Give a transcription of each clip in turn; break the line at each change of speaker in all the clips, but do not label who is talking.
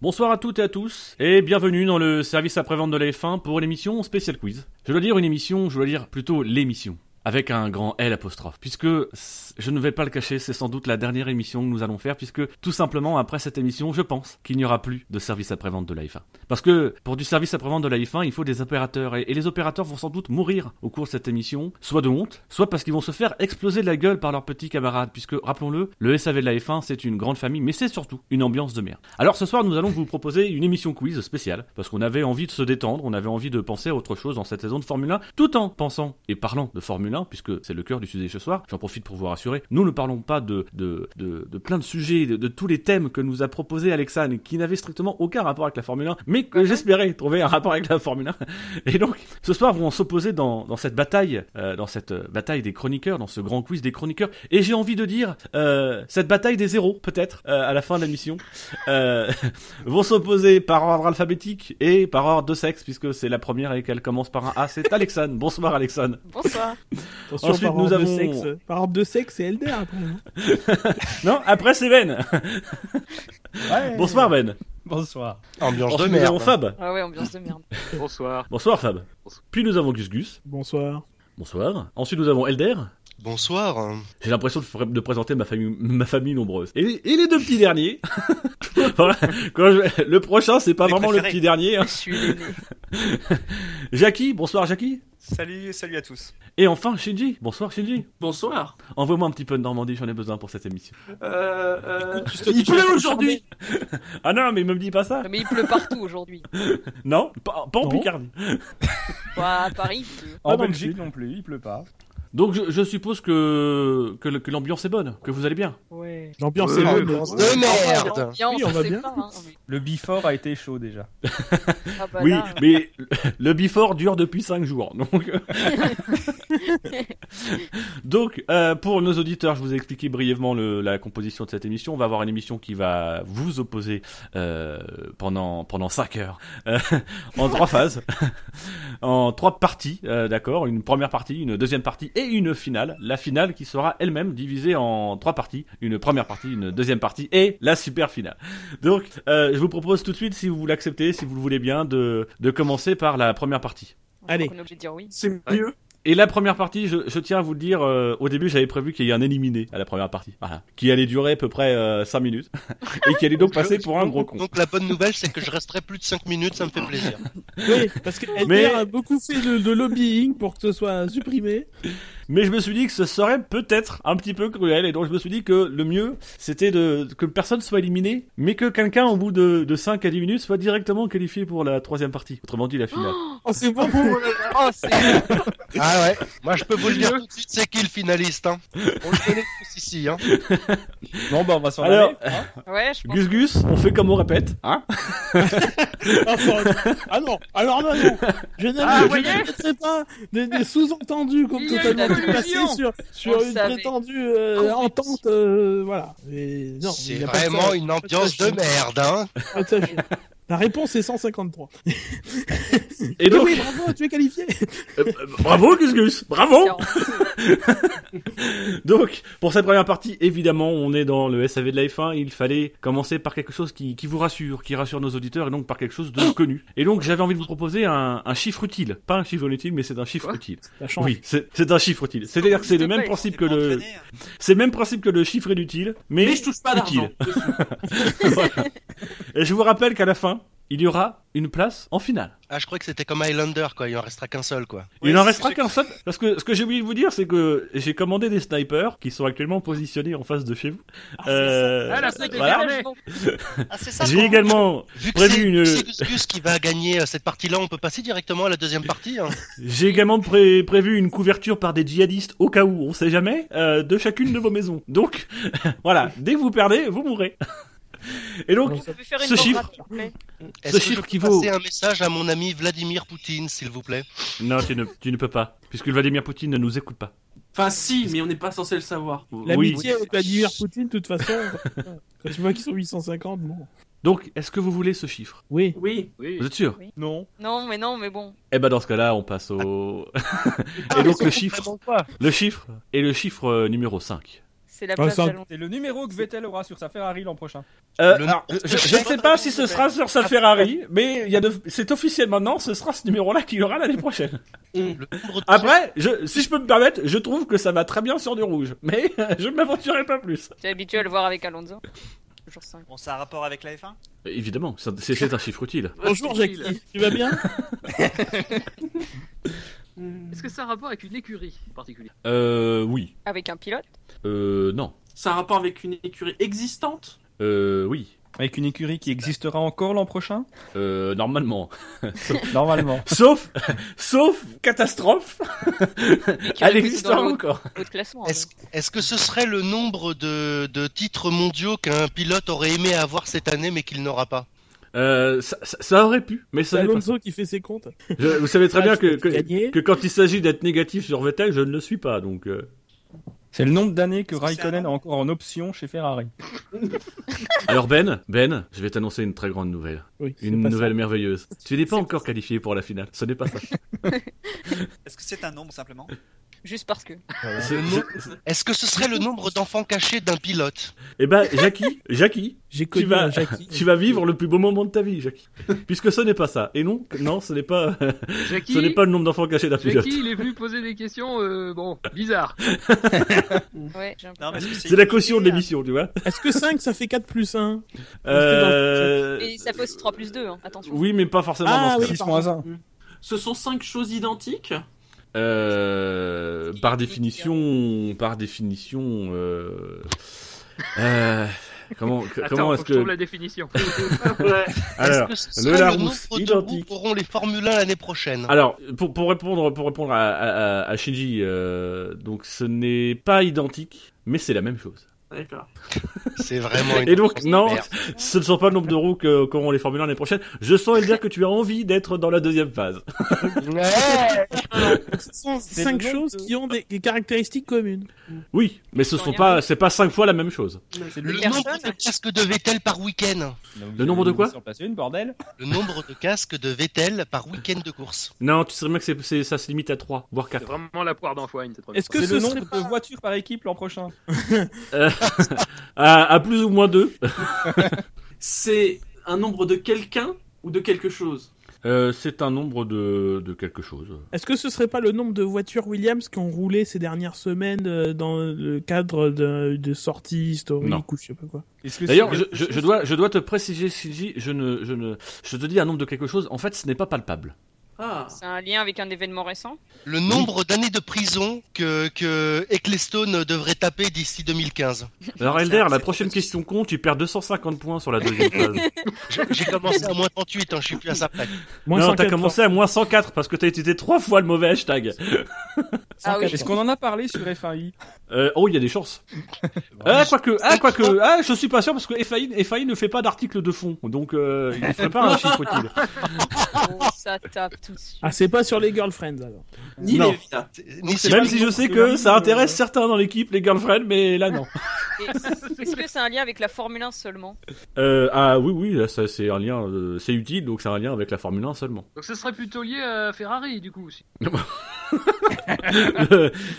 Bonsoir à toutes et à tous, et bienvenue dans le service après-vente de la F1 pour l'émission Spécial Quiz. Je dois dire une émission, je dois dire plutôt l'émission. Avec un grand L apostrophe, puisque je ne vais pas le cacher, c'est sans doute la dernière émission que nous allons faire, puisque tout simplement après cette émission, je pense qu'il n'y aura plus de service après-vente de la F1. Parce que pour du service après-vente de la F1, il faut des opérateurs, et, et les opérateurs vont sans doute mourir au cours de cette émission, soit de honte, soit parce qu'ils vont se faire exploser de la gueule par leurs petits camarades, puisque rappelons-le, le SAV de la F1, c'est une grande famille, mais c'est surtout une ambiance de merde. Alors ce soir, nous allons vous proposer une émission quiz spéciale, parce qu'on avait envie de se détendre, on avait envie de penser à autre chose dans cette saison de Formule 1, tout en pensant et parlant de Formule 1, puisque c'est le cœur du sujet ce soir, j'en profite pour vous rassurer nous ne parlons pas de, de, de, de plein de sujets, de, tous les thèmes que nous a proposé Alexane, qui n'avaient strictement aucun rapport avec la Formule 1, mais que j'espérais trouver un rapport avec la Formule 1. Et donc, ce soir, vont s'opposer dans, dans, cette bataille, euh, dans cette bataille des chroniqueurs, dans ce grand quiz des chroniqueurs. Et j'ai envie de dire, euh, cette bataille des zéros, peut-être, euh, à la fin de la mission, vont s'opposer par ordre alphabétique et par ordre de sexe, puisque c'est la première et qu'elle commence par un A. C'est Alexane. Bonsoir, Alexane.
Bonsoir.
Attention, Ensuite, par nous ordre avons...
de sexe. Par ordre de sexe, c'est LDR après.
Hein non, après c'est Ben. ouais. Bonsoir Ben.
Bonsoir.
Ambiance
Ensuite,
de merde.
Nous avons Fab.
Ah ouais, ambiance de merde.
Bonsoir.
Bonsoir Fab. Bonsoir. Puis nous avons Gus Gus.
Bonsoir.
Bonsoir. Ensuite nous avons Elder.
Bonsoir.
J'ai l'impression de, de, présenter ma famille, ma famille nombreuse. Et, et les deux petits derniers. voilà, quand je, le prochain, c'est pas les vraiment préférés. le petit dernier. Hein.
Je suis l'aîné.
Jackie, bonsoir Jackie.
Salut, salut à tous.
Et enfin, Shinji. Bonsoir, Shinji.
Bonsoir.
Envoie-moi un petit peu de Normandie, j'en ai besoin pour cette émission.
Euh, euh... Il pleut aujourd'hui.
ah non, mais me dis pas ça.
Mais il pleut partout aujourd'hui.
non, pas, pas en non. Picardie.
bah, à Paris, il pleut.
En Belgique Ah non plus, il pleut pas.
Donc je, je, suppose que, que, que l'ambiance est bonne, que vous allez bien.
Ouais.
L'ambiance est bonne.
De euh, merde.
Oui, on va bien. Pas, hein.
Le before a été chaud déjà.
Ah bah oui, là. mais le before dure depuis 5 jours. Donc, donc euh, pour nos auditeurs, je vous ai expliqué brièvement le, la composition de cette émission. On va avoir une émission qui va vous opposer euh, pendant, pendant 5 heures euh, en trois phases, en trois parties, euh, d'accord Une première partie, une deuxième partie et une finale. La finale qui sera elle-même divisée en trois parties. Une première partie, une deuxième partie et la super finale. Donc, euh, je vous propose tout de suite, si vous l'acceptez, si vous le voulez bien, de, de commencer par la première partie.
Allez,
oui.
c'est mieux. Ouais.
Et la première partie, je, je, tiens à vous le dire, euh, au début j'avais prévu qu'il y ait un éliminé à la première partie, voilà. qui allait durer à peu près euh, 5 minutes, et qui allait donc passer pour un gros con.
Donc la bonne nouvelle c'est que je resterai plus de 5 minutes, ça me fait plaisir.
Oui, parce que Mais... a beaucoup fait de, de, lobbying pour que ce soit supprimé.
Mais je me suis dit que ce serait peut-être un petit peu cruel, et donc je me suis dit que le mieux c'était de que personne soit éliminé, mais que quelqu'un au bout de, de 5 à 10 minutes soit directement qualifié pour la troisième partie, autrement dit la finale.
Oh c'est bon pour... oh,
ah, ah ouais, moi je peux vous le dire tout de suite, c'est qui le finaliste hein On le connaît tous ici. Hein.
Bon bah on va s'en
Alors,
hein
ouais, je pense
Gus Gus, on fait comme on répète, hein
Ah non, alors non, non. Je ne ah, sais pas des, des sous-entendus comme totalement dépassés sur, sur on une savait. prétendue euh, entente, euh, voilà.
C'est vraiment ça, une ambiance de merde, hein
La réponse est 153.
Et donc...
Oui, bravo, tu es qualifié.
Euh, bravo, Gus Gus, bravo. donc, pour cette première partie, évidemment, on est dans le SAV de la F1. Il fallait commencer par quelque chose qui, qui vous rassure, qui rassure nos auditeurs, et donc par quelque chose de connu. Et donc, j'avais envie de vous proposer un, un, chiffre utile. Pas un chiffre inutile, mais c'est un chiffre Quoi utile. Oui, c'est un chiffre utile. C'est-à-dire que c'est le même principe que le... C'est le même principe que le chiffre inutile, mais...
Mais je touche pas d'argent.
voilà. Et je vous rappelle qu'à la fin, il y aura une place en finale.
Ah, je crois que c'était comme Highlander, quoi. Il en restera qu'un seul, quoi.
Il oui, en restera qu'un seul. Parce que ce que j'ai oublié de vous dire, c'est que j'ai commandé des snipers qui sont actuellement positionnés en face de chez vous.
Ah, euh...
ah là, c'est voilà.
ah, ça.
J'ai également
Vu que
prévu une.
C'est Gus, Gus qui va gagner euh, cette partie-là. On peut passer directement à la deuxième partie. Hein.
j'ai également pré prévu une couverture par des djihadistes au cas où, on sait jamais, euh, de chacune de vos maisons. Donc, voilà. Dès que vous perdez, vous mourrez. Et donc, ce chiffre,
ce chiffre qui vaut. un message à mon ami Vladimir Poutine, s'il vous plaît.
Non, tu ne, tu ne peux pas, puisque Vladimir Poutine ne nous écoute pas.
Enfin, si, mais on n'est pas censé le savoir.
L'amitié avec Vladimir Poutine, de toute façon. quand tu vois qu'ils sont 850, bon.
Donc, est-ce que vous voulez ce chiffre
Oui.
Oui.
Vous êtes sûr oui.
Non.
Non, mais non, mais bon.
Eh ben dans ce cas-là, on passe Ah, au... et donc le chiffre... Le chiffre est le chiffre euh, numéro 5.
C'est la
Ah,
place
ça-
d'Alonso.
C'est le numéro que Vettel aura sur sa Ferrari l'an prochain.
Euh,
Le-
alors, je, je ne sais pas si ce sera sur sa Ferrari, mais il y a de- c'est officiel maintenant, ce sera ce numéro-là qu'il y aura l'année prochaine.
Le nombre de-
Après, je, si je peux me permettre, je trouve que ça va très bien sur du rouge, mais je ne m'aventurerai pas plus.
T'es habitué à le voir avec Alonso Toujours 5.
Bon, ça a rapport avec la F1
Évidemment, ça- c'est c'est un chiffre utile.
Bonjour
Jackie.
Jackie, tu vas bien
Est-ce que ça a un rapport avec une écurie en particulier
Euh, oui.
Avec un pilote
Euh, non.
C'est un rapport avec une écurie existante
Euh, oui.
Avec une écurie qui existera encore l'an prochain
Euh, normalement.
Normalement.
Sauf, sauf catastrophe, elle existe
dans le haut-
encore.
haut de classement.
Est-ce
hein.
est-ce que ce serait le nombre de, de titres mondiaux qu'un pilote aurait aimé avoir cette année mais qu'il n'aura pas
Euh, ça, ça- ça aurait pu, mais
C'est
ça n'est pas.
Alonso qui fait ses comptes. Ah,
Je- vous savez
Ah,
très bien que, que,
Gagné.
que quand il s'agit d'être négatif sur Vettel, je ne le suis pas, donc. euh,
C'est le nombre d'années que
Est-ce que c'est
Raikkonen
un
a encore en option chez Ferrari.
Alors Ben, Ben, je vais t'annoncer une très grande nouvelle,
Oui, c'est
une
pas ça.
nouvelle merveilleuse. Tu n'es pas encore qualifié pour la finale, ce n'est pas ça.
Est-ce que c'est un nombre simplement
Juste parce que.
C'est- c'est-
Est-ce que ce serait le nombre d'enfants cachés d'un pilote
Eh ben Jackie, Jackie,
J'ai
tu
connu
vas,
un Jackie.
tu vas vivre le plus beau moment de ta vie, Jackie, puisque ce n'est pas ça. Et non, non, ce n'est pas,
Jackie,
ce n'est pas le nombre d'enfants cachés d'un pilote.
Jackie, il est venu poser des questions, euh, bon, bizarres.
Ouais, j'ai un peu.
Non, mais est-ce que
C'est la caution de l'émission, tu vois.
Est-ce que 5 ça fait 4 plus 1
Euh,
Et ça pose 3 plus 2, hein. attention.
Oui, mais pas forcément dans ce
Ah oui.
cas-là.
6 moins 1.
Ce sont cinq choses identiques
Euh, par définition, par définition, euh, euh, comment,
Attends,
comment
faut
est-ce
que je trouve
que,
la définition.
alors,
Est-ce que ce
le
serait
Larousse,
nombre de
identique.
roues qu'auront les Formule 1 l'année prochaine
Alors, pour, pour répondre, pour répondre à, à, à- à Shinji, euh, donc ce n'est pas identique, mais c'est la même chose.
D'accord.
C'est vraiment une
Et donc, non,
merde.
ce ne sont pas le nombre de roues que- qu'auront les Formule 1 l'année prochaine. Je sens, Elder, que tu as envie d'être dans la deuxième phase.
Ce sont
C'est
5
le nombre
choses
de-
qui ont des, des caractéristiques communes.
Oui, mais ce sont pas, c'est pas cinq fois la même chose.
C'est
Le
Personne.
nombre de casques de Vettel par week-end.
Le nombre de quoi
Sur place une, bordel.
Le nombre de casques de Vettel par week-end de course.
Non, tu sais bien que c'est- c'est- ça se limite à 3, voire
C'est
4.
vraiment la poire d'Antoine, cette première
Est-ce
C'est
que
le
ce serait
nombre
pas-
de voitures par équipe l'an prochain.
À, à plus ou moins 2.
C'est un nombre de quelqu'un ou de quelque chose
Euh, c'est un nombre de, de quelque chose.
Est-ce que ce serait pas le nombre de voitures Williams qui ont roulé ces dernières semaines euh, dans le cadre de, de sorties historiques
Non.
ou je sais pas quoi
Est-ce que
D'ailleurs,
c'est
je,
quelque
je- je
chose
dois, je dois te préciser, Shinji, je ne, je ne, je te dis un nombre de quelque chose. En fait, ce n'est pas palpable.
Ah,
C'est un lien avec un événement récent
Le nombre d'années de prison que, que Ecclestone devrait taper d'ici 2015.
Alors,
C'est-
Elder, la
c'est-
prochaine
c'est-
question compte, tu perds 250 points sur la deuxième phase.
J'ai- J'ai commencé à moins 38, hein, je suis plus à sa plaque.
Moins
non, t'as
104,
commencé à moins 104 parce que t'as utilisé trois fois le mauvais hashtag.
Ah oui.
Est-ce qu'on en a parlé sur F1i
Euh, oh, il y a des chances. ah, quoique, ah, quoique, ah, je suis pas sûr parce que FAI, FAI ne fait pas d'article de fond, donc euh, il ne ferait pas un chiffre utile.
Oh, ça tape tout de suite.
Ah, c'est pas sur les girlfriends alors.
ni
Non.
les villas.
Ni
c'est
sur-
Même
pas
si
le
je sais
nom
que
de
ça
l'ami,
intéresse
euh.
certains dans l'équipe, les girlfriends, mais là non.
Et Est-ce que c'est un lien avec la Formule 1 seulement
Euh, ah oui, oui, là, ça, c'est un lien, euh, c'est utile, donc c'est un lien avec la Formule 1 seulement.
Donc ce serait plutôt lié à Ferrari, du coup. aussi.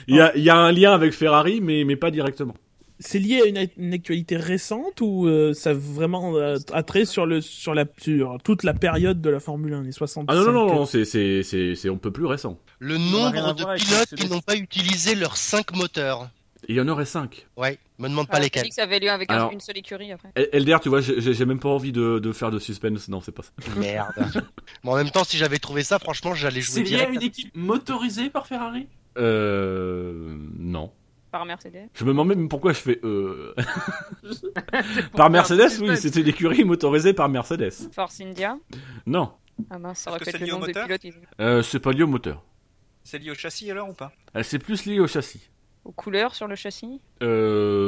Il y, a, il y a un lien avec Ferrari, mais, mais pas directement.
C'est lié à une, act- une actualité récente ou euh, ça a vraiment euh, attrait sur le sur la sur toute la période de la Formule 1 les 60
Ah non, non, non, non, c'est, c'est, c'est, c'est on peut plus récent.
Le
n'a rien à voir
nombre de
avec
pilotes qui
Mercedes.
n'ont pas utilisé leurs 5 moteurs.
Il y en aurait 5.
Ouais, me demande
Ah,
pas
t'as dit
lesquels.
que ça avait lien avec un-
Alors-
une seule écurie après.
Elder, tu vois, j'ai, j'ai- j'ai même pas envie de, de faire de suspense, non, c'est pas ça.
Merde. Mais en même temps, si j'avais trouvé ça, franchement, j'allais
C'est
jouer
lié à
direct.
une équipe motorisée par Ferrari
Euh. Non.
Par Mercedes.
Je me demande même pourquoi je fais euh. par Mercedes, oui, c'était l'écurie motorisée par Mercedes.
Force India.
Non.
Ah mince, ça
Est-ce
aurait
que
pu
c'est
être le
lié au
nombre de
moteur
pilotes. qu'ils ont.
Euh, c'est pas lié au moteur.
C'est lié au châssis alors ou pas
Elle s'est plus liée au châssis.
Aux couleurs sur le châssis.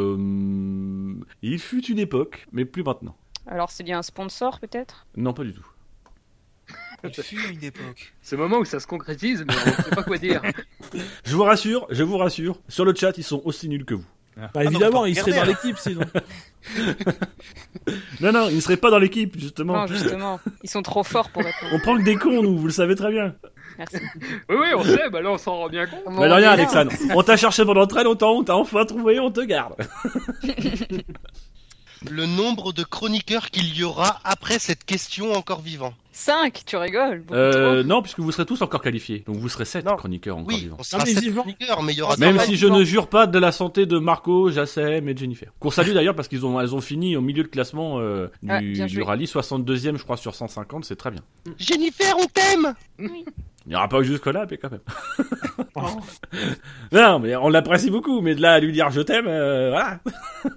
Euh, il fut une époque, mais plus maintenant.
Alors c'est lié à un sponsor peut-être
Non, pas du tout.
Il fut une époque.
C'est le moment où ça se concrétise, mais on ne sait pas quoi dire.
Je vous rassure, je vous rassure. Sur le chat, ils sont aussi nuls que vous.
Bah,
non,
évidemment,
pas
il serait dans
regarder,
l'équipe sinon.
Non, non, ils ne seraient pas dans l'équipe, justement.
Non, justement, ils sont trop forts pour répondre.
On prend que des cons, nous, vous le savez très bien.
Merci.
Oui, oui, on sait, bah là on s'en rend bien compte.
Mais de rien, Alexandre. On t'a cherché pendant très longtemps, on t'a enfin trouvé, on te garde.
Le nombre de chroniqueurs qu'il y aura après cette question encore vivant.
5, tu rigoles. beaucoup
Euh, non, puisque vous serez tous encore qualifiés. Donc vous serez sept
Non.
chroniqueurs encore
Oui,
vivants.
on sera
mais
sept
ils y vont.
chroniqueurs, mais il y aura
Même
pas
si
de
je
temps.
ne jure pas de la santé de Marco, Jacem et Jennifer. Qu'on salue d'ailleurs parce qu'ils ont, elles ont fini au milieu de classement euh, du,
Ah, bien
du
joué.
rallye, 62e je crois sur 150, c'est très bien.
Jennifer, on t'aime
Il n'y aura pas que jusque-là, mais quand même. non, mais on l'apprécie beaucoup, mais de là à lui dire je t'aime, euh, voilà.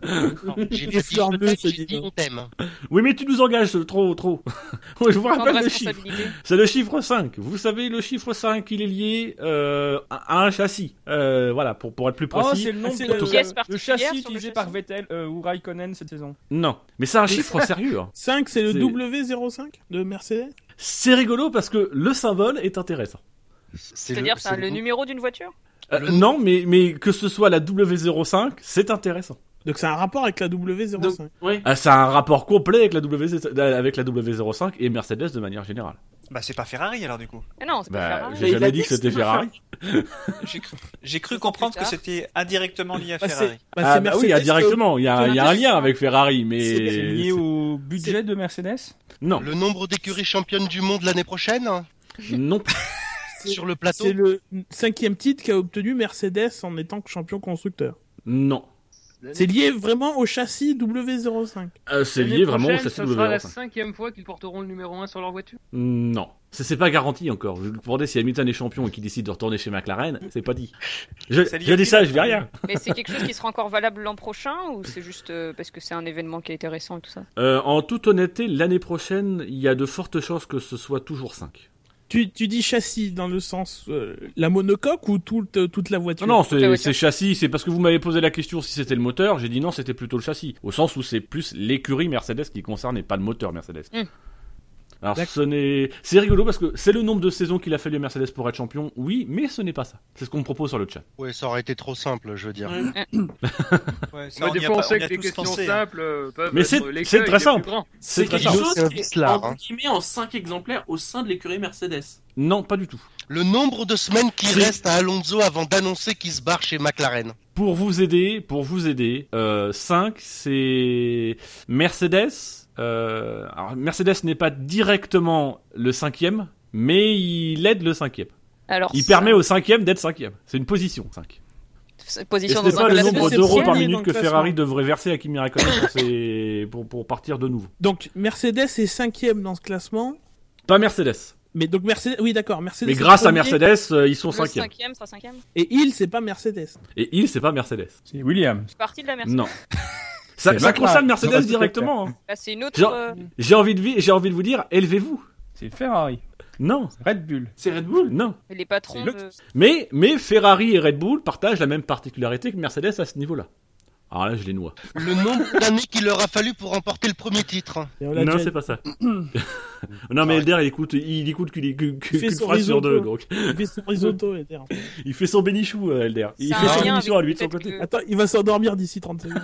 J'ai
Il
pas
est
dit je
flambeux,
t'aime,
ce
j'ai dit
Dino.
on t'aime.
Oui, mais tu nous engages euh, trop, trop. je vous
trop. Grande
rappelle le chiffre.
responsabilité.
C'est le chiffre 5. Vous savez, le chiffre 5, il est lié euh, à à un châssis. Euh, voilà, pour, pour être plus
Oh,
précis.
c'est le nombre
c'est
de,
une
Ah, pièce
de
particulière sur
châssis
le
utilisés
châssis.
par Vettel euh, ou Raikkonen cette saison.
Non, mais c'est un chiffre sérieux. hein.
5, c'est le
C'est-
W05 de Mercedes
C'est rigolo parce que le symbole est intéressant.
C'est-à-dire, c'est le numéro d'une voiture
Euh,
Le-
non, mais, mais que ce soit la W05, c'est intéressant.
Donc c'est un rapport avec la W05.
Donc, ouais.
Ah, ça a un rapport complet avec la, w... avec la W05 et Mercedes de manière générale.
Bah, c'est pas Ferrari alors, du coup.
Ah Non, c'est
Bah,
pas Ferrari.
j'ai
Mais il a
jamais dit
dit
que
que
c'était
c'était pas
Ferrari.
J'ai cru, j'ai cru comprendre que
Plus tard.
c'était indirectement lié à
Bah,
Ferrari.
c'est- bah,
ah,
c'est
bah oui, ah,
Mercedes,
directement. Il y a, il y a un lien avec Ferrari,
C'est lié
mais.
au budget de Mercedes
Non,
Le nombre d'écuries championnes du monde l'année prochaine hein,
non.
C'est-
sur le
euh,
plateau.
C'est le cinquième titre qu'a obtenu Mercedes en étant champion constructeur.
Non.
C'est lié vraiment au châssis W05.
Euh, c'est
L'année
lié vraiment au
prochaine,
châssis
Ça sera la
W05.
cinquième fois qu'ils porteront le numéro 1 sur leur voiture.
Non. Ça, c'est pas garanti encore. Je vous demandais si Hamilton est champion et qu'il décide de retourner chez McLaren, c'est pas dit. Je,
C'est lié
je
au
dis
titre.
ça, je dis rien.
Mais c'est quelque chose qui sera encore valable l'an prochain ou c'est juste euh, parce que c'est un événement qui a été récent et tout ça
Euh, en toute honnêteté, l'année prochaine, il y a de fortes chances que ce soit toujours 5.
Tu, tu dis châssis dans le sens euh, la monocoque ou tout, euh, toute la voiture
Non, non,
la
c'est
voiture.
c'est châssis. C'est parce que vous m'avez posé la question si c'était le moteur. J'ai dit non, c'était plutôt le châssis. Au sens où c'est plus l'écurie Mercedes qui concerne et pas le moteur Mercedes.
Hmm.
Alors,
D'accord.
ce n'est. C'est rigolo parce que c'est le nombre de saisons qu'il a fallu à Mercedes pour être champion, oui, mais ce n'est pas ça. C'est ce qu'on me propose sur le chat.
Ouais, ça aurait été trop simple, je veux dire.
Ouais.
Ouais, ça,
Moi,
on
des
y a
fois, on
pas-
sait
y
que
a
les
tous
questions
pensé, hein.
simples euh, peuvent
Mais
être
c'est-
l'écueil
c'est très
des plus
simple.
grands.
C'est
C'est
très
quelque
simple.
chose
C'est un
qui est
vice-là, hein.
entre guillemets en 5 exemplaires au sein de l'écurie Mercedes.
Non, pas du tout.
Le nombre de semaines qui
C'est-
restent à Alonso avant d'annoncer qu'il se barre chez McLaren.
Pour vous aider, pour vous aider, 5, c'est Mercedes. Euh, alors Mercedes n'est pas directement le cinquième, mais il aide le cinquième.
Alors,
Il
Oh, ça-
permet au cinquième d'être cinquième. C'est une position, 5.
c'est
Et
position
ce n'est
dans
pas
un euh,
le
classement.
nombre
C'est
d'euros
premier
par
dans
minute
le
que
classement.
Ferrari devrait verser à Kimi Raikkonen pour, ses- pour, pour partir de nouveau.
Donc Mercedes est cinquième dans ce classement.
Pas Mercedes.
Mais donc Mercedes, oui d'accord, Mercedes.
Mais
est
grâce à
premier,
Mercedes, euh, ils sont
Le
cinquième.
cinquième sera cinquième.
Et il, c'est pas Mercedes.
Et il, c'est pas Mercedes.
C'est Williams.
Je suis partie de la Mercedes.
Non. Ça,
C'est
ça
McLaren. Ils
concerne
ont
Mercedes
respecté.
directement. hein.
Là, c'est une autre.
Genre-
euh,
J'ai envie, de vi- j'ai envie de vous dire, élevez-vous.
C'est Ferrari.
Non,
Red Bull.
C'est Red Bull.
non.
les patrons
C'est
de.
Mais, mais Ferrari et Red Bull partagent la même particularité que Mercedes à ce niveau-là. Alors là, je les noie.
Le nombre d'années qu'il leur a fallu pour remporter le premier titre.
Et on l'a
Non,
déjà
c'est pas ça. non, mais Elder, il écoute, Ah, il écoute qu'une qu'une-
Il fait
qu'une
son
phrase sur
risotto.
deux. Donc.
Il fait son risotto, et terre.
Il fait son bénichou, euh, Elder. Il
ça a
fait
un
son
lien
émission à
avec
lui de son
peut-être
côté.
que-
Attends, il va s'endormir d'ici 30 secondes.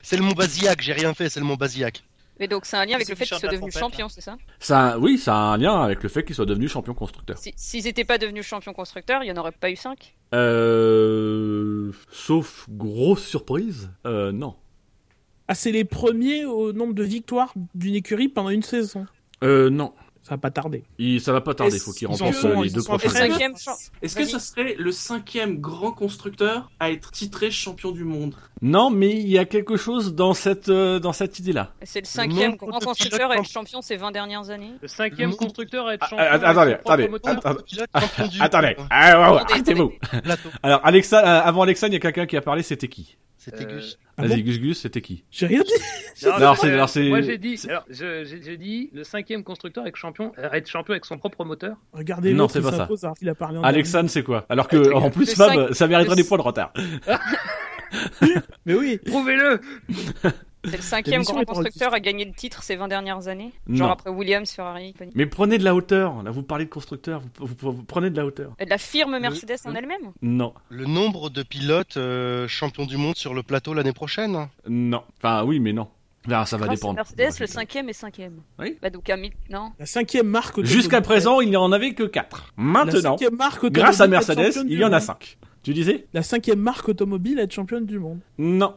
C'est le Mont Basillac, j'ai rien fait, c'est le Mont Basillac.
Mais donc, c'est un lien avec
C'est
le fait
Richard
qu'ils soient
de la
devenus
trompette,
champions, c'est ça
Ça, oui, ça a un lien avec le fait qu'il soit devenu champion constructeur.
Si- S'ils n'étaient pas devenus champions constructeurs, il n'y en aurait pas eu 5.
Euh, sauf grosse surprise, euh, non.
Ah, c'est les premiers au nombre de victoires d'une écurie pendant une saison.
Euh, non.
Ça va pas tarder.
Il, ça va pas tarder,
Est-ce
faut qu'il
qu'ils
remporte
sont-
les
ils
deux
sont en
prochaines.
train-
années.
Cinquième champ.
Est-ce que
Vas-y.
ça serait le cinquième grand constructeur à être titré champion du monde
Non, mais il y a quelque chose dans cette, euh, dans cette idée-là.
C'est le cinquième
nombre
grand
de
constructeur à
pilotes
être champion ces 20 dernières années.
Le cinquième
Non.
constructeur à être
Ah,
champion.
ah,
avec
attendez,
son propre
attendez,
moteur.
Ah,
Pilote champion du
Attendez,
monde.
ah, ouais, ouais,
Attendez,
arrêtez-vous.
Plateau.
Alors, Alexa, euh, avant Alexa, il y a quelqu'un qui a parlé, c'était qui
C'était Gus.
Ah
Vas-y,
bon
Gus Gus, c'était qui
J'ai rien dit.
Non,
Alors,
mais
c'est-
moi,
alors, c'est-
Moi j'ai dit,
c'est-
alors, je- j'ai j'ai dit le cinquième constructeur à être champion, à être champion avec son propre moteur.
Regardez,
Non,
l'autre,
c'est
il
pas ça.
s'impose alors qu'il a parlé en
Alexane, c'est quoi Alors que,
Ah,
Le
en plus,
cinq-
Fab, ça mériterait
le
des points de retard.
dernier. Mais oui.
Prouvez-le
C'est le cinquième
mission
grand
est enregistrée.
constructeur à gagner le titre ces 20 dernières années.
Non.
Genre après Williams, Ferrari. compagnie.
Mais prenez de la hauteur. Là, vous parlez de constructeur. Vous, vous- vous prenez de la hauteur.
Euh, La firme Mercedes en elle-même
Non.
Le nombre de pilotes euh, champions du monde sur le plateau l'année prochaine hein.
Non. Enfin, oui, mais non. Là, ça va
Grâce à
dépendre.
Ah, Mercedes, le cinquième et cinquième.
Oui.
Bah donc à mi- non.
La cinquième marque automobile.
Jusqu'à présent, il n'y en avait que 4.
La
Maintenant,
cinquième marque
grâce à
automobile à être
Mercedes,
championne
il
du
y en a
monde.
5. Tu disais
La cinquième marque automobile à être championne du monde.
Non.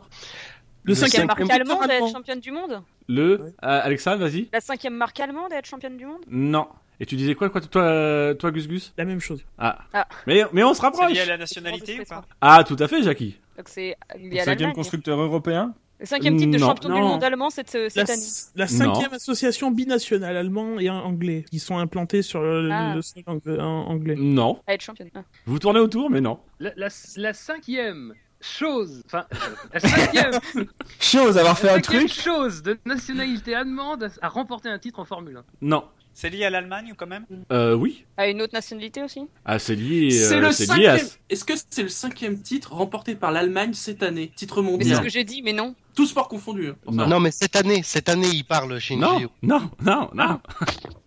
Le
Le
cinquième
Quelle
marque
cinquième
marque allemande à être
allemand.
championne du monde
Le.
Ouais.
Euh, Alexandre, vas-y.
La cinquième marque allemande à être championne du monde
Non. Et tu disais quoi, quoi toi, euh, toi, Gus Gus
La même chose.
Ah.
Ah.
Mais, mais on se
C'est
rapproche
lié à la nationalité ou pas
Ah, tout à fait, Jackie.
Donc c'est euh, lié
Cinquième
à l'Allemagne.
constructeur européen.
Le cinquième titre de
Non.
champion du
Non.
monde allemand cette,
La,
cette année.
c- la cinquième association binationale allemand et anglais qui sont implantées sur le,
Ah.
le sol ang- euh, anglais.
Non.
À être championne. Ah.
Vous tournez autour, mais non.
La, la- la cinquième chose, enfin, euh, la cinquième,
Chose avoir fait
la
un
cinquième
truc.
chose de nationalité allemande à- à remporter un titre en Formule 1.
Non.
C'est lié à l'Allemagne ou quand même
Euh, oui.
À une autre nationalité aussi
Ah, c'est lié.
C'est
euh,
le
c'est lié à-
cinquième. Est-ce que c'est le cinquième titre remporté par l'Allemagne cette année Titre
Mais c'est
mondial.
ce que j'ai dit, mais non.
Tous sports confondus. hein.
Non.
Non, mais cette année, cette année, il parle, Shinji.
Non, non, non, non.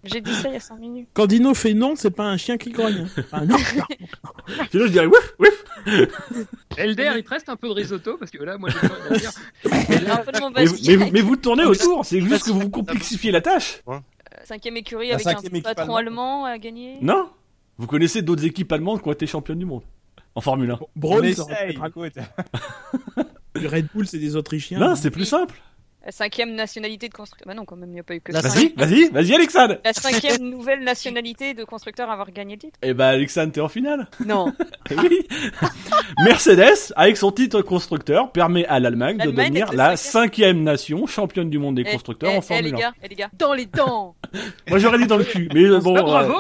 J'ai dit ça il y a 5 minutes.
Quand Dino fait non, c'est pas un chien qui grogne. hein. Ah, non.
Sinon, je dirais ouf, ouf.
Elder, il te reste un peu de risotto parce que là, moi, j'ai pas envie de dire.
J'ai un peu de
Mais,
mauvaise
vous- mais,
vie.
vous- mais vous tournez autour, c'est juste que vous vous complexifiez la tâche.
Cinquième écurie
La
avec
cinquième
un
équipe
patron
allemande.
allemand à gagner.
Non Vous connaissez d'autres équipes allemandes qui ont été championnes du monde En Formule 1.
Braun,
On
ça aurait
essaye,
pu être un-
écoute.
du Red Bull, c'est des Autrichiens.
Non, c'est plus simple.
La cinquième nationalité de constructeur. Bah non, quand même, il n'y a pas eu que
La
cinq.
Vas-y, vas-y, vas-y, Alexandre
La cinquième nouvelle nationalité de constructeur à avoir gagné le titre
Eh ben, Alexandre, t'es en finale.
Non.
Eh Oui Mercedes, avec son titre constructeur, permet à l'Allemagne de
L'Allemagne
devenir
est
la
le
cinquième nation championne du monde des
Eh,
constructeurs en
les
Formule 1.
gars, eh, les gars. Dans les dents
Moi, j'aurais dit dans le cul, mais euh, bon...
Ah,
euh,
bravo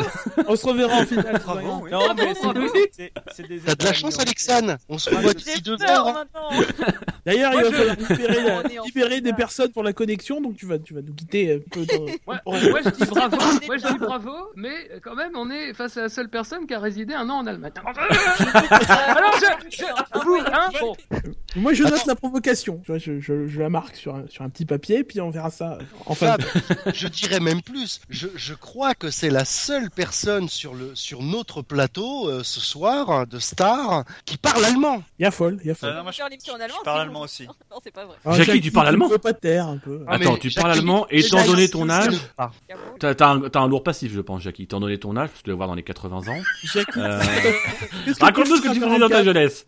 On se reverra en finale.
Bravo, oui.
Non, mais c'est
bravo.
des- c'est- c'est des.
T'as de la
États-Unis,
chance,
en fait.
Alexane. On se revoit d'ici deux heures. hein.
maintenant
D'ailleurs, il va
Moi,
falloir libérer, la-
On est en
libérer des
finale.
personnes pour la connexion, donc tu vas, tu vas nous quitter. euh, peu dans-
Moi,
pour-
moi, je dis bravo, moi je dis bravo, mais euh, quand même on est face à la seule personne qui a résidé un an en Allemagne. Alors je, je- vous, hein, bon.
Moi, je note la provocation. Tu vois, je, je- je la marque sur un, sur un petit papier, puis on verra ça. Enfin,
Fab, je dirais même plus. Je, je crois que c'est la seule personne sur, le, sur notre plateau euh, ce soir hein, de star qui parle allemand.
il y a folle, il y a
Euh,
folle.
non, moi, je,
Faire les petits en allemand,
je parle
c'est
allemand
bon.
aussi.
Non, c'est pas vrai.
Alors,
Jackie, tu parles
me
allemand
faut pas de terre, un peu.
Ah, Attends,
mais
tu
Jackie-
parles allemand, et étant
Jackie-
donné ton âge,
Ah,
T'as t'as un, t'as un lourd passif, je pense, Jackie. Étant donné ton âge, parce que tu dois avoir dans les 80 ans.
Jackie,
Euh,
qu'est-ce que
Raconte-nous ce que tu faisais dans ta jeunesse.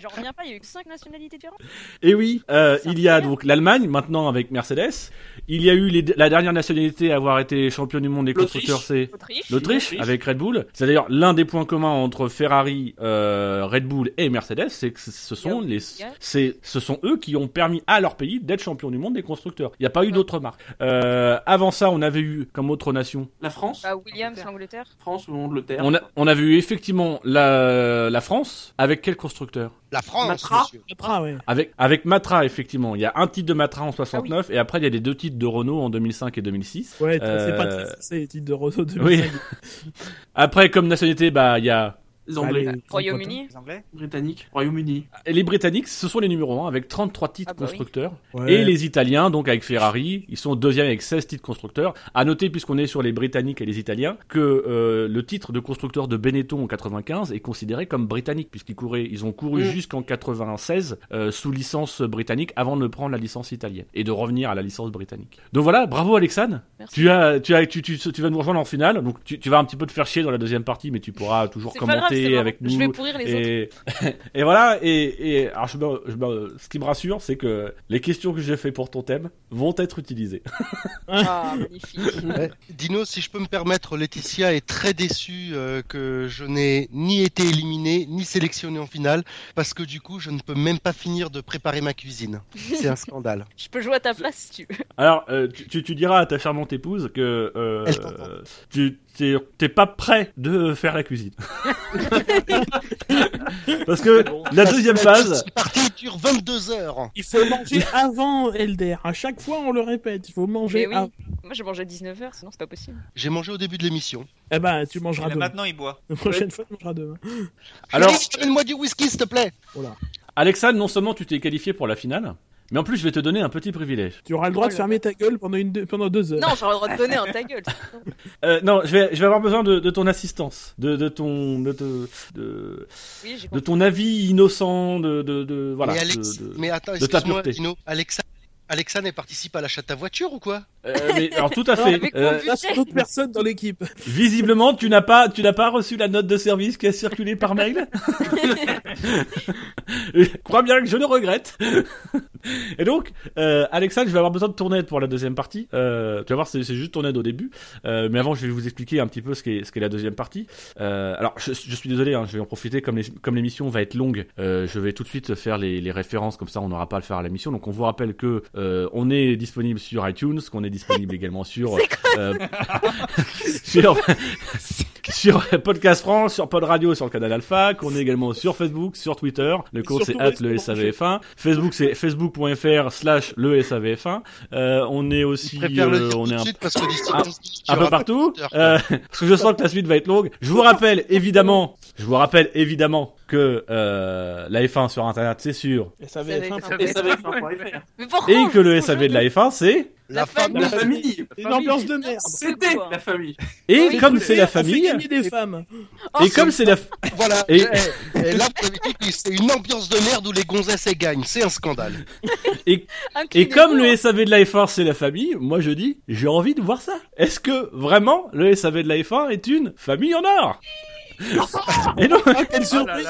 J'en reviens pas, il y a eu 5 nationalités différentes.
Et oui, euh,
C'est
il y a
incroyable.
donc l'Allemagne maintenant avec Mercedes. Il y a eu les- la dernière nationalité à avoir été champion du monde des
L'Autriche.
constructeurs, c'est
Autriche.
l'Autriche
L'Autriche.
avec Red Bull. C'est d'ailleurs l'un des points communs entre Ferrari, euh, Red Bull et Mercedes, c'est que ce sont les, c'est, ce sont eux qui ont permis à leur pays d'être champion du monde des constructeurs. Il n'y a pas eu d'autres marques. Euh, avant ça, on avait eu comme autre nation
La France
Ah.
Bah, Williams, l'Angleterre.
France ou l'Angleterre
On a, on a vu effectivement la, la France avec quel constructeur
La France,
Matra.
monsieur.
Ah, ouais.
avec, avec Matra, effectivement. Il y a un titre de Matra en 69
Ah
et après il y a les deux titres de Renault en 2005 et 2006.
Ouais, c'est
Euh,
pas très c'est les titres de Renault de
Oui. Après, comme nationalité, bah, il y a
Les Anglais,
Royaume-Uni.
Les Anglais
Britanniques, Royaume-Uni.
les Britanniques, ce sont les numéros 1 avec 33 titres
Ah bah oui.
constructeurs. Et les Italiens, donc avec Ferrari, ils sont deuxième avec 16 titres constructeurs. À noter, puisqu'on est sur les Britanniques et les Italiens, que euh, le titre de constructeur de Benetton en 95 est considéré comme britannique, puisqu'ils couraient, ils ont couru
Mm.
jusqu'en 96 euh, sous licence britannique avant de prendre la licence italienne et de revenir à la licence britannique. Donc voilà, bravo Alexane.
Merci.
Tu as, tu as, tu, tu, tu vas nous rejoindre en finale. Donc tu, tu vas un petit peu te faire chier dans la deuxième partie, mais tu pourras toujours
C'est pas grave, c'est
commenter
marrant.
avec nous.
Je vais pourrir les autres.
Et, et voilà, et, et alors je me- je me- ce qui me rassure, c'est que les questions que j'ai fait pour ton thème vont être utilisées.
Ah, magnifique.
Dino, si je peux me permettre, Laetitia est très déçue euh, que je n'ai ni été éliminée ni sélectionnée en finale parce que du coup, je ne peux même pas finir de préparer ma cuisine. C'est un scandale.
Je peux jouer à ta place si tu veux.
Alors, euh, tu, tu- tu diras à ta charmante épouse que euh,
Elle t'entend.
tu t'es t'es pas prêt de faire la cuisine. Parce que la
Parce que
deuxième
La
phase,
petite partie dure 22 heures.
Il faut manger avant Elder. À chaque fois, on le répète. Il faut manger
Mais
Eh
oui.
avant.
Moi, je mange à 19h, sinon c'est pas possible.
J'ai mangé au début de l'émission.
Eh ben, tu
Et
mangeras
là,
demain.
maintenant, il boit.
La prochaine fois, tu mangeras demain.
Alors-
Alors, moi du whisky, s'il te plaît.
Alexandre, non seulement tu t'es qualifié pour la finale, Mais en plus, je vais te donner un petit privilège.
Tu auras le droit
Oh
de
là
fermer ta gueule pendant, une, deux- pendant deux heures.
Non, j'aurais le droit de donner un ta gueule.
Euh, non, je vais, je vais avoir besoin de, de ton assistance, de, de ton, de, te- de,
Oui, j'ai
de
compris.
ton avis innocent, de, de, de- voilà.
mais, Alex-
de- de-
mais attends,
de ta
excuse-moi,
pureté.
Dino, Alexa, Alexa ne participe à l'achat de ta voiture ou quoi
Euh, mais- alors tout à
Non,
fait.
avec mon
Euh,
but.
Là, c'est d'autres personnes dans l'équipe.
visiblement, tu n'as pas, tu n'as pas reçu la note de service qui a circulé par mail. Crois bien que je le regrette. Et donc, euh, Alexandre, je vais avoir besoin de ton aide pour la deuxième partie. Euh, tu vas voir, c'est c'est juste ton aide au début. Euh, mais avant, je vais vous expliquer un petit peu ce qu'est ce qu'est la deuxième partie. Euh, alors, je, je suis désolé, hein, je vais en profiter. Comme les- comme l'émission va être longue, euh, je vais tout de suite faire les, les références, comme ça on n'aura pas à le faire à l'émission. Donc, on vous rappelle que euh, on est disponible sur iTunes, qu'on est disponible également sur, euh, sur, sur Podcast France, sur Pod Radio, sur le canal Alpha, qu'on est également sur Facebook, sur Twitter. Le compte c'est
surtout,
at le
restez
SAVF1. Facebook, c'est facebook.fr slash le SAVF1. Euh, on est aussi,
Je préfère le
euh,
dire
on
tout
est
de
un
suite parce que d'ici
un-
15 minutes, tu
un peu
auras-
partout.
Twitter, quoi.
euh, parce que je sens que la suite va être longue. Je vous rappelle évidemment, je vous rappelle évidemment que euh, la F1 sur Internet c'est sûr
Et ça va être
Ça va
sympa.
être-
Et ça va être un point fr.
Mais pourquoi
et
on
que le
se
SAV de la F1 c'est
La
La
femme
famille.
La famille.
Une ambiance de merde.
C'était
quoi
la famille.
et
Oui,
comme
on
c'est
fait-
la
On fait
famille
gagner des femmes.
Oh,
et comme c'est la
Voilà.
Et-
Et... et là, vous avez compris, c'est une ambiance de merde où les gonzesses elles gagnent. C'est un scandale.
et
inclinez-vous,
comme le
hein.
SAV de la F1 c'est la famille, moi je dis j'ai envie de voir ça. Est-ce que vraiment le SAV de la F1 est une famille en or et donc,
Ah, quelle
Oh
surprise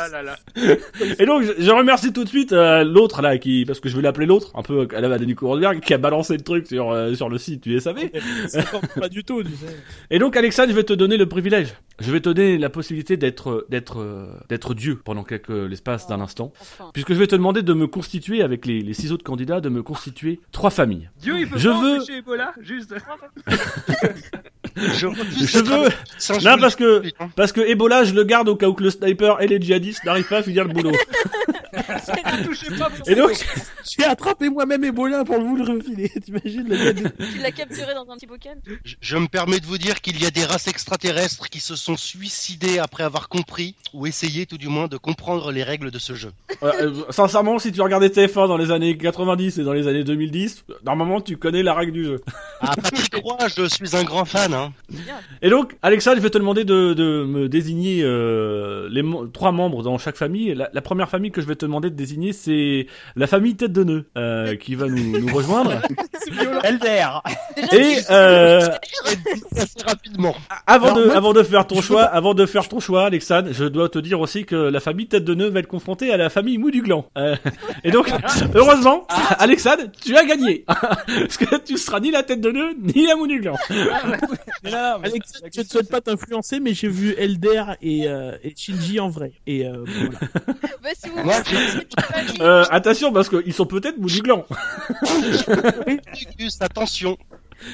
et donc, je, je remercie tout de suite euh, l'autre là qui parce que je vais l'appeler l'autre un peu à la Denis Couronberg qui a balancé le truc sur euh, sur le site du SAV.
C'est encore Pas du tout, tu sais.
Et donc, Alexandre, je vais te donner le privilège. Je vais te donner la possibilité d'être, d'être, euh, d'être Dieu pendant quelques, l'espace d'un instant.
Enfin.
Puisque je vais te demander de me constituer, avec les, les six autres candidats, de me constituer trois familles.
Dieu, il peut
Je
pas
veux-
empêcher Ebola, juste.
Je refuse
Je
cette
veux,
C'est un
non,
jeu
parce que,
de-
parce que Ebola, je le garde au cas où que le sniper et les djihadistes n'arrivent pas à finir le boulot. Et donc,
J'ai attrapé moi-même Ebola pour vous le refiler. T'imagines le gars de-
Tu l'as capturé dans un petit bocal
Je- Je me permets de vous dire qu'il y a des races extraterrestres qui se sont suicidées après avoir compris, ou essayé tout du moins, de comprendre les règles de ce jeu.
euh, euh, sincèrement, si tu regardais TF1 dans les années 90 et dans les années 2010, euh, normalement, tu connais la règle du jeu.
Ah, Patrick Roy, je suis un grand fan, hein.
Et donc, Alexa, je vais te demander de, de me désigner euh, les mem- trois membres dans chaque famille. La, la première famille que je vais te demander de désigner, c'est la famille tête de nœud euh, qui va nous, nous rejoindre.
Elder.
Déjà,
Et euh,
Assez rapidement.
avant
Alors,
de
moi,
avant de faire ton
je
choix, avant de faire ton choix, Alexa, je dois te dire aussi que la famille tête de nœud va être confrontée à la famille mou du gland. Euh, et donc, heureusement, Alexa, tu as gagné parce que tu seras ni la tête de nœud ni la mou du gland.
Mais là, mais-
Alex,
la
je ne
question,
souhaite pas t'influencer, mais j'ai vu Elder et, euh, et Shinji en vrai. Et euh, voilà.
bah, si vous
Moi,
voulez, cette famille,
Euh, attention parce qu'ils sont peut-être mou du gland.
Juste, attention.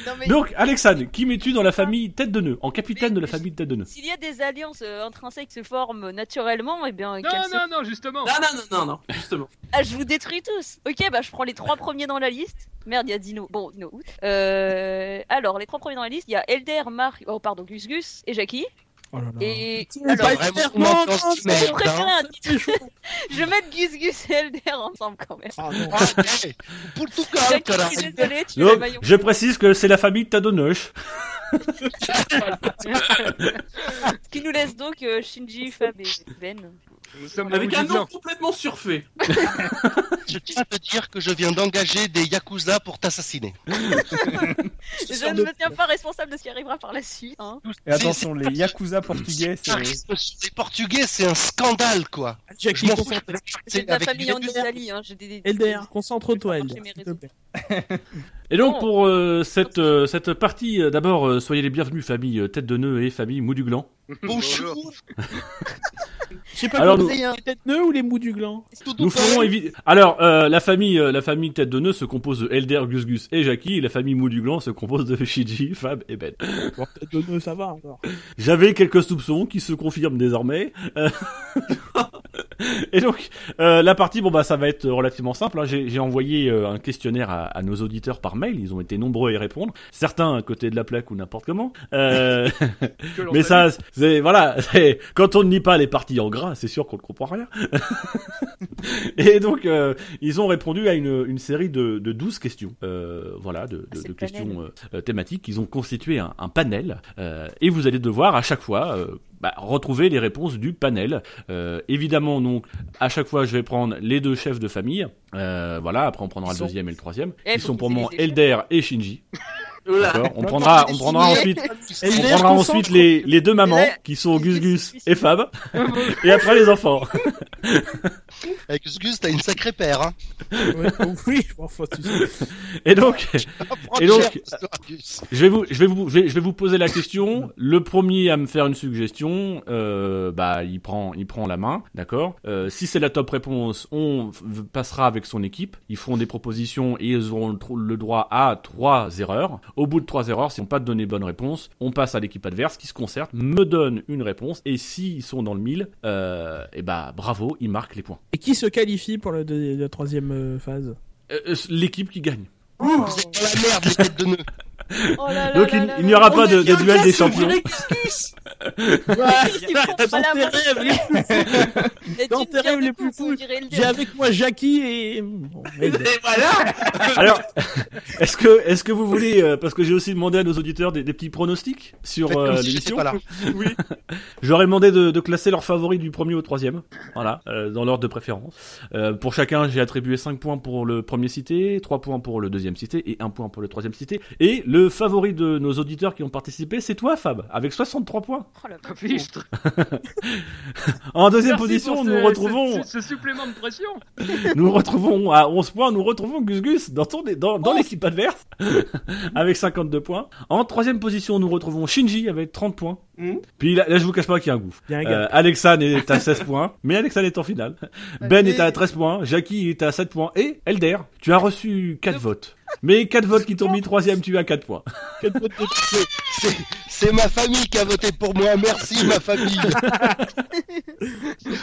non, mais
Donc, Alexandre, qui mets-tu dans la famille Tête de Nœud En capitaine de la famille Tête de Nœud.
S'il y a des alliances euh, intrinsèques qui se forment naturellement, eh bien,
Non,
qu'elles se-
non, non, justement.
Non, non, non, non, non, justement.
Ah, je vous détruis tous. Ok, bah je prends les trois premiers dans la liste. Merde, il y a Dino. Bon, Dino. oui. Euh, alors, les trois premiers dans la liste, il y a Elder, Marc, oh pardon, Gus Gus et Jackie.
Oh là là.
Et
Ah,
Alors,
alors,
bah,
pas
vraiment,
hyper
on entend
content,
ce merde,
je préfère
hein.
un titre. Je vais mettre Gus Gus et Elder ensemble quand même.
Ah non.
Ah, ouais. Pour tout cas,
Jackie,
voilà.
je suis désolée, tu l'as
Donc,
maillon.
je précise que c'est la famille Tadonoche.
Ce qui nous laisse donc euh, Shinji, Fab et Ben.
Nous sommes les
Avec un nom
Mougidans.
complètement surfait.
je tiens à te dire que je viens d'engager des Yakuza pour t'assassiner.
Je ne me tiens pas responsable de ce qui arrivera par la suite. Hein.
Et attention, les Yakuza portugais, c'est.
charisme sur Les Portugais, c'est un scandale, quoi.
Jackie,
Je m'en fous.
concentre-
J'ai de la
Avec
famille en
les-
Italie. Hein. J'ai des...
Elder, concentre-toi,
Je vais pas
Elder.
marcher
s'il
mes
te
réseaux.
plaît.
Et donc,
Oh.
pour euh, cette, euh, cette partie, euh, d'abord, euh, soyez les bienvenus, famille euh, Tête de Nœud et famille Mou du Gland.
Bonjour.
Je sais pas
Alors,
comment c'est, hein, les têtes nœuds ou les mous du gland
Nous ferons évi- Alors, euh, la famille euh, la famille Tête de Nœud se compose de Elder, Gus Gus et Jackie, et la famille Mou du Gland se compose de Shiji, Fab et Ben.
Bon, têtes de nœuds, ça va encore.
J'avais quelques soupçons qui se confirment désormais. Euh, Et donc euh, la partie, bon bah ça va être relativement simple. hein. J'ai j'ai envoyé euh, un questionnaire à, à nos auditeurs par mail. Ils ont été nombreux à y répondre. Certains à côté de la plaque ou n'importe comment. Euh,
Que l'on
mais
salue.
ça, c'est voilà. c'est- Quand on ne lit pas les parties en gras, c'est sûr qu'on ne comprend rien. Et donc, euh, ils ont répondu à une, une série de, de 12 questions. Euh, voilà, de, de-
Ah, c'est
de
le
questions euh, euh, thématiques. Ils ont constitué un, un panel. euh, et vous allez devoir, à chaque fois, euh, bah, retrouver les réponses du panel. Euh, évidemment, donc, à chaque fois, je vais prendre les deux chefs de famille. Euh, voilà, après, on prendra
Ils
le
sont-
deuxième et le troisième.
Eh,
Ils
faut
sont pour
qu'ils aient
moi
les échelles.
Elder et Shinji.
Voilà.
D'accord On prendra, on prendra ensuite
Et
on
d'ailleurs,
prendra
qu'on
ensuite
sent-
les, les deux mamans
Là-
qui sont Gus Gus et Fab, et après les enfants.
Avec Gus, t'as une sacrée paire. Hein.
Ouais, Oui, bon, enfin, tu sais.
Et donc, Et donc-
Cher, histoire, Gus.
je vais vous, je vais vous, je vais, je vais vous poser la question. Le premier à me faire une suggestion, euh, bah, il prend, il prend la main, d'accord. Euh, si c'est la top réponse, on f- passera avec son équipe. Ils feront des propositions et ils auront le, tro- le droit à trois erreurs. Au bout de trois erreurs, si on pas donné bonne réponse, on passe à l'équipe adverse qui se concerte, me donne une réponse et s'ils sont dans le mille, euh, et bah, bravo, ils marquent les points.
Et qui se qualifie pour la, deux- la troisième euh, phase
Euh, euh, l'équipe qui gagne.
Vous
Oh,
êtes dans la merde, les têtes de nœuds.
Oh là là
Donc
là
il-
là
il n'y
là
aura
là.
pas de-
On
de
devient
duel des
casse, on
champions.
dirait Gus-Gus.
Tu prends pas la main, mais tu
Dans
me
tes
viens
rêves
de
les plus
tout,
fous,
on dirait le
J'ai
diable.
avec moi Jackie et. Bon, merde.
Et voilà.
Alors, est-ce que, est-ce que vous voulez, euh, parce que j'ai aussi demandé à nos auditeurs des, des petits pronostics sur
Faites
euh,
comme si j'étais
l'émission.
pas là.
J'aurais demandé de, de classer leurs favoris du premier au troisième, voilà, euh, dans l'ordre de préférence. Euh, pour chacun, j'ai attribué 5 points pour le premier cité, 3 points pour le deuxième cité et 1 point pour le troisième cité. Et le favori de nos auditeurs qui ont participé, c'est toi, Fab, avec 63 points.
Oh la vache.
Ah, Fichtre.
En deuxième
Merci
position,
pour
nous
ce-
retrouvons,
ce, ce supplément de pression.
nous retrouvons à 11 points, nous retrouvons Gus Gus dans, ton- dans, dans
Onze.
l'équipe adverse avec 52 points. En troisième position, nous retrouvons Shinji avec 30 points.
Mhm.
Puis là, là, je vous cache pas qu'il y a un gouffre.
Il y a un gars.
Euh, Alexan est à 16 points, mais Alexan est en finale. Ben est à 13 points, Jackie est à 7 points et Elder, tu as reçu 4
Deux.
votes. Mais 4 votes qui t'ont mis troisième, tu as 4 points.
Quatre potes de-
C'est- C'est ma famille qui a voté pour moi, merci ma famille.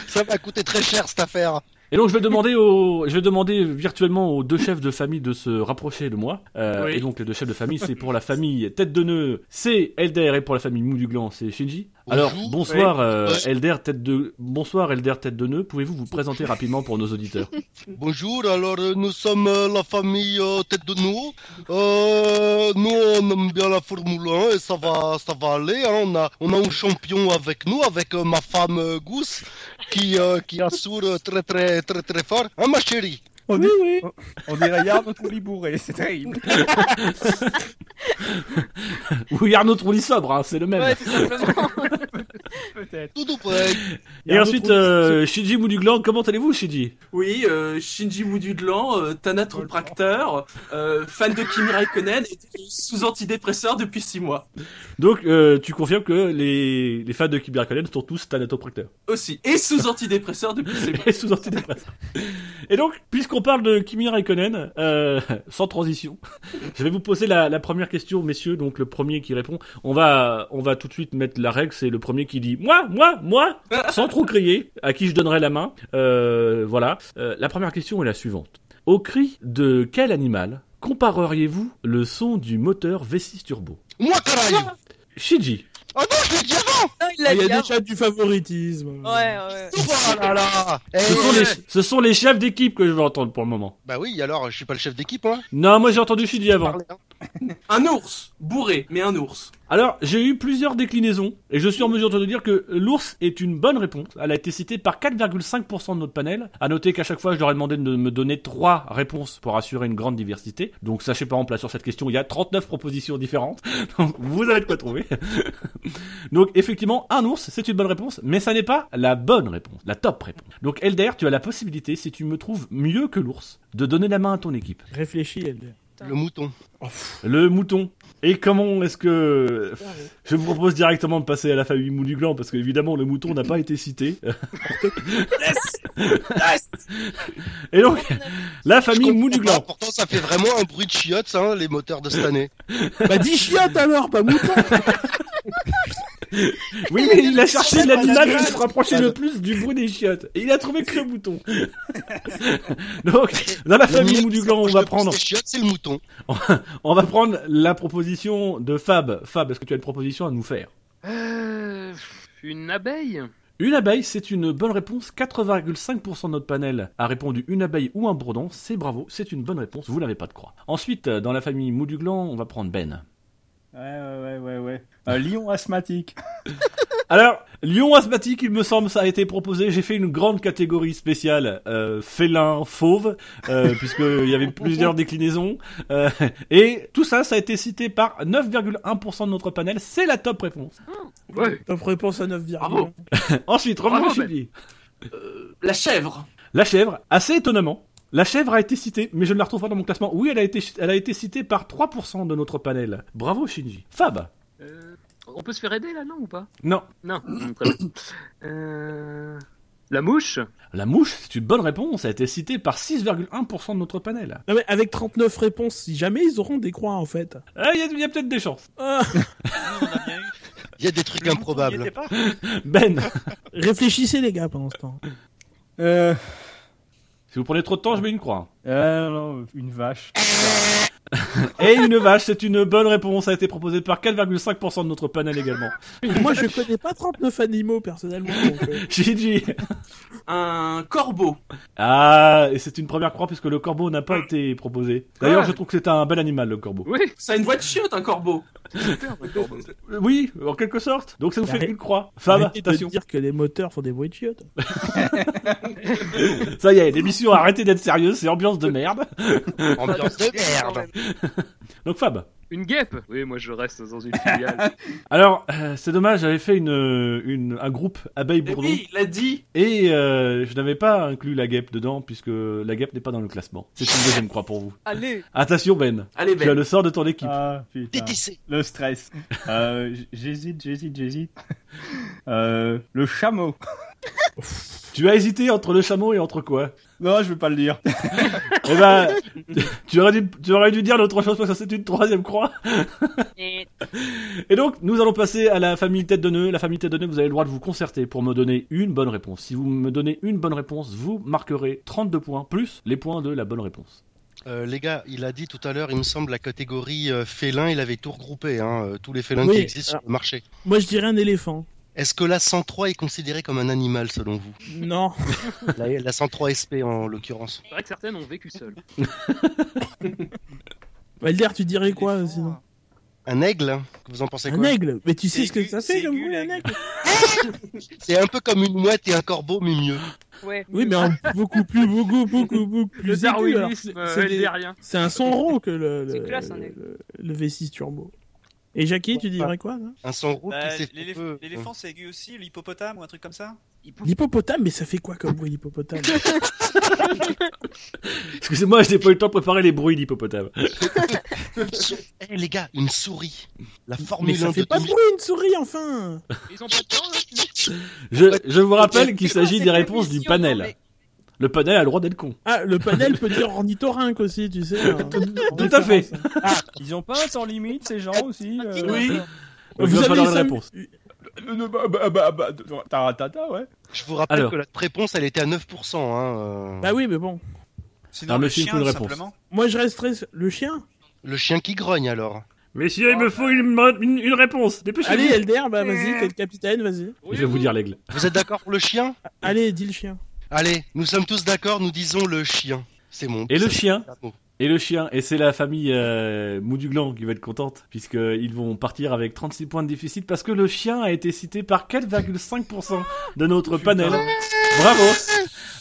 Ça m'a coûté très cher cette affaire.
Et donc je vais demander au, je vais demander virtuellement aux deux chefs de famille de se rapprocher de moi. Euh,
Oui.
Et donc les deux chefs de famille, c'est pour la famille tête de nœud, c'est Elder, et pour la famille mou du gland, c'est Shinji. Alors
Bonjour.
bonsoir euh, Elder tête de, bonsoir Elder tête de nœud. Pouvez-vous vous présenter rapidement pour nos auditeurs
Bonjour, alors euh, nous sommes euh, la famille euh, tête de nous. Euh, nous on aime bien la Formule 1 et ça va, ça va aller. hein. On, a, on a un champion avec nous, avec euh, ma femme euh, Gousse, qui, euh, qui assure euh, très très très très fort. Hein ma chérie
On
Oui,
est,
oui.
on est la garde pour les bourrer, c'est terrible.
Oui Arnaud Trouli sobre, hein, c'est le même.
Ouais, tout simplement.
Peut-être.
Tout prêt.
et ensuite euh, Shinji mou du gland, comment allez-vous Shinji
Oui, euh, Shinji Moududlan, euh, thanatopracteur, euh, fan de Kimi Raikkonen et sous antidépresseur depuis 6 mois.
Donc euh, tu confirmes que les, les fans de Kimi Raikkonen sont tous thanatopracteurs.
Aussi. Et sous antidépresseur depuis 6 mois.
et sous antidépresseur. Et donc, puisqu'on parle de Kimi Raikkonen, euh, sans transition, je vais vous poser la, la première question, messieurs. Donc, le premier qui répond, on va, on va tout de suite mettre la règle. C'est le premier qui dit moi, moi, moi, sans trop crier, à qui je donnerai la main. Euh, voilà. Euh, la première question est la suivante. Au cri de quel animal compareriez-vous le son du moteur V6 turbo
Moi caraille
Shiji.
Ah non, je l'ai dit avant
Non, il
Ah,
l'a
Il y
dit
a
avant.
déjà du favoritisme.
Ouais, ouais.
Oh là là Eh,
Ce sont les, ce sont les chefs d'équipe que je veux entendre pour le moment.
Bah oui, alors je suis pas le chef d'équipe, hein
Non, moi j'ai entendu Shiji avant.
Parlez, hein.
Un ours, bourré, mais un ours.
Alors, j'ai eu plusieurs déclinaisons, et je suis en mesure de te dire que l'ours est une bonne réponse. Elle a été citée par 4,5% de notre panel. À noter qu'à chaque fois, je leur ai demandé de me donner trois réponses pour assurer une grande diversité. Donc, sachez par exemple, là, sur cette question, il y a 39 propositions différentes. Donc, vous avez de quoi trouver. Donc, effectivement, un ours, c'est une bonne réponse, mais ça n'est pas la bonne réponse, la top réponse. Donc, Elder, tu as la possibilité, si tu me trouves mieux que l'ours, de donner la main à ton équipe.
Réfléchis, elle.
Le mouton.
Le mouton. Et comment est-ce que... Je vous propose directement de passer à la famille Mou du Gland, parce que évidemment le mouton n'a pas été cité. Et donc, la famille Mou du Gland.
Pourtant, ça fait vraiment un bruit de chiottes, hein, les moteurs de cette année.
Bah, dis chiottes alors, pas mouton.
Oui, mais il a cherché l'animal qui se rapprochait le plus du bruit des chiottes. Et il a trouvé que le mouton. Donc, dans la famille Mou du Gland, on va prendre,
Les chiottes, c'est le mouton.
on va prendre la proposition de Fab. Fab, est-ce que tu as une proposition à nous faire
Euh, une abeille.
Une abeille, c'est une bonne réponse. 4,5% de notre panel a répondu une abeille ou un bourdon. C'est bravo, c'est une bonne réponse. Vous n'avez pas de croix. Ensuite, euh, dans la famille Mouduglan, on va prendre Ben.
Ouais, ouais, ouais, ouais. ouais. Un lion asthmatique.
Alors, lion asthmatique, il me semble, ça a été proposé. J'ai fait une grande catégorie spéciale euh, félin, fauve, euh, puisqu'il y avait plusieurs déclinaisons. Euh, et tout ça, ça a été cité par 9,1% de notre panel. C'est la top réponse.
Ouais.
Top réponse à 9 virgules.
Bravo.
Ensuite, revenons au
Bravo,
Chibi.
Euh, la chèvre.
La chèvre, assez étonnamment. La chèvre a été citée, mais je ne la retrouve pas dans mon classement. Oui, elle a été, elle a été citée par 3% de notre panel. Bravo Shinji. Fab
Euh, on peut se faire aider là, non ou pas
Non.
Non. Hum, très bien. Euh, La mouche
La mouche, c'est une bonne réponse. Elle a été citée par 6,1% de notre panel.
Non mais avec 39 réponses, si jamais ils auront des croix en fait.
Ah, Il y a- il y a, peut-être des chances.
Ah,
on a bien eu.
Il y a des trucs improbables.
Ben,
réfléchissez les gars pendant ce temps.
Euh.
si vous prenez trop de temps, je mets une croix.
euh, non, une vache.
Et une vache, c'est une bonne réponse. Ça a été proposée par 4,5% de notre panel également.
Moi je connais pas 39 animaux personnellement. donc, euh,
Gigi
Un corbeau.
Ah, et c'est une première croix puisque le corbeau n'a
Ah.
pas été proposé. D'ailleurs, je trouve que c'est un bel animal, le corbeau.
Oui.
Ça a une voix de chiotte, un corbeau.
Euh, Oui, en quelque sorte. Donc ça vous fait
Arrête-
une croix. Fab,
arrêtez de
attention.
dire que les moteurs font des bruits de chiottes.
Ça y est, l'émission a arrêté d'être sérieuse, c'est ambiance de merde.
Ambiance de
Quand
merde.
même.
Donc Fab.
Une guêpe Oui, moi je reste dans une filiale.
Alors, euh, c'est dommage, j'avais fait une, une, un groupe abeille
Et
bourdon
Eh oui, il l'a dit.
et euh, je n'avais pas inclus la guêpe dedans puisque la guêpe n'est pas dans le classement. C'est une deuxième croix pour vous.
Allez,
Attention Ben,
Allez,
tu as
Ben.
le sort de ton équipe.
Ah, putain.
TTC.
Le stress. Euh, j- j'hésite, j'hésite, j'hésite. Euh, le chameau.
Tu as hésité entre le chameau et entre quoi
Non, je veux pas le dire.
Eh ben, tu aurais dû, tu aurais dû dire l'autre chose parce que c'est une troisième croix.
Et
Et donc, nous allons passer à la famille tête de nœud. La famille tête de nœud, vous avez le droit de vous concerter pour me donner une bonne réponse. Si vous me donnez une bonne réponse, vous marquerez 32 points plus les points de la bonne réponse.
Euh, les gars, il a dit tout à l'heure, il me semble, la catégorie euh, félin, il avait tout regroupé, hein, euh, tous les félins
Oui,
qui existent sur le marché.
Moi je dirais un éléphant.
Est-ce que la 103 est considérée comme un animal selon vous
Non.
la, la 103 SP en l'occurrence.
C'est vrai que certaines ont vécu seules.
Valder, tu dirais quoi euh, sinon
hein.
Un aigle hein Vous en pensez
Un
quoi
aigle Mais tu sais
C'est
ce que
aigu-
ça
c'est
fait comme
aigu,
bruit un
l'aigle.
aigle
C'est un peu comme une mouette et un corbeau, mais mieux.
ouais.
Oui, mais en beaucoup plus, beaucoup, beaucoup, beaucoup plus.
Le
aigu, alors.
darwinisme
c'est
euh,
des-
elderien.
C'est un son rond que le, le,
C'est classe, un aigle.
le- le V6 turbo. Et Jackie, tu dirais quoi là
Un sang roux
Bah,
qui s'est fait
l'éléph-
peu. euh,
L'éléphant, c'est aigu aussi, l'hippopotame ou un truc comme ça
L'hippopotame, mais ça fait quoi comme bruit l'hippopotame
Excusez-moi, je n'ai pas eu le temps de préparer les bruits d'hippopotame.
Eh, les gars, une souris. La
Mais
Formule 1
ça
de
fait pas de
2000.
bruit une souris enfin
Ils ont pas de temps là
Je, je vous rappelle qu'il
C'est quoi
s'agit
cette
des réponses du
émission, non,
panel.
mais-
Le panel a le droit d'être con.
Ah, le panel peut dire ornithorynque aussi, tu sais. hein, en
tout à
référence.
Ils ont pas un temps limite, ces gens aussi euh,
Oui.
Il
Vous
va
avez
falloir une
ça-
réponse.
Euh, euh, bah, bah, bah, bah, Taratata, ouais.
Je vous rappelle
Alors.
que la réponse, elle était à 9%. Hein, euh.
Bah oui, mais bon. Ah,
Sinon,
Non, mais
le
c'est une
chien,
bonne
tout
réponse.
simplement.
Moi, je resterai sur- le chien.
Le chien qui grogne, alors.
Messieurs, il me faut une, une, une réponse.
Allez,
Dépêchez-vous.
Elder, bah vas-y, t'es le capitaine, vas-y.
Je vais vous dire l'aigle.
Vous êtes d'accord pour le chien
Allez, dis le chien.
Allez, nous sommes tous d'accord, nous disons le chien. C'est mon.
Et le
c'est
chien
mon mot.
Et le chien, et c'est la famille euh, Mouduglan qui va être contente, puisqu'ils vont partir avec 36 points de déficit, parce que le chien a été cité par 4,5% de notre panel. Bravo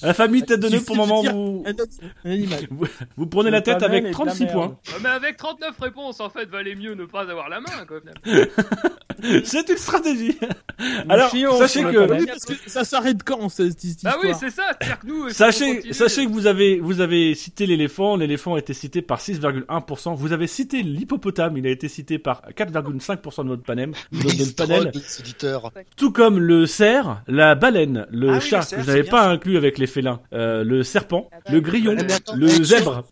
La famille tête de nœud, pour le moment, vous,
Un un animal.
vous prenez la
Le
tête
panel est de
avec
la
36
merde.
points.
Ouais, Ah, Mais avec 39 réponses, en fait, valait mieux ne pas avoir la main, quoi. finalement.
C'est une stratégie
Nous
Alors,
chions
sachez
sur le
que...
panel.
Oui, parce que ça s'arrête quand cette, cette histoire
Ah oui, c'est ça, c'est-à-dire que nous.
Sachez, sachez que vous avez, vous avez cité l'éléphant, l'éléphant a été cité par 6,1%, vous avez cité l'hippopotame, il a été cité par 4,5% de notre panel, de
Ils
notre panel,
droguent les auditeurs.
Tout comme le cerf, la baleine, le
Ah oui,
chat,
le cerf,
que je n'avais
c'est
pas inclus avec les félins, euh, le serpent,
Ah bah,
le grillon,
Mais attends,
le
eh,
zèbre.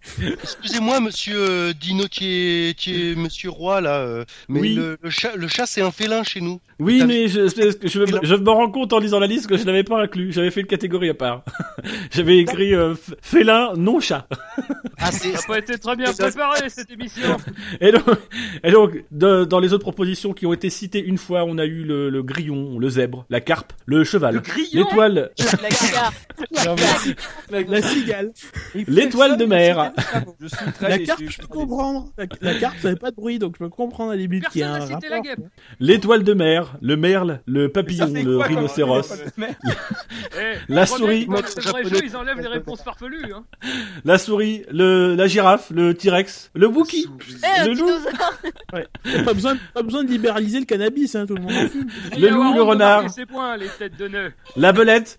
Excusez-moi, monsieur euh, Dino, qui est, qui est monsieur roi, là. euh, mais
Oui.
le, le chat, le chat c'est un félin chez nous.
Oui,
T'as-
mais je, je, je, je- je me rends compte en lisant la liste que je n'avais pas inclus. J'avais fait une catégorie à part. J'avais écrit euh, f- félin non chat.
Ah, c'est-
Ça n'a pas été très bien préparé cette émission.
Et donc, et donc, de- dans les autres propositions qui ont été citées une fois, on a eu le, le grillon, le zèbre, la carpe, le
Le
cheval,
grillon.
l'étoile,
La gare.
La cigale.
l'étoile de mer.
Je suis très
La
déçu
carte,
par
je peux
les-
comprendre. La, la carte, ça fait pas de bruit, donc je peux comprendre à la limite qu'il y a
Personne
un
n'a cité la
rapport.
guêpe.
l'étoile de mer, le merle, le
Ça
papillon,
fait
le
quoi comme
rhinocéros,
téléphone de merde
Eh,
La
crois bien
souris.
qu'ils parlent de ce vrai
Japonais.
jeu, Ils enlèvent les réponses farfelues. Hein.
la souris, le, la girafe, le T-Rex, le Wookie,
Eh,
le
un
loup,
dinosaure.
Pas besoin, pas besoin de libéraliser le cannabis, hein, tout le monde en fume.
Le loup, le renard.
Ses points, les têtes de nœuds.
la belette,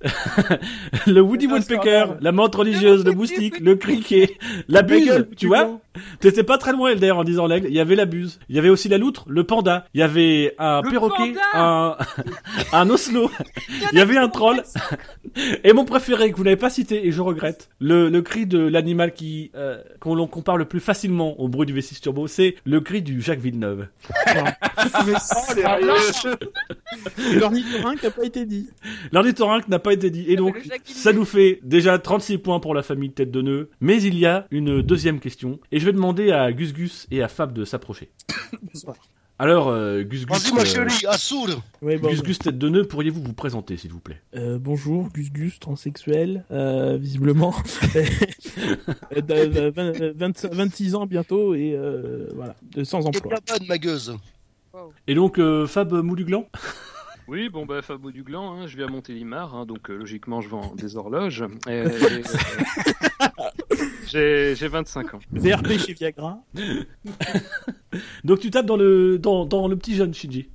le Woody
C'est un
Woodpecker,
scandale.
la menthe religieuse, le moustique, le criquet, la buse,
gueule,
tu vois T'étais pas très loin, Elder, en disant l'aigle. Il y avait la buse. Il y avait aussi la loutre, le panda. Il y avait un
Le
perroquet,
panda
un, un oslo. Il y avait un troll. Et mon préféré, que vous n'avez pas cité, et je regrette, le, le cri de l'animal qui, euh, qu'on l'on compare le plus facilement au bruit du V6 Turbo, c'est le cri du Jacques Villeneuve.
L'ornithorin qui a pas été dit.
L'ornithorynque n'a pas été dit. Et
Ah, mais
donc,
le Jacques Villeneuve.
ça nous fait déjà 36 points pour la famille tête de nœud. Mais il y a une deuxième question. Et je vais demander à Gus Gus et à Fab de s'approcher. Alors, euh, Gus Gus.
Vas-y, ma
euh,
chérie, assoule
Ouais, bon,
Gus Gus tête de nœud, pourriez-vous vous présenter s'il vous plaît
Euh, bonjour, Gus Gus, transsexuel, euh, visiblement. Euh, de- vingt- euh, vingt- 26 ans bientôt et euh, voilà, de- sans
Et
emploi.
la bonne, ma gueuse.
Et donc euh, Fab Mouluglan
Oui, bon, bah, Fabo Duglan, hein, je vais à Montélimar, hein, donc euh, logiquement, je vends des horloges. Et, et, euh, j'ai j'ai 25 ans.
VRP chez Viagra.
Donc tu tapes dans le dans, dans le petit jeune Shinji.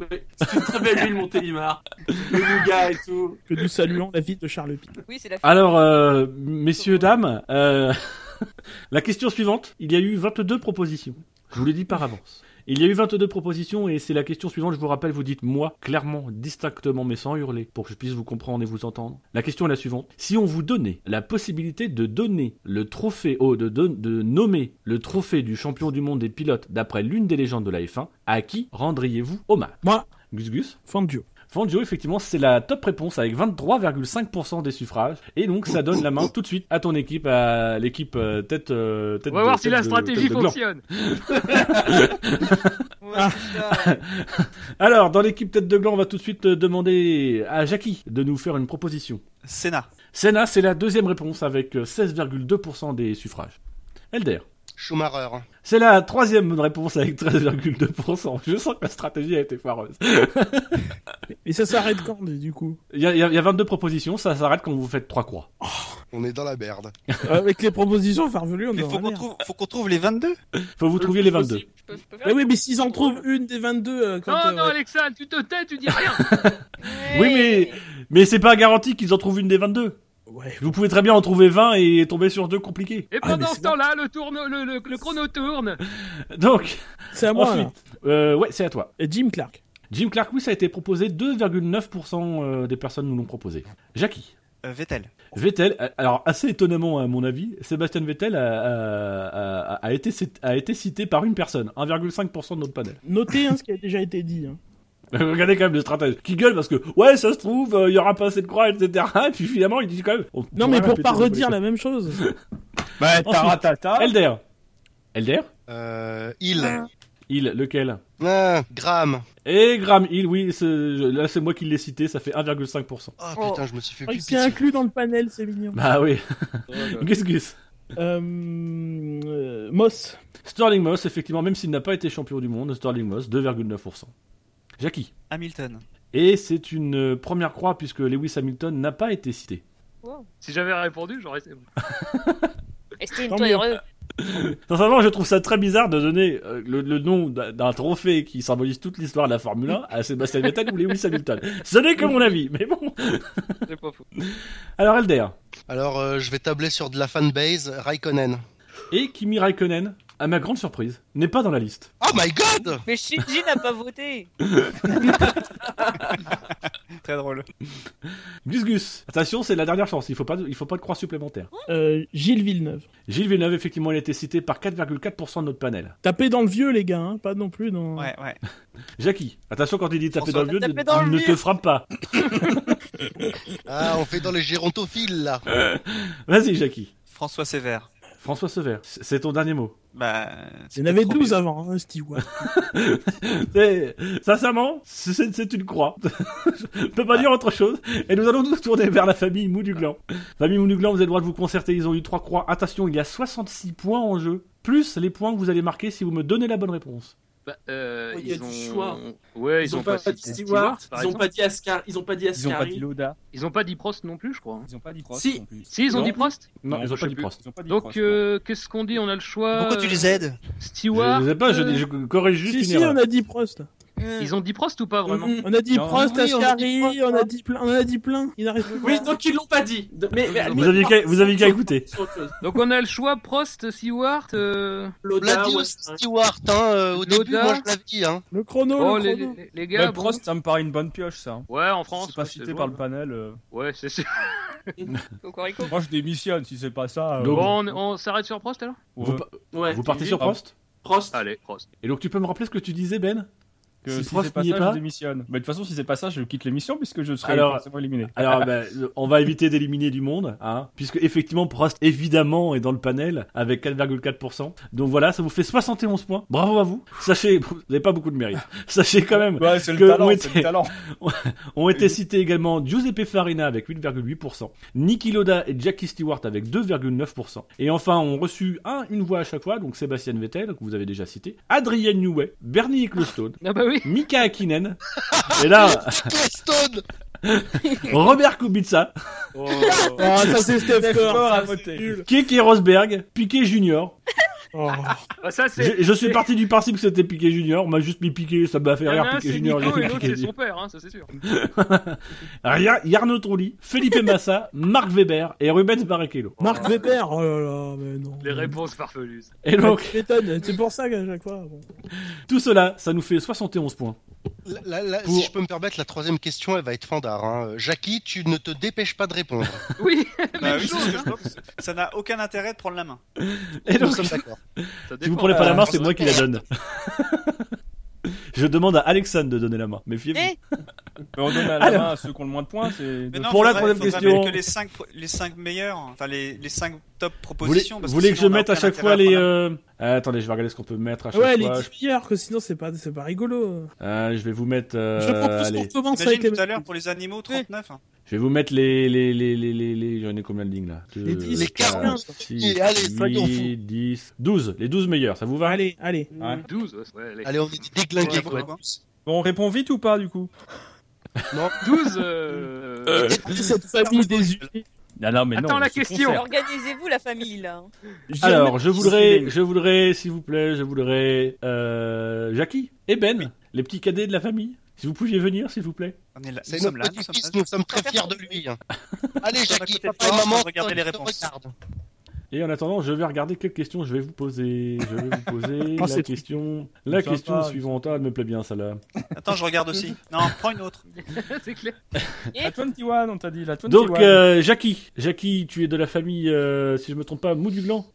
Ouais, C'est une très belle ville, Montélimar. Le Nougat et tout.
Que nous saluons la ville de Charles Pie.
Oui, c'est la fin.
Alors euh, messieurs dames, euh, la question suivante, il y a eu 22 propositions. Je vous l'ai dit par avance. Il y a eu 22 propositions et c'est la question suivante, je vous rappelle, vous dites moi clairement, distinctement mais sans hurler pour que je puisse vous comprendre et vous entendre. La question est la suivante. Si on vous donnait la possibilité de donner le trophée, oh, de, don- de nommer le trophée du champion du monde des pilotes d'après l'une des légendes de la F1, à qui rendriez-vous hommage
Moi.
Gus Gus
Fangio.
Fangio, effectivement, c'est la top réponse avec 23,5% des suffrages. Et donc, ça donne la main tout de suite à ton équipe, à l'équipe euh, tête, euh, tête
On va
de-
voir si
tête
la
de-
stratégie
tête de gland.
fonctionne.
Ah.
Alors, dans l'équipe tête de gland, on va tout de suite euh, demander à Jackie de nous faire une proposition.
Sénat.
Senna, c'est la deuxième réponse avec euh, 16,2% des suffrages. Elder.
Schumacher.
C'est la troisième bonne réponse avec 13,2%. Je sens que la stratégie a été foireuse.
Et ça s'arrête quand, du coup
Il y, a- il y a il y a 22 propositions, ça s'arrête quand vous faites trois croix.
On est dans la merde.
Avec les propositions farfelues, on est
Mais faut
dans la
qu'on
merde.
trouve, faut qu'on trouve les 22.
Faut que
Euh,
vous trouviez les 22.
Je peux, je peux faire
eh
Mais Eh oui, mais s'ils en trouvent une des 22, euh, quand,
Non,
euh,
non, Alexandre, tu te tais, tu dis rien.
Ah, Oui, mais, mais c'est pas garanti qu'ils en trouvent une des 22.
ouais.
Vous pouvez très bien en trouver 20 et tomber sur deux compliqués.
Et
mais
pendant
c'est
ce temps-là, le, tourne, le, le, le chrono tourne.
Donc,
c'est à moi. alors.
ensuite, euh, ouais, c'est à toi.
Et Jim Clark.
Jim Clark, oui, ça a été proposé. 2,9% euh, des personnes nous l'ont proposé. Jackie.
Euh, Vettel.
Vettel, euh, alors assez étonnamment à mon avis, Sébastien Vettel a, a- a- a été, cit- a été cité par une personne, 1,5% de notre panel.
Notez hein, ce qui a déjà été dit. hein.
Regardez quand même le stratège qui gueule parce que ouais ça se trouve euh, il y aura pas assez de croix etc. Et puis finalement il dit quand même. on
Non,
pourrait
mais pour
répéter
pas
la
redire
politique.
la même chose.
Bah,
Ensuite,
taratata.
Elder. Elder.
Euh, il.
Il lequel?
Ah, Graham.
Et Graham Hill, oui, c'est- je- là c'est moi qui l'ai cité, ça fait 1,5%.
Ah
Oh.
putain, je me suis fait
Il
plus
s'est
pitié.
inclus dans le panel, c'est mignon.
Bah oui, Gus Gus.
Euh, euh, Moss.
Sterling Moss, effectivement, même s'il n'a pas été champion du monde, Sterling Moss, 2,9%. Jackie.
Hamilton.
Et c'est une euh, première croix puisque Lewis Hamilton n'a pas été cité.
Si j'avais répondu, j'aurais.
Estime,
Tant
toi
mieux.
heureux.
Sincèrement, je trouve ça très bizarre de donner euh, le, le nom d'un d'un trophée qui symbolise toute l'histoire de la Formule 1 à Sébastien Vettel ou Lewis Hamilton. Ce n'est que mon avis, mais bon.
C'est pas faux.
Alors Elder.
Alors, euh, je vais tabler sur de la fanbase, Raikkonen.
Et Kimi Raikkonen, à ma grande surprise, n'est pas dans la liste.
Oh my god
Mais Shinji n'a pas voté.
Très drôle.
Gus Gus, attention, c'est la dernière chance. Il faut pas, de- il faut pas de croix supplémentaire.
Euh, Gilles Villeneuve.
Gilles Villeneuve, effectivement, il a été cité par 4,4% de notre panel.
Tapez dans le vieux, les gars, hein, pas non plus dans.
Ouais, ouais.
Jackie, attention quand il dit taper
François,
dans le vieux,
taper
ne,
dans le
ne
vieux.
te frappe pas.
Ah, on fait dans les gérontophiles là.
Ah,
Vas-y, Jackie.
François Sévère.
François Sever, c'est c'est ton dernier mot.
Bah.
Il y
c'était
en avait
trop
12
bien.
avant, hein, Stewart.
C'est- Eh, Sincèrement, c'est c'est une croix. Je peux pas dire autre chose. Et nous allons nous tourner vers la famille Mouduglan. Famille Mouduglan, vous avez le droit de vous concerter. Ils ont eu trois croix. Attention, il y a 66 points en jeu. Plus les points que vous allez marquer si vous me donnez la bonne réponse.
Bah, euh,
Oh, il y a
ils
du
ont...
choix.
Ouais, ils,
Ils ont pas dit
cité
Stewart,
par
ils ont
exemple.
pas dit Ascar, ils ont pas dit
Ils ont pas dit
Ascari.
Loda,
Ils ont pas dit Prost non plus, je crois. hein.
ils ont pas dit Prost
Si.
non plus.
Si, ils ont
Non.
dit Prost.
Non, ils ont pas
je sais
dit
plus.
Prost.
Ils ont pas dit
Donc,
Prost, non.
euh, qu'est-ce qu'on dit On a le choix.
Pourquoi tu
euh,
les aides
Stewart.
Je, je sais pas, je,
euh,
je corrige juste
Si, si,
une erreur.
on a dit Prost.
Ils ont dit Prost ou pas vraiment
Mhm.
On a dit
Non.
Prost,
Oui, on a
Ascari,
dit Prost,
on a dit plein, on en a dit plein. Il n'arrête plus.
Oui, donc ils l'ont pas dit. De- Mais, mais-
Vous
mais-
aviez qu'à- vous aviez qu'à écouter.
Sur autre chose.
Donc on a le choix Prost, Stewart.
On
euh,
l'a
Loda,
Ah,
dit aussi,
Westin.
Stewart, hein, euh, au
Loda.
début, moi je l'avais dit. Hein.
Le chrono,
Oh,
le
les,
chrono.
les- les
Bah,
gars, bon.
Prost, ça me paraît une bonne pioche ça.
Ouais, en France.
C'est pas
bah,
ouais,
cité
c'est
par le
hein.
jouable.
panel. euh.
Ouais, c'est sûr.
Cocorico.
Moi je démissionne si c'est pas ça. euh,
Donc-
Bon, on, on s'arrête sur Prost alors
Vous,
ouais,
pa-
Ouais.
vous partez sur
Ah.
Prost
Prost.
Allez, Prost.
Et donc tu peux me rappeler ce que tu disais, Ben
que
si
si,
Prost
c'est pas
n'y est
ça,
pas
je démissionne. Mais de toute façon, si c'est pas ça, je quitte l'émission puisque je serai
Alors-
forcément éliminé.
Alors, bah, euh, on va éviter d'éliminer du monde, hein, puisque effectivement, Prost, évidemment, est dans le panel avec 4,4%. Donc voilà, ça vous fait 71 points. Bravo à vous. Sachez, vous n'avez pas beaucoup de mérite. Sachez quand même,
Ouais, c'est
que
le talent,
on
c'est
était-
le talent.
ont été cités également Giuseppe Farina avec 8,8%, Niki Loda et Jackie Stewart avec 2,9%. Et enfin, ont reçu un, une voix à chaque fois, donc Sébastien Vettel, que vous avez déjà cité, Adrien Newey, Bernie Ecclestone,
Ah bah oui.
Mika Hakkinen, et là,
Preston
Robert Kubica,
Ah, ça c'est Steph Ford.
à voter.
Keke Rosberg, Piquet Junior,
Oh.
Ah, ça c'est.
Je, je suis parti du principe que c'était Piqué Junior, on m'a juste mis Piqué, ça m'a fait
Il y en a
rire
un,
Piqué
c'est
Junior, j'ai
Nico
fait
et l'autre,
Piqué
c'est son
Junior.
père, hein, ça c'est sûr.
Rien, Yarno Trulli, Felipe Massa, Marc Weber et Rubens Barrichello.
Marc Weber, oh là là, mais non.
Les réponses farfelues.
Et
Donc,
donc,
tu m'étonnes, c'est pour ça qu'à chaque fois. bon.
tout cela, ça nous fait 71 points.
La- la- la-
Pour-
Si je peux me permettre, la troisième question, elle va être fandard. Hein. Euh, Jackie, tu ne te dépêches pas de répondre.
Oui,
Bah oui, c'est ce que je pense. Ça n'a aucun intérêt de prendre la main.
Et
Nous
donc,
sommes d'accord.
ça dépend.
si vous prenez pas la main, c'est
Euh,
moi qui la donne. Je demande à Alexandre de donner la main, mais
Eh
Mais on donne à la main à ceux qui ont le moins de points, c'est.
Mais non,
Pour la
faudrait-
troisième
faudrait
question.
mettre Que les 5 les cinq meilleurs, enfin les, les 5 top
Vous voulez,
propositions.
vous
parce
voulez que je
sinon, on n'a
mette à
aucun
chaque
intérêt
fois
à
les...
prendre
euh, euh, attendez, je vais regarder ce qu'on peut mettre à chaque
Ouais, les
fois.
10 milliards, que sinon c'est pas, c'est pas rigolo.
Euh, je vais vous mettre... euh,
je propose
allez.
qu'on commence
la main.
avec les,
Imagine tout à l'heure pour les animaux, 39. hein.
Je vais vous mettre les... les, les, les, les, les- J'en ai combien de lignes là
Les
Deux,
10,
les
quatre,
40.
six,
Allez, soyons
huit,
fous.
10, 12. Les 12 meilleurs, ça vous va
Allez, allez.
12, ouais, ouais, allez.
Allez, on est des déglingués, quoi.
Ouais, bon,
Bon, on répond vite ou pas du coup
12 euh...
Cette famille des unis.
Ah
Non, non, mais
Attends la
on se
question.
concentre.
Organisez-vous la famille là. hein.
Alors, je
Jamais
voudrais,
discuté.
je voudrais, s'il vous plaît, je voudrais euh, Jackie et Ben, les petits cadets de la famille. Si vous pouviez venir, s'il vous plaît.
On est là, nous
C'est
sommes
notre
là. Nous sommes
petit-fils,
là.
nous sommes très fiers de lui. hein. Allez,
sommes à
Jackie,
côté de
papa et
toi,
maman,
regardez les
te
réponses.
regardent.
Et en attendant, je vais regarder quelles questions je vais vous poser. Je vais vous poser
Oh,
la
c'est
question, la
Sympa,
question
c'est
suivante. Ah, elle me plaît bien celle-là.
Attends, je regarde aussi. Non, prends une autre.
c'est clair.
La 21, on t'a dit, la 21.
Donc, euh, Jackie, Jackie, tu es de la famille, euh, si je me trompe pas, Mouduglan.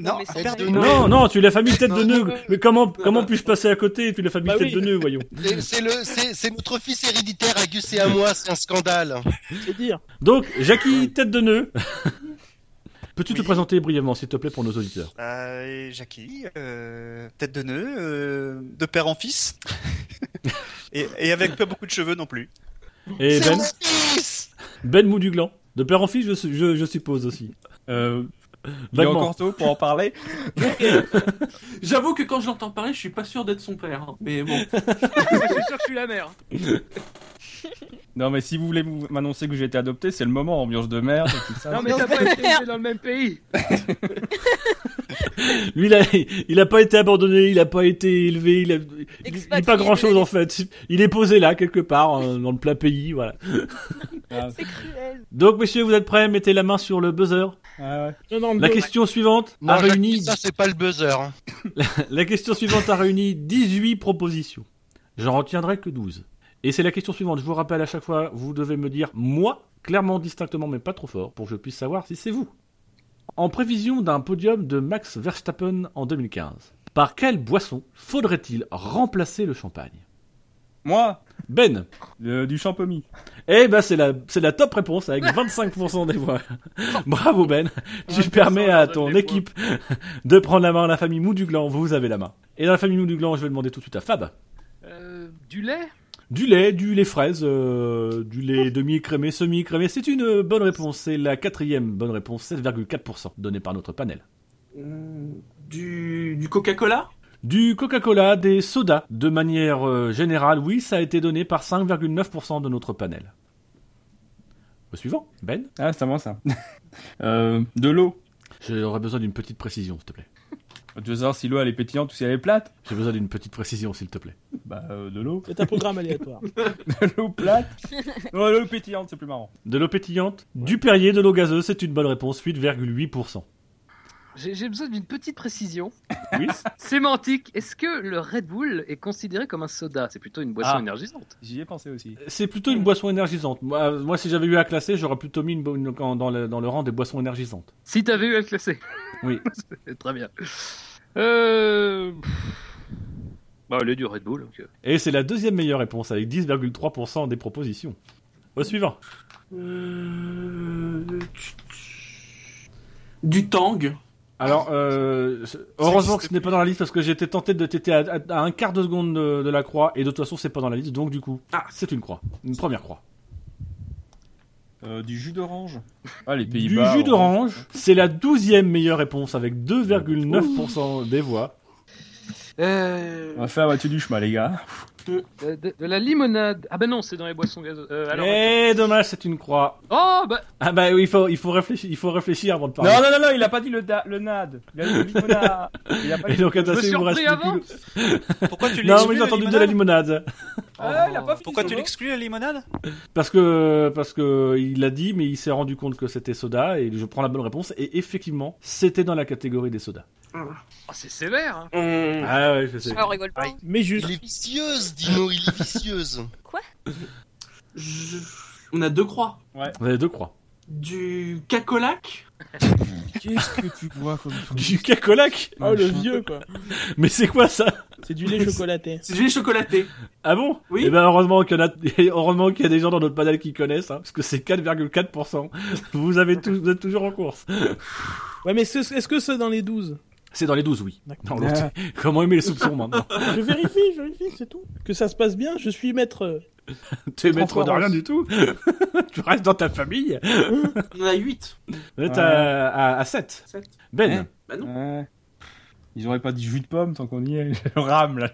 Non,
mais c'est
perte
vrai.
de
Non.
nez.
Non, non, tu es la famille tête de
Non,
nœud.
non, non.
Mais comment, comment puis-je passer à côté Tu es la famille
Bah
tête
oui.
de nœud, voyons.
C'est- C'est le, c'est c'est notre fils héréditaire à Gus et à moi, c'est un scandale.
C'est dire.
Donc, Jackie, tête de nœud. Peux-tu te
Oui.
présenter brièvement, s'il te plaît, pour nos auditeurs
Bah, et Jackie, euh, tête de nœud, euh, de père en fils. et, et avec pas beaucoup de cheveux non plus.
Et
C'est
Ben
mon fils
Ben Mouduglan. De père en fils, je, su- je, je suppose aussi.
euh, il est
Vaguement.
encore tôt pour en parler.
J'avoue que quand je l'entends parler, je suis pas sûr d'être son père. hein. Mais bon,
je suis sûr que je suis la mère.
Non, mais si vous voulez vous- m'annoncer que j'ai été adopté, c'est le moment, ambiance de merde. et tout ça.
Non, mais t'as pas été élevé dans le même pays.
Lui, il a, il a pas été abandonné, il a pas été élevé, il a, il- il dit pas grand chose en fait. Il est posé là, quelque part, euh, dans le plat pays, voilà.
Ah,
C'est cruel.
Donc, messieurs, vous êtes prêts Mettez la main sur le buzzer.
ah ouais.
Non, non,
La
non.
question suivante
Non,
a
Jackie,
réuni,
ça c'est pas le buzzer. hein.
la question suivante a réuni 18 propositions. J'en retiendrai que 12. Et c'est la question suivante. Je vous rappelle à chaque fois, vous devez me dire moi, clairement, distinctement, mais pas trop fort, pour que je puisse savoir si c'est vous. En prévision d'un podium de Max Verstappen en 2015, par quelle boisson faudrait-il remplacer le champagne
Moi,
Ben
euh, du champomis.
Eh ben, c'est la, c'est la top réponse avec 25% des voix. Bravo Ben, tu
25%
permets à
des
ton
voix.
équipe de prendre la main. La famille Mou du Gland, vous avez la main. Et dans la famille Mou du Gland, je vais demander tout de suite à Fab.
Euh, du lait
Du lait, du lait fraise, euh, du lait demi-écrémé, semi-écrémé, c'est une euh, bonne réponse. C'est la quatrième bonne réponse, 7,4% donnée par notre panel.
Hum, Du, du Coca-Cola
Du Coca-Cola, des sodas, de manière euh, générale, oui, ça a été donné par 5,9% de notre panel. Au suivant, Ben
Ah, c'est à moi ça. Euh, de l'eau.
J'aurais besoin d'une petite précision, s'il te plaît.
Tu veux savoir si l'eau elle est pétillante ou si elle est plate
J'ai besoin d'une petite précision, s'il te plaît.
Bah, euh, de l'eau.
C'est un programme aléatoire.
De l'eau plate. Non, l'eau pétillante, c'est plus marrant.
De l'eau pétillante, du Perrier, de l'eau gazeuse, c'est une bonne réponse, 8,8%.
J'ai j'ai besoin d'une petite précision.
Oui.
Sémantique, est-ce que le Red Bull est considéré comme un soda C'est plutôt une boisson
Ah.
énergisante.
J'y ai pensé aussi.
C'est plutôt une boisson énergisante. Moi, euh, moi, si j'avais eu à classer, j'aurais plutôt mis une, bo- une- dans, le, dans le rang des boissons énergisantes.
Si t'avais eu à le classer.
Oui.
Très bien. Euh... Bah, le du Red Bull. donc, euh.
Et c'est la deuxième meilleure réponse avec 10,3% des propositions. Au suivant.
Euh, Du Tang.
Alors, euh, c'est- heureusement que ce n'est pas dans la liste parce que j'étais tenté de t'éter à, à- à un quart de seconde de, de la croix et de toute façon c'est pas dans la liste donc du coup
Ah.
c'est une croix, une première croix.
Euh, du jus d'orange. Ah, les
Du
Pays-Bas.
jus d'orange, c'est la douzième meilleure réponse avec 2,9% des voix.
Euh,
On va faire battu du chemin, les gars.
de, de- de la limonade. Ah bah non, c'est dans les boissons gazeuses. Euh, alors...
Eh dommage c'est une croix.
Oh bah...
Ah bah oui il faut il faut réfléchir il faut réfléchir avant de parler.
Non, non, non, non, il a pas dit le, da- le nad. Il a dit le limonade. Il a pas
Et
dit.
donc attendez,
Je me
il vous reste
surpris
plus
avant.
que-
Pourquoi tu
Non mais
l'exclus
j'ai entendu de la limonade.
Ah,
Oh.
il a pas fini
Pourquoi
son
tu
mot.
l'exclus la limonade
Parce que parce que il l'a dit, mais il s'est rendu compte que c'était soda et je prends la bonne réponse et effectivement c'était dans la catégorie des sodas.
Oh, c'est sévère. hein.
Hum,
Ah ouais, je sais.
Ah, on rigole pas. hein.
Mais juste.
Il est vicieuse, Dino, il est vicieuse.
je- On a deux croix.
Vous avez deux croix.
Du Cacolac.
Qu'est-ce que tu bois comme
Du cacolac
Oh le vieux quoi.
Mais c'est quoi ça
C'est du lait chocolaté.
C'est du lait chocolaté.
Ah bon
Oui.
Et ben heureusement qu'il y en a heureusement qu'il y a des gens dans notre panel qui connaissent hein, parce que c'est 4,4%. vous avez tous vous êtes toujours en course.
Ouais mais ce- est-ce que c'est dans les 12
C'est dans les 12 oui.
D'accord.
Dans l'autre. Comment aimer les soupçons maintenant
Je vérifie, je vérifie, c'est tout. Que ça se passe bien, je suis maître.
T'es maître de
Transparence.
rien du tout. tu restes dans ta famille.
On en a huit.
Vous êtes
Ouais.
à, à, 7.
Sept.
Ben.
Bah non.
Ouais. Ils auraient pas dit jus de pomme tant qu'on y est. Je rame là.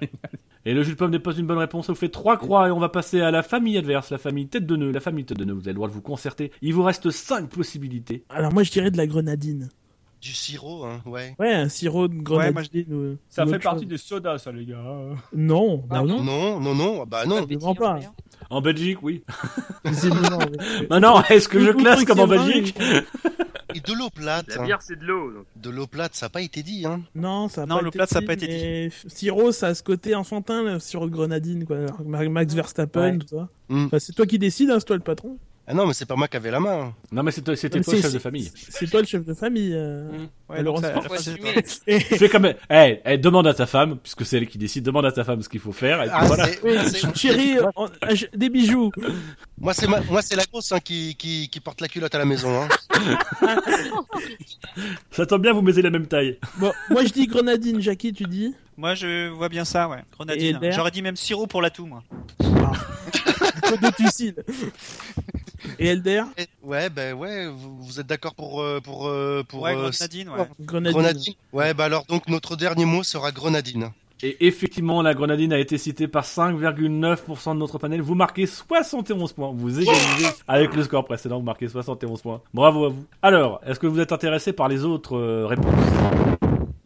Et le jus de pomme n'est pas une bonne réponse, ça vous fait trois croix et on va passer à la famille adverse, la famille tête de nœud, la famille tête de nœud, vous avez le droit de vous concerter. Il vous reste cinq possibilités.
Alors moi je dirais de la grenadine.
Du sirop, hein, ouais.
Ouais, un sirop de
moi,
grenadine. ou-
Ça
ou
fait
autre
partie
chose.
des sodas, ça, les gars.
Non, non, non.
Non, non, non, bah non.
Je mens
hein.
pas.
En Belgique, oui.
C'est non, mais-
Maintenant, est-ce que je
Ou- ou
classe comme en
Christian Vin,
Belgique
Et de l'eau plate.
La
hein.
bière, c'est de l'eau. donc.
De l'eau plate, ça n'a pas été dit, hein.
Non, ça a
Non,
pas
le
été
plat, ça a
dit,
pas été dit.
mais f- Sirop, ça a ce côté enfantin, le sirop de grenadine, quoi. Alors, Ma- Max Verstappen,
Ouais.
tout ça.
Mm.
Enfin, c'est toi qui décides, hein, c'est toi le patron.
Ah non, mais c'est pas moi qui avais la main. hein.
Non, mais c'était c'était
Mais
toi
c'est-
le chef de
c'est-
famille.
C'est toi le chef de famille. euh.
Mm.
Ouais, donc ça,
Malheureusement.
la fin, c'est
Faut
toi.
Fais comme elle. Eh, eh, demande à ta femme, puisque c'est elle qui décide, demande à ta femme ce qu'il faut faire. Et puis
Ah,
voilà.
c'est-
Oui,
c'est-
chérie, en- ah, je- des bijoux.
Moi, c'est ma- moi, c'est la grosse hein, qui, qui, qui porte la culotte à la maison. Hein.
Ça tombe bien, vous mettez la même taille.
Bon, moi je dis grenadine, Jackie, tu dis
Moi, je vois bien ça, ouais. Grenadine.
d'air
J'aurais dit même sirop pour l'atout, moi.
Côte de Tucile. Et Elder
Eh, Ouais, ben ouais, vous, vous êtes d'accord pour, euh, pour, euh, pour
Ouais,
euh,
grenadine, ouais.
Grenadine.
grenadine Ouais, bah alors, donc, notre dernier mot sera grenadine.
Et effectivement, la grenadine a été citée par 5,9% de notre panel. Vous marquez 71 points. Vous égalisez avec le score précédent, vous marquez 71 points. Bravo à vous. Alors, est-ce que vous êtes intéressé par les autres euh, réponses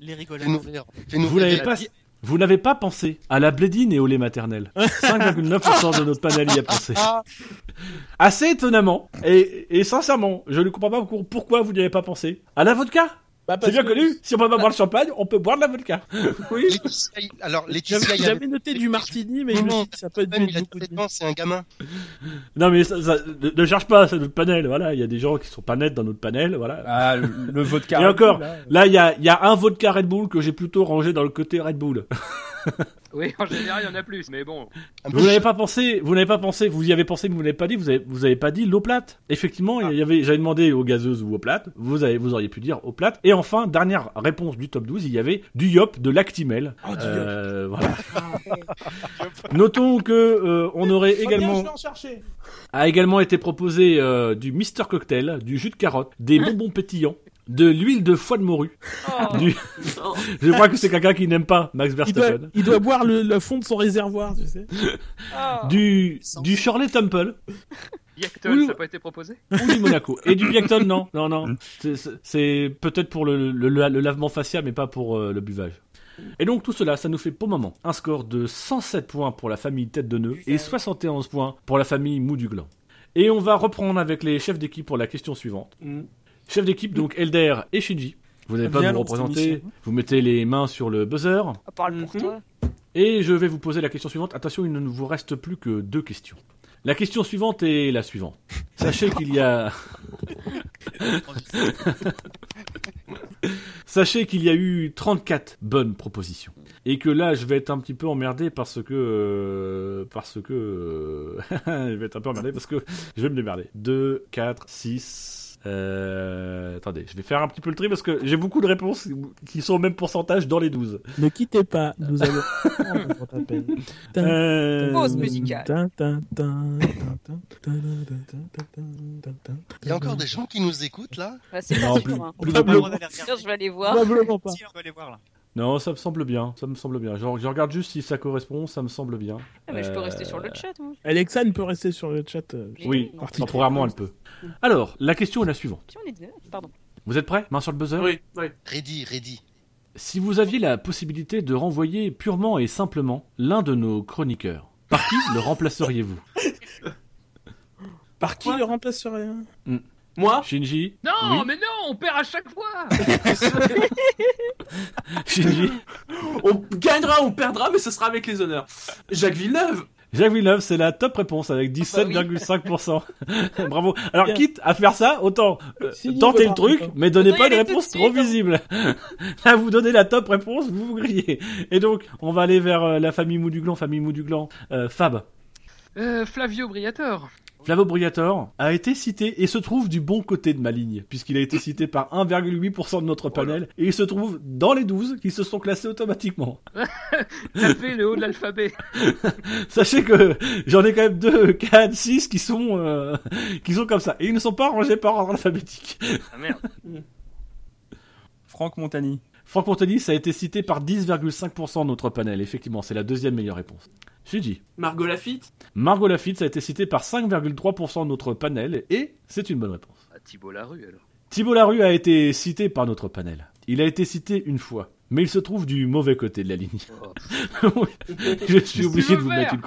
Les rigolades.
Fais-nous rire. Fais-nous
Vous l'avez
rire.
pas. Vous n'avez pas pensé à la blédine et au lait maternel. 5,9% de notre panel y a pensé. Assez étonnamment, et, et sincèrement, je ne comprends pas pour- pourquoi vous n'y avez pas pensé. À la vodka
Bah,
C'est
parce
bien
que
connu, si on peut pas boire le champagne, on peut boire de la vodka.
Oui.
Laetitia, il- alors, Laetitia,
J'avais
il y a
jamais noté du martini, mais je me suis dit, ça peut être
il
du
a
beaucoup de
17 ans, c'est un gamin.
Non mais ça, ça- ne ne cherche pas, c'est notre panel, voilà, il y a des gens qui sont pas nets dans notre panel, voilà.
Ah, le, le vodka.
Et
Red Bull,
encore.
là.
Là, il y a, il y a un vodka Red Bull que j'ai plutôt rangé dans le côté Red Bull.
Oui, en général, il y en a plus, mais bon.
Un peu
Vous n'avez pas pensé, vous n'avez pas pensé, vous y avez pensé, mais vous n'avez pas dit, vous avez, vous avez pas dit l'eau plate. Effectivement,
Ah.
il y avait, j'avais demandé aux gazeuses ou aux plates, vous avez, vous auriez pu dire eau plate. Et enfin, dernière réponse du top 12, il y avait du yop de Lactimel.
Oh,
Euh, voilà. Notons que euh, on aurait également
en chercher.
a également été proposé euh, du Mister Cocktail, du jus de carotte, des bonbons pétillants, de l'huile de foie de morue.
Hein Oh.
Du- Je crois que c'est quelqu'un qui n'aime pas Max
Il doit,
Verstappen.
il doit boire le, le fond de son réservoir, tu sais.
Oh.
Du, du Shirley Temple
Yactol,
Oui.
ça n'a pas été proposé
ou du Monaco. Et du Biacton, non. Non, non. C'est- c'est- C'est peut-être pour le, le- le- le lavement facial, mais pas pour euh, le buvage. Et donc tout cela, ça nous fait pour le moment un score de 107 points pour la famille tête de nœud et 71 points pour la famille mou du gland. Et on va reprendre avec les chefs d'équipe pour la question suivante.
Mm.
Chef d'équipe, donc Elder et Shinji. Vous n'avez pas
Bien
à vous
lancé,
représenter.
Michel.
Vous mettez les mains sur le buzzer.
On parle pour
Mhm.
toi.
Et je vais vous poser la question suivante. Attention, il ne nous vous reste plus que deux questions. La question suivante est la suivante. Sachez qu'il y a. Sachez qu'il y a eu 34 bonnes propositions. Et que là, je vais être un petit peu emmerdé parce que. euh, parce que. euh, je vais être un peu emmerdé parce que je vais me démerder. 2, 4, 6. Euh, attendez, je vais faire un petit peu le tri parce que j'ai beaucoup de réponses qui sont au même pourcentage dans les 12.
Ne quittez pas, nous allons prendre votre appel.
Euh,
Pause musicale.
Tin, tin, tin, tin, tin, tin, tin, tin, tin, tin,
Il y a encore des gens qui nous écoutent là
Bah, c'est
Non,
pas
plus-
sûr, hein.
On a pas le droit d'aller regarder.
Sûr, je vais aller voir.
Probablement pas.
Si, on va aller voir là.
Non, ça me semble bien. Ça me semble bien. Genre, je regarde juste si ça correspond. Ça me semble bien.
Ah, mais je peux
Euh,
rester sur le chat, moi.
Alexa ne peut rester sur le chat. euh,
Mais
Oui,
non.
Article.
temporairement, elle peut. Alors, la question est la suivante.
Qui on est deux Pardon.
Vous êtes prêts Main sur le buzzer
Oui, oui.
Ready, ready.
Si vous aviez la possibilité de renvoyer purement et simplement l'un de nos chroniqueurs, par qui le remplaceriez-vous
Par qui
Quoi
le remplace sur rien
Moi
Shinji
Non,
Oui.
mais non, on perd à chaque fois
Shinji
On gagnera, on perdra, mais ce sera avec les honneurs. Jacques Villeneuve
Jacques Villeneuve, c'est la top réponse avec 17,5%. Bravo. Alors,
Bien.
quitte à faire ça, autant euh,
Shinji
tenter
veut
le
pas,
truc,
veut pas.
mais donnez
Autant y
pas une
aller tout de
réponse
suite,
trop
hein.
visible. Là, vous donnez la top réponse, vous vous grillez. Et donc, on va aller vers euh, la famille Mouduglan, famille Mouduglan. Euh, Fab,
Euh, Flavio Briator.
Flavo Briator a été cité et se trouve du bon côté de ma ligne, puisqu'il a été cité par 1,8% de notre panel, et il se trouve dans les 12 qui se sont classés automatiquement.
Tapez le haut de l'alphabet.
Sachez que j'en ai quand même 2, 4, 6 qui sont, euh, qui sont comme ça. Et ils ne sont pas rangés par ordre alphabétique.
Franck Montagny.
Franck Montagny, ça a été cité par 10,5% de notre panel. Effectivement, c'est la deuxième meilleure réponse. Shinji.
Margot Lafitte
Margot Lafitte, ça a été cité par 5,3% de notre panel. Et c'est une bonne réponse.
Ah, Thibault Larue, alors.
Thibault Larue a été cité par notre panel. Il a été cité une fois. Mais il se trouve du mauvais côté de la ligne.
Oh.
Je suis
Qu'est-ce
obligé
que tu
de vous
veux
mettre
faire
une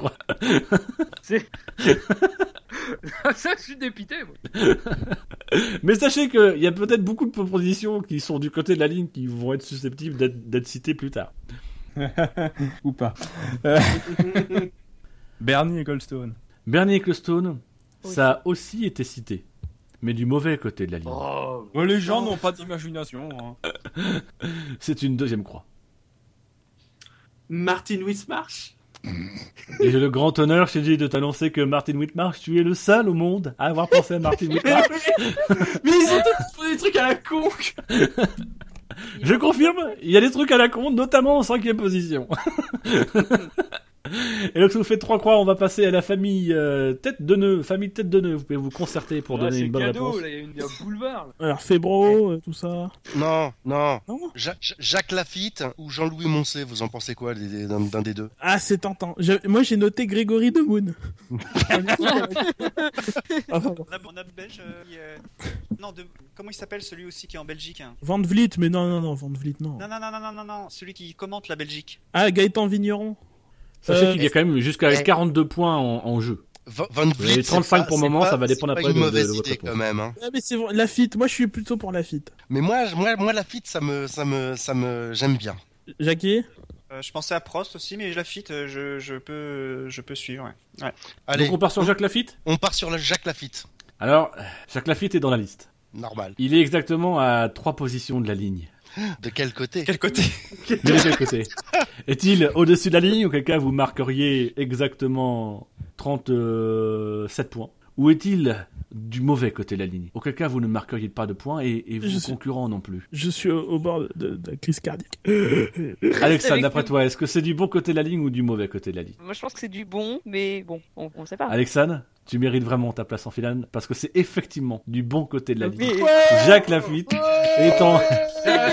croix.
ça, je suis dépité, moi.
Mais sachez qu'il y a peut-être beaucoup de propositions qui sont du côté de la ligne qui vont être susceptibles d'être d'être citées plus tard.
Ou pas. Bernie et Goldstone.
Bernie Ecclestone,
Oui.
ça a aussi été cité. Mais du mauvais côté de la ligne.
Oh,
Ouais, les gens n'ont pas d'imagination. hein.
C'est une deuxième croix.
Martin Wismarch
Et j'ai le grand honneur, Shinji, de t'annoncer que Martin Whitmarsh, tu es le seul au monde à avoir pensé à Martin
Mais
Whitmarsh.
ils ont tous fait des trucs à la con
Je confirme, il y a des trucs à la con, notamment en cinquième position. Et donc, ça vous fait trois croix, on va passer à la famille euh, tête de nœud. Famille tête de nœud, vous pouvez vous concerter pour donner une bonne réponse.
Ah, là, il y a une- il y a un boulevard. là.
Alors, Fébro, euh, tout ça.
Non, non.
Non.
Ja- Ja- Jacques Lafitte ou Jean-Louis Moncé, vous en pensez quoi des- des- d'un d'un des deux
Ah, c'est tentant. Je- Moi, j'ai noté Grégory Demoun. Ah, pardon.
On a, on a belge. euh, qui, euh, Non, de... comment il s'appelle celui aussi qui est en Belgique hein
Van Vliet, mais non, non, non, Van Vliet, non.
Non, non, non, non, non, non, non, celui qui commente la Belgique.
Ah, Gaëtan Vigneron.
Sachez
Euh,
qu'il y a quand même jusqu'à
Eh.
42 points en, en jeu.
Va- Van Vliet,
Et
c'est
35
pas-
Euh, pour
c'est
le moment,
pas-
ça va dépendre
c'est
après
pas une
de- de-
mauvaise
de votre
idée
réponse.
quand même. hein.
Ah, mais c'est bon, la fit, moi je suis plutôt pour la fit.
Mais moi, je- moi, moi, la fit, ça me, ça me, ça me, j'aime bien.
Jackie
Euh, je pensais à Prost aussi, mais je la fit, euh, je, je peux, euh, je peux suivre. ouais.
Allez,
Donc on part sur Jacques Lafitte
on part sur le Jacques Lafitte.
Alors, Jacques Lafitte est dans la liste.
Normal.
Il est exactement à trois positions de la ligne.
De quel côté
Quel côté
De quel côté Est-il au-dessus de la ligne ou quelqu'un vous marqueriez exactement 37 points Ou est-il du mauvais côté de la ligne Auquel cas vous ne marqueriez pas de points et, et
Je
vos
sais.
concurrents non plus.
Je suis au, au bord de, de- de la crise cardiaque.
Alexandre,
avec
d'après
nous.
toi, est-ce que c'est du bon côté de la ligne ou du mauvais côté de la ligne
Moi, je pense que c'est du bon, mais bon, on, on sait pas.
Alexandre, tu mérites vraiment ta place en finale parce que c'est effectivement du bon côté de la ligne.
Mais-
Jacques Lafitte est en,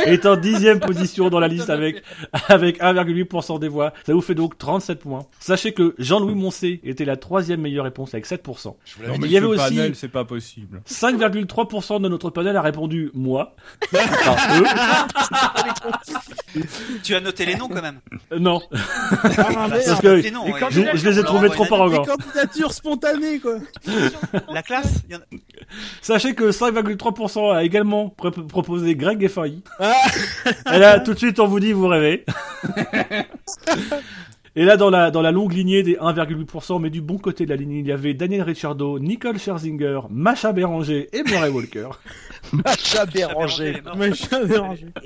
est en dixième position dans la liste avec, avec 1,8% des voix. Ça vous fait donc 37 points. Sachez que Jean-Louis Moncé était la troisième meilleure réponse avec 7%.
Je vous
Non,
l'avais
mais
il y avait
ce
aussi-
panel, c'est pas possible.
5,3% de notre panel a répondu moi. Enfin, eux.
Tu as noté les noms quand même.
Euh, Non,
Ah, merde.
parce que
les noms.
Et
ouais.
quand
je, je les ai trouvés trop
Des
arrogants.
candidatures spontanées quoi.
La classe il y en a-
Sachez que 5,3% a également pr- proposé Greg et Failly.
Ah.
Et là, tout de suite, on vous dit, vous rêvez. Et là, dans la, dans la longue lignée des 1,8%, mais du bon côté de la ligne, il y avait Daniel Ricciardo, Nicole Scherzinger, Macha Béranger et Murray Walker.
Macha
Béranger, elle
Béranger.
est morte.
Mais je suis dérangé. Ah,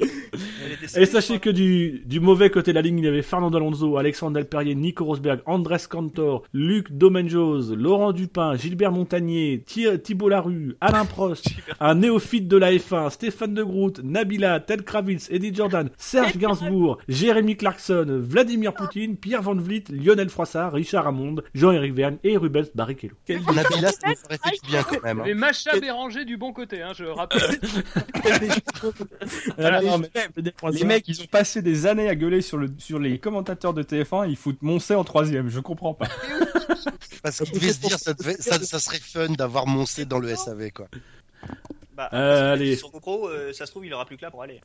Elle est décédée,
Et
je
sachez que
crois.
du, du mauvais côté de la ligne, il y avait Fernando Alonso, Alexandre Delperrier, Nico Rosberg, Andrés Cantor, Luc Domenjos, Laurent Dupin, Gilbert Montagnier, Thi- Thibault Larue, Alain Prost, un néophyte de la F1, Stéphane De Groot, Nabila, Ted Kravitz, Eddie Jordan, Serge Gainsbourg, Jérémy Clarkson, Vladimir Poutine, Pierre Van Vliet, Lionel Froissart, Richard Amonde, Jean-Éric Verne et Rubens Barrichello.
Nabila, ça nous aurait fait du bien quand même. hein.
Mais Macha Béranger du bon côté, hein, je rappelle.
Ah,
les-
non, mais je défends
Les
ça.
mecs, ils ont passé des années à gueuler sur, le, sur les commentateurs de TF1, ils foutent Moncey en troisième, je comprends pas.
Parce qu'il devait se dire, ça, devait- ça, ça serait fun d'avoir Moncé dans le SAV quoi.
Bah,
Euh,
si il est
allez.
Sur GoPro, euh, ça se trouve, il aura plus que là pour aller.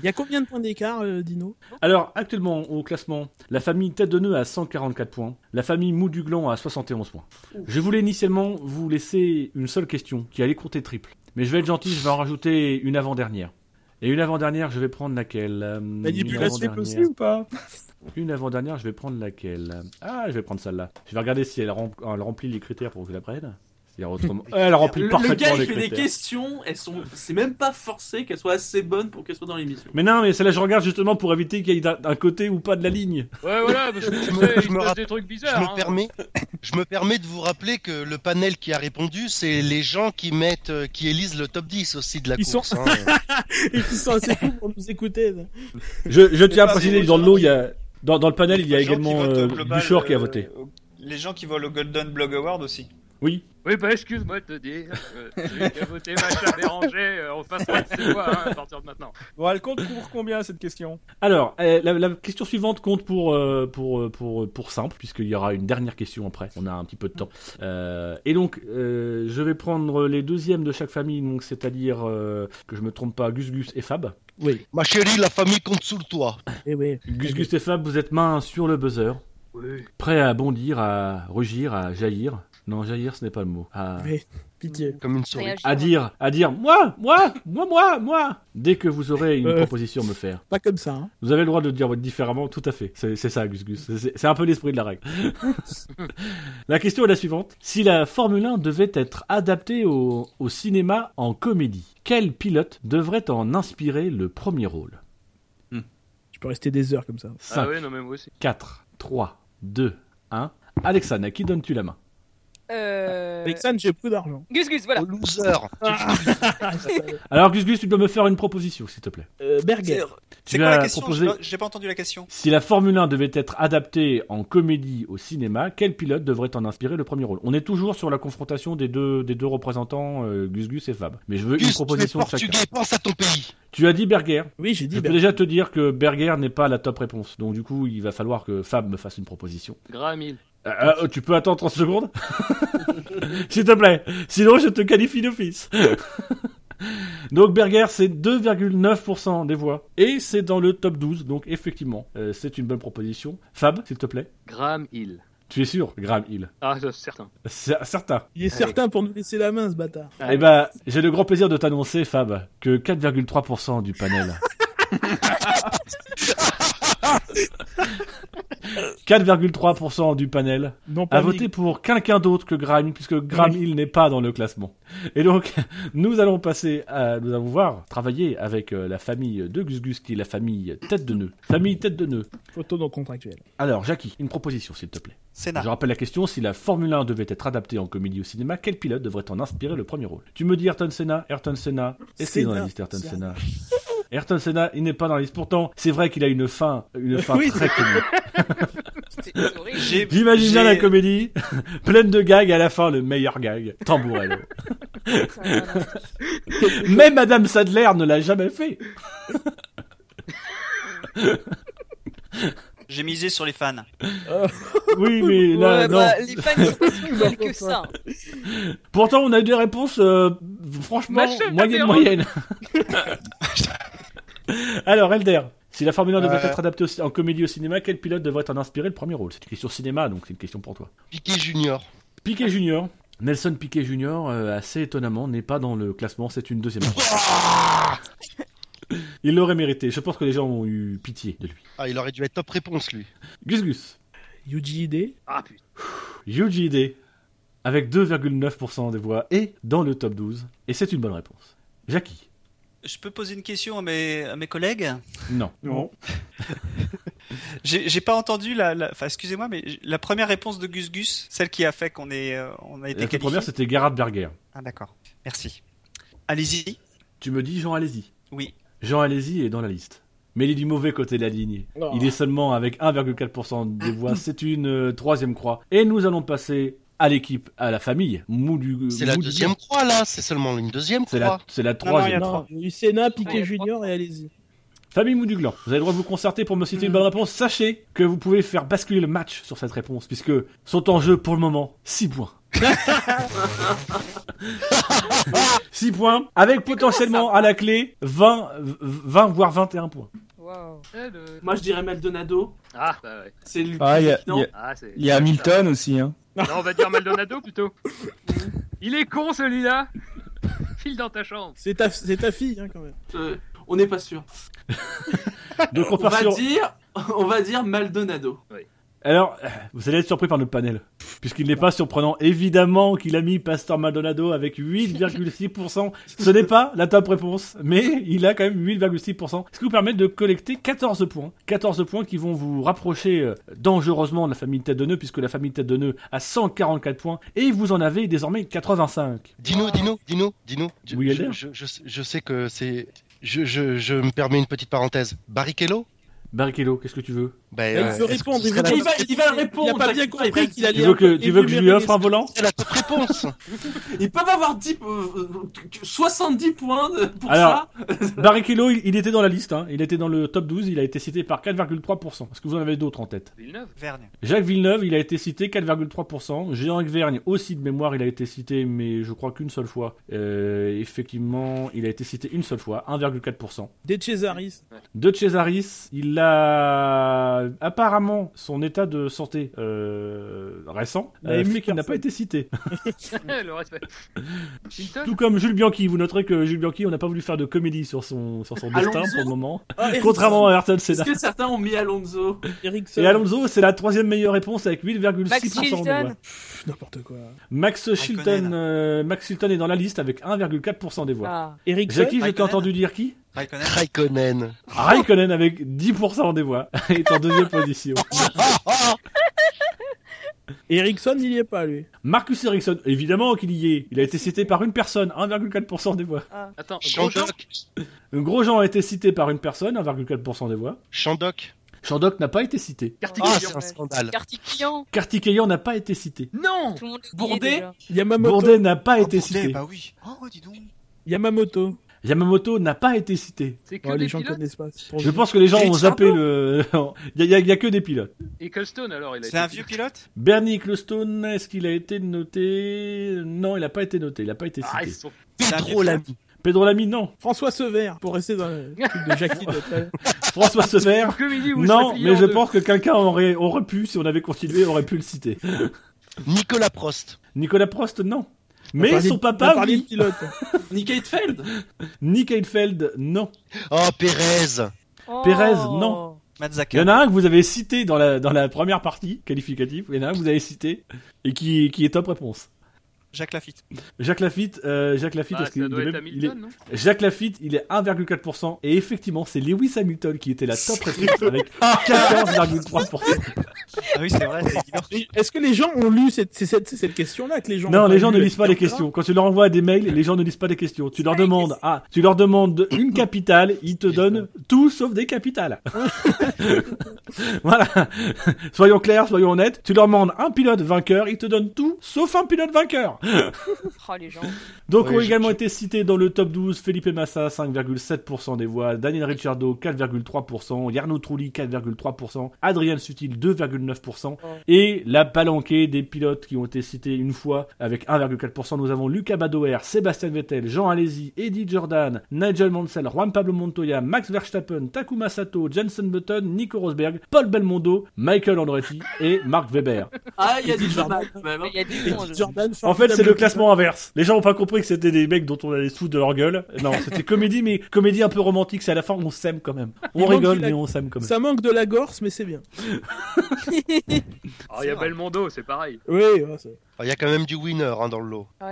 Il y a combien de points d'écart euh, Dino
Alors, actuellement, au classement, la famille Tête de Nœud a 144 points, la famille Mou du Gland a 71 points. Je voulais initialement vous laisser une seule question, qui allait compter triple. Mais je vais être gentil, je vais en rajouter une avant-dernière. Et une avant-dernière, je vais prendre laquelle Euh,
Mmh,
une
Manipulation
avant-dernière.
aussi ou pas
Une avant-dernière, je vais prendre laquelle Ah, je vais prendre celle-là. Je vais regarder si elle, rem- euh, elle remplit les critères pour que je la prenne. C'est-à-dire autrement- Elle remplit
Le, le
parfaitement
gars,
les
il fait des
critères.
questions, elles sont, c'est même pas forcé qu'elles soient assez bonnes pour qu'elles soient dans l'émission.
Mais non, mais celle-là, je regarde justement pour éviter qu'il y ait d'un d'un côté ou pas de la ligne.
Ouais, voilà, parce que tu
Je
sais,
me- je
il se
me
passe
rapp-
des trucs
Je
bizarres.
me
hein.
permets, je me permets de vous rappeler que le panel qui a répondu, c'est les gens qui mettent, euh, qui élisent le top 10 aussi de la
Ils
course. hein.
Et qui sont assez fous pour nous écouter. ça.
Je, je tiens à
pas
préciser
bon,
que dans
ça.
le lot, il y a, dans, dans le panel, il y a
Les gens
également
votent au
euh,
global,
Bouchard qui a
euh,
voté.
au- Les gens qui votent au Golden Blog Award aussi.
Oui.
Oui, bah excuse-moi de te dire, euh, j'ai qu'à voter Macha Béranger, euh, on passe pas de ses voix hein, à partir de maintenant.
Bon, elle compte pour combien cette question
Alors, euh, la, la question suivante compte pour, euh, pour, euh, pour, euh, pour simple, puisqu'il y aura une dernière question après. On a un petit peu de temps. Euh, et donc, euh, je vais prendre les deuxièmes de chaque famille, donc c'est-à-dire, euh, que je me trompe pas, Gus Gus et Fab.
Oui.
Ma chérie, la famille compte sous le toit.
Et oui.
Gus Gus et Fab, vous êtes main sur le buzzer. Prêt à bondir, à rugir, à jaillir. Non, jaillir, ce n'est pas le mot. À-
Oui. Pitié.
Comme une souris.
à dire, à dire, moi, moi, moi, moi, moi. Dès que vous aurez une
Euh.
proposition à me faire.
Pas comme ça. Hein.
Vous avez le droit de le dire différemment, tout à fait. C'est c'est ça, Gus Gus. C'est- C'est c'est un peu l'esprit de la règle. la question est la suivante. Si la Formule 1 devait être adaptée au, au cinéma en comédie, quel pilote devrait en inspirer le premier rôle
Je peux rester des heures comme
Euh,
ça.
5,
Ah oui, non, mais moi aussi.
4, 3, 2, 1. Alexandre, à qui donnes-tu la main
Euh...
Alexandre, j'ai plus d'argent.
Gus Gus, voilà.
Au Oh, loser.
Ah,
Alors, Gus Gus, tu dois me faire une proposition, s'il te plaît.
Euh, Berger.
Tu
C'est quoi la
as
question
proposé-
J'ai pas- J'ai pas entendu la question.
Si la Formule 1 devait être adaptée en comédie au cinéma, quel pilote devrait en inspirer le premier rôle On est toujours sur la confrontation des deux, des deux représentants, euh, Gus Gus et Fab. Mais je veux une
Gus, tu es
proposition de chacun.
portugais, pense à ton pays.
Tu as dit Berger.
Oui, j'ai
Je
dit
peux
Berger.
déjà te dire que Berger n'est pas la top réponse. Donc du coup, il va falloir que Fab me fasse une proposition.
Gramil.
Euh, euh, tu peux attendre 30 secondes S'il te plaît. Sinon, je te qualifie d'office. donc Berger, c'est 2,9% des voix. Et c'est dans le top 12. Donc effectivement, euh, c'est une bonne proposition. Fab, s'il te plaît.
Graham Hill.
Tu es sûr, Graham Hill
Ah, c'est certain.
C'est certain.
Il est certain pour nous laisser la main, ce bâtard.
Eh ben, j'ai le grand plaisir de t'annoncer, Fab, que 4,3% du panel. 4,3% du panel
Non,
a
pas
voté pour quelqu'un d'autre que Graham, puisque Graham Hill n'est pas dans le classement. Et donc, nous allons passer à, nous allons voir, travailler avec euh, la famille de Gus Gus, qui est la famille tête de nœud. Famille tête de nœud.
Photo non contractuelle.
Alors, Jackie, une proposition, s'il te plaît.
Ah.
Sénat.
Je rappelle la question, si la Formule 1 devait être adaptée en comédie au cinéma, quel pilote devrait en inspirer le premier rôle Tu me dis Ayrton Senna, Ayrton Senna. Est-ce qu'il est dans la
Senna.
liste Ayrton Senna
Senna.
Ayrton Senna, il n'est pas dans la liste. Pourtant, c'est vrai qu'il a une fin, une fin
Oui,
très connue.
C'est horrible.
J'ai-
J'imagine bien
j'ai-
la comédie, pleine de gags, à la fin, le meilleur gag, tambourello. Même Madame Sadler ne l'a jamais fait.
J'ai misé sur les fans.
Oui, mais là,
Ouais,
non.
bah, les fans ils sont plus cruels que ça.
Pourtant, on a eu des réponses, euh, franchement,
Machin,
moyenne, moyenne. Alors, Elder, si la Formule 1 devait
Euh.
être adaptée au- en comédie au cinéma, quel pilote devrait en inspirer le premier rôle C'est une question cinéma, donc c'est une question pour toi.
Piqué Junior.
Piquet Junior. Nelson Piquet Junior, euh, assez étonnamment, n'est pas dans le classement, c'est une deuxième. Il l'aurait mérité, je pense que les gens ont eu pitié de lui.
Ah, il aurait dû être top réponse, lui.
Gus Gus,
Yuji Ide
Ah putain.
Yuji Ide, avec 2,9% des voix, est dans le top 12, et c'est une bonne réponse. Jackie,
Je peux poser une question à mes, à mes collègues
non.
Non.
J'ai j'ai pas entendu la. la- Enfin, excusez-moi, mais j- la première réponse de Gus Gus, celle qui a fait qu'on est, euh, on a été
La
qualifié.
première, c'était Gerhard Berger.
Ah, d'accord. Merci. Allez-y.
Tu me dis Jean Alési.
Oui.
Jean Alési est dans la liste. Mais il est du mauvais côté de la ligne.
Non.
Il est seulement avec 1,4% des
Ah.
voix. C'est une euh, troisième croix. Et nous allons passer à l'équipe, à la famille. Mou du.
C'est la
Mou du-
deuxième croix, là. C'est seulement une deuxième
C'est
croix.
la, c'est la
Non, non, il y
troisième.
a trois.
Non, Senna, Piquet
Ouais,
Junior et allez-y.
Famille Mouduglan, vous avez le droit de vous concerter pour me citer une bonne réponse. Sachez que vous pouvez faire basculer le match sur cette réponse, puisque sont en jeu pour le moment 6 points. 6 points, avec potentiellement à la clé 20, 20 voire 21 points.
Wow.
Eh, le-
Moi, je dirais Maldonado.
Ah, bah ouais.
C'est lui.
Ah, il y a-
non.
il y a-
Ah, c'est-
Il y a Hamilton aussi, hein.
Non, on va dire Maldonado plutôt. Il est con celui-là. File dans ta chambre.
C'est ta, c'est ta fille, hein, quand même.
euh, on n'est pas sûr.
Donc on
On
part
va
sur...
dire, on va dire Maldonado.
Alors, euh, vous allez être surpris par notre panel, puisqu'il n'est pas surprenant. Évidemment qu'il a mis Pastor Maldonado avec 8,6%. Ce n'est pas la top réponse, mais il a quand même 8,6%, ce qui vous permet de collecter 14 points. 14 points qui vont vous rapprocher euh, dangereusement de la famille Tête de Nœud, puisque la famille Tête de Nœud a 144 points, et vous en avez désormais 85.
Dino, Dino, Dino, Dino. Je,
Oui,
je,
Elder.
je, je- je sais que c'est. Je, je, je me permets une petite parenthèse. Barrichello
Barrichello, qu'est-ce que tu veux
ben,
Il
euh,
veut
est-ce que
répondre,
ce
il veut
serait la-
Il va, il va
Il
répondre.
a pas bien
t'inquiète pas, il va
compris qu'il
dire.
Tu
allait.
veux que, tu veux que je lui offre un volant
c'est la top réponse
Ils peuvent avoir 10, euh, 70 points de- pour
Alors-
ça.
Barrichello, il, il était dans la liste, hein. il était dans le top 12, il a été cité par 4,3%. Est-ce que vous en avez d'autres en tête
Villeneuve.
Vergne.
Jacques Villeneuve, il a été cité 4,3%. Jean Vergne aussi de mémoire, il a été cité, mais je crois qu'une seule fois. Euh, effectivement, il a été cité une seule fois, 1,4%.
Des Cesaris.
De Cesaris, il a apparemment son état de santé euh, récent
Il a
euh,
ému
fait qu'il n'a
personne.
pas été cité.
le respect. Hilton.
Tout comme Jules Bianchi, vous noterez que Jules Bianchi, on n'a pas voulu faire de comédie sur son sur son destin
Alonso.
pour le moment,
Ah, Ericsson.
contrairement à Ayrton Senna.
Est-ce que certains ont mis Alonso
Ericsson.
Et Alonso, c'est la troisième meilleure réponse avec 8,6%.
Max
des
Chilton.
voix.
Pff, N'importe quoi.
Max
connaît,
Chilton,
là.
euh, Max Chilton est dans la liste avec 1,4% des voix.
Ah.
Ericsson.
Jackie, je t'ai
Raikkonen.
entendu dire qui
Raikkonen.
Raikkonen
Raikkonen avec 10% des voix est en deuxième position.
Ericsson, il y est pas, lui.
Marcus Ericsson, évidemment qu'il y est. Il a été cité par une personne, 1,4% des voix.
Attends, gros Jean.
Shandok
Grosjean a été cité par une personne, 1,4% des voix.
Shandok
Chandoc n'a pas été cité.
Cartier.
Ah,
Jean.
c'est un scandale
Cartiquillan.
Kartikeyan n'a pas été cité.
Non.
Tout le monde l'oublie
Bourdais.
déjà.
Yamamoto.
Bourdet n'a pas
Ah,
été
Bourdais,
cité.
Bah oui. Oh, dis donc.
Yamamoto.
Yamamoto n'a pas été cité.
C'est que
Ouais,
des
les gens
pilotes.
connaissent pas. c'est trop
Je
vieux.
pense que les gens
Jake
ont zappé le. Il y, a- y a que des pilotes.
Et Colstone alors il a.
C'est un vieux pilote
Bernie Ecclestone, est-ce qu'il a été noté Non, il n'a pas été noté. Il n'a pas été cité.
Ah ils sont.
C'est un vieux
Pedro
pilote
l'ami
Pedro Lamy, non.
François Sever, pour rester dans le truc de Jackie de tout à l'heure.
François Sever,
Comédie où
non,
Chaplin
mais je
en
pense que quelqu'un aurait, aurait pu, si on avait continué, aurait pu le citer.
Nicolas Prost.
Nicolas Prost, non.
On
Mais
parlait-
son
on
papa,
parlait de
oui.
pilote.
Nick Heidfeld
Nick Heidfeld, non.
Oh, Pérez.
Pérez,
Oh.
non.
Matt
Il y
Zucker.
en a un que vous avez cité dans la, dans la première partie qualificative. Il y en a un que vous avez cité et qui, qui est top réponse.
Jacques Lafitte.
Jacques Lafitte, euh, Jacques Lafitte,
Ah,
est-ce qu'il
ça
est
doit
de
être
même- il est-
Hamilton, non
Jacques Lafitte, il est 1,4%. Et effectivement, c'est Lewis Hamilton qui était la top réponse avec 14,3%.
Ah oui, c'est vrai, c'est Igor.
Et Est-ce que les gens ont lu cette, c'est cette, c'est cette question-là que les gens
Non,
ont
les
pas
gens
lu
ne lisent pas les
etc.
questions. Quand tu leur envoies des mails, les gens ne lisent pas les questions. Tu leur demandes, ah, tu leur demandes une capitale, ils te donnent tout sauf des capitales. voilà. Soyons clairs, soyons honnêtes. Tu leur demandes un pilote vainqueur, ils te donnent tout sauf un pilote vainqueur.
Oh, les gens.
Donc
Oui,
ont
je-
également
je-
été cités dans le top 12 Felipe Massa 5,7% des voix, Daniel Ricciardo 4,3%, Yarno Trulli 4,3%, Adrien Sutil 2,9% et la palanquée des pilotes qui ont été cités une fois avec 1,4%. Nous avons Luca Badoer, Sébastien Vettel, Jean Alesi, Eddie Jordan, Nigel Mansell, Juan Pablo Montoya, Max Verstappen, Takuma Sato, Jensen Button, Nico Rosberg, Paul Belmondo, Michael Andretti et Marc Weber.
Ah, il y a du journal quand
Bah,
même. hein.
Il y a du monde.
Jordan,
En fait, c'est
formidable.
le classement inverse. Les gens ont pas compris que c'était des mecs dont on allait se foutre de leur gueule. Non, c'était comédie, mais comédie un peu romantique. C'est à la fin, on s'aime quand même.
Il
On
manque
rigole,
qu'il a-
mais on s'aime quand même.
Ça manque de la Gorse, mais c'est bien.
Oh, il y a Belmondo, c'est pareil.
Oui, ouais, c'est-
Oh, Il y a quand même du winner hein, dans le lot.
Oh,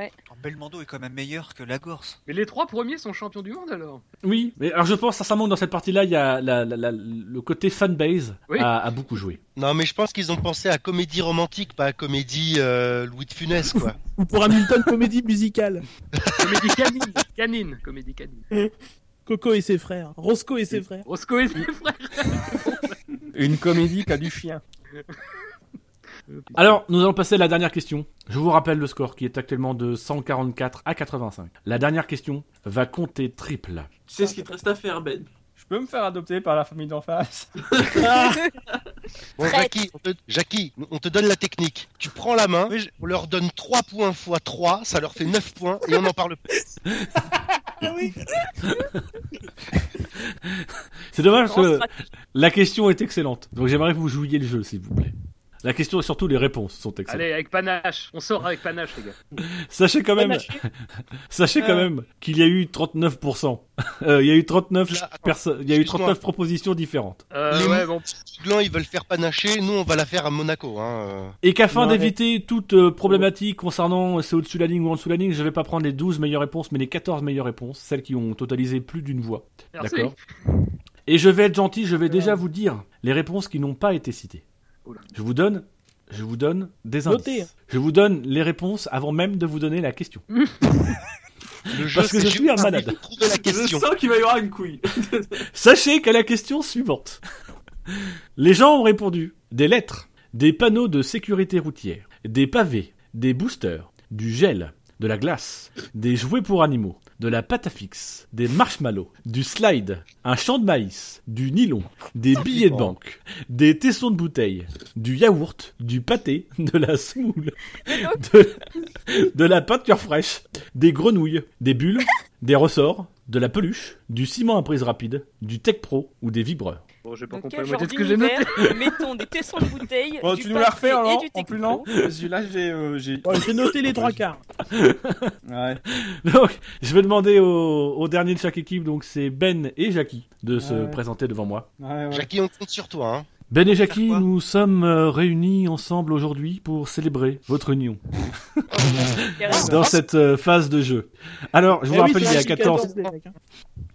Belmondo est quand même meilleur que Lagorce.
Mais les trois premiers sont champions du monde alors.
Oui, mais alors je pense sincèrement que dans cette partie-là, il y a la- la- la- le côté fanbase
Oui.
a, a beaucoup joué.
Non, mais je pense qu'ils ont pensé à comédie romantique, pas à comédie euh, Louis de Funès, quoi.
Ou pour Hamilton, comédie musicale.
Comédie canine. Canine. Comédie canine.
Coco et ses frères. Roscoe et ses frères.
Roscoe et ses frères.
Une comédie qui a du chien.
Alors, nous allons passer à la dernière question. Je vous rappelle le score qui est actuellement de 144 à 85. La dernière question va compter triple.
Tu sais ce qu'il te reste à faire, Ben.
Je peux me faire adopter par la famille d'en face
Bon,
Prête.
Jackie, on te, Jackie, on te donne la technique. Tu prends la main,
Oui, je-
on leur donne 3 points fois 3, ça leur fait 9 points et on en parle plus.
Ah, C'est dommage parce
Grande
que
stratégie.
la question est excellente. Donc j'aimerais que vous jouiez le jeu, s'il vous plaît. La question et surtout les réponses sont excellentes.
Allez, avec panache. On sort avec panache, les gars.
Sachez quand même,
Panaché.
Sachez quand
Euh.
même qu'il y a eu 39%. Euh, il y a eu 39
Là, attends,
personnes, il y a eu
excuse-moi.
39 propositions différentes.
Euh,
Les-
ouais, bon.
Les Glans, ils veulent faire panacher, nous on va la faire à Monaco. Hein. euh.
Et qu'afin
Non, mais-
d'éviter toute euh, problématique concernant euh, c'est au-dessus de la ligne ou en dessous de la ligne, je vais pas prendre les 12 meilleures réponses, mais les 14 meilleures réponses, celles qui ont totalisé plus d'une voix.
Merci.
D'accord Et je vais être gentil, je vais déjà vous dire les réponses qui n'ont pas été citées.
Oula.
Je vous donne, je vous donne des indices.
Notez.
Je vous donne les réponses avant même de vous donner la question.
Le jeu,
Parce que
c'est
je suis un
juste
malade.
trouver la
Je
question.
sens qu'il va y avoir une couille.
Sachez qu'à la question suivante, les gens ont répondu des lettres, des panneaux de sécurité routière, des pavés, des boosters, du gel, de la glace, des jouets pour animaux, de la pâte à fixe, des marshmallows, du slide, un champ de maïs, du nylon, des billets de banque, des tessons de bouteille, du yaourt, du pâté, de la semoule, de, de la peinture fraîche, des grenouilles, des bulles, des ressorts, de la peluche, du ciment à prise rapide, du Tech Pro ou des vibreurs.
Bon, j'ai pas
Dans
compris la
quel genre
moitié de ce que j'ai noté.
d'univers mettons des tessons de bouteille,
Bon,
du
Oh, tu nous la refais
papier
en,
et du
en
technique.
plus lent Parce que Là, j'ai. euh, j'ai-
Bon, J'ai noté les trois quarts.
Ouais.
Donc, je vais demander au, au dernier de chaque équipe, donc c'est Ben et Jackie, de se
Ouais.
présenter devant moi.
Ouais, ouais.
Jackie, on compte sur toi. Hein.
Ben et Jackie,
quoi
nous sommes euh, réunis ensemble aujourd'hui pour célébrer votre union dans cette euh, phase de jeu. Alors, je vous
Eh oui,
rappelle,
c'est
il y a
Jackie
14,
des mecs, hein.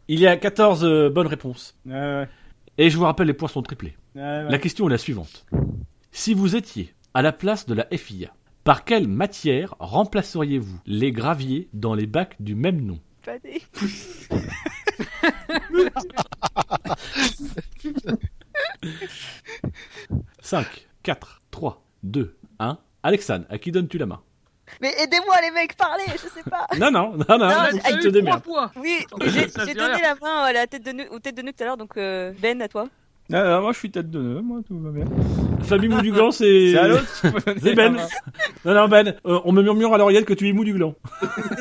il y a 14 euh, bonnes réponses.
Ouais, ouais.
Et je vous rappelle, les points sont triplés.
Ouais, ouais.
La question est la suivante. Si vous étiez à la place de la FIA, par quelle matière remplaceriez-vous les graviers dans les bacs du même nom
Pané.
« 5, 4, 3, 2, 1. Alexane, à qui donnes-tu la main
Mais aidez-moi les mecs, parlez, je sais pas.
Non, non, non, non,
Ah,
faut que
j'ai
tu te
eu trois
démerdes.
points.
Oui,
Ça
j'ai
me
j'ai
fait
donné
rire.
la main à la tête de nœud, aux têtes de nœud tout à l'heure, donc euh, Ben à toi.
Non, non, Ah, moi je suis tête de nœud, moi tout va bien.
Fabien Mouduglan, c'est.
C'est à l'autre qu'il faut donner
C'est
la
Ben.
main.
Non, non, Ben, euh, on me murmure à l'oreillette que tu es Mouduglan.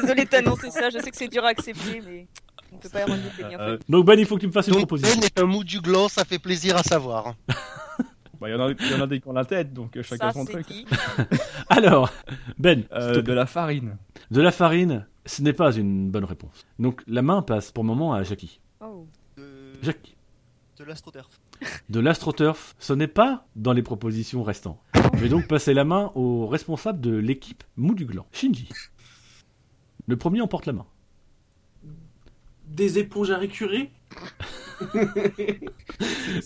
Désolé de t'annoncer ça, je sais que c'est dur à accepter, mais On peut pas y rendre des
Euh, Ah
peignets.
Donc Ben, il faut que tu me fasses une
Donc,
proposition.
Ben est un mou du gland, ça fait plaisir à savoir.
Bah, il y en a, il y en a des qui ont la tête, donc euh, chacun
Ça,
son
c'est
truc.
dit.
Alors, Ben,
Euh,
s'il te
de
plaît.
la farine.
de la farine, ce n'est pas une bonne réponse. Donc la main passe pour le moment à Jackie.
Oh.
De,
Jackie.
de l'astroturf.
De l'astroturf, ce n'est pas dans les propositions restantes. Je vais donc passer la main au responsable de l'équipe Mou du Gland, Shinji. Le premier emporte la main.
Des éponges à récurer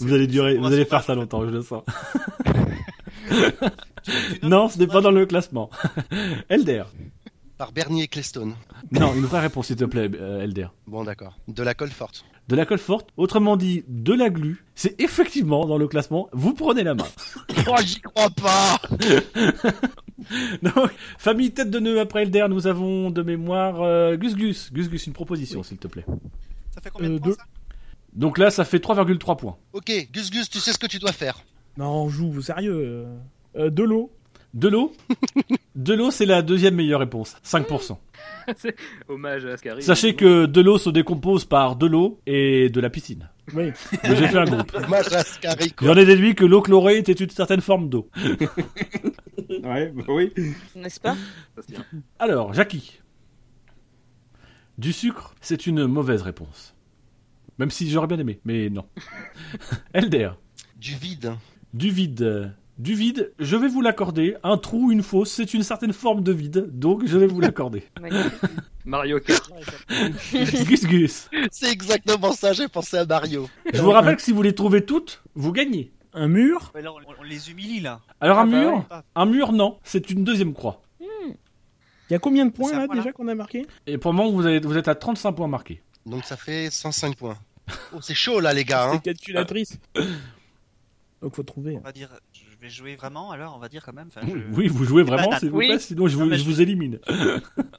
Vous allez durer, vous allez faire ça longtemps, je le sens. Non, ce n'est pas dans le classement. Elder.
Par Bernie Ecclestone.
Non, une vraie réponse, s'il te plaît, euh, Elder.
Bon, d'accord. De la colle forte.
De la colle forte, autrement dit, de la glu. C'est effectivement dans le classement, vous prenez la main.
Oh, j'y crois pas
Donc, famille tête de nœud après Elder, nous avons de mémoire euh, Gus Gus. Gus Gus, une proposition, s'il te plaît.
Ça fait combien de
Euh,
points
deux.
ça
Donc là, ça fait 3,3 points.
Ok, Gus Gus, tu sais ce que tu dois faire.
Non, on joue, vous sérieux. euh. Euh, de l'eau.
De l'eau De l'eau, c'est la deuxième meilleure réponse, 5%.
Hommage à Ascari.
Sachez que de l'eau se décompose par de l'eau et de la piscine.
Oui.
Mais J'ai fait un groupe.
Majascari, quoi.
J'en ai déduit que l'eau chlorée était une certaine forme d'eau.
Ouais, bah oui.
N'est-ce pas
Ça se tient.
Alors, Jackie. Du sucre, c'est une mauvaise réponse. Même si j'aurais bien aimé, mais non. Elder.
Du vide.
Du vide. Du vide, je vais vous l'accorder. Un trou, une fosse, c'est une certaine forme de vide, donc je vais vous l'accorder.
Magnifique.
Mario Kart.
gus Gus.
C'est exactement ça, j'ai pensé à Mario.
Je vous rappelle que si vous les trouvez toutes, vous gagnez.
Un mur.
Ouais, là, on, on les humilie là.
Alors un
Ah bah
mur,
ouais.
un mur, non, c'est une deuxième croix.
Il y a combien de points
Ça,
là
voilà.
déjà qu'on a marqué
Et pour le moment, vous, avez- vous êtes à 35 points marqués.
Donc ça fait 105 points. Oh, c'est chaud là, les gars.
C'est
hein.
calculatrice. Donc faut trouver.
On va dire, je vais jouer vraiment alors, on va dire quand même. Enfin, je-
Oui, vous jouez vraiment,
bananes.
s'il vous
Oui.
plaît, sinon je
Non,
vous,
mais
je
je-
vous élimine.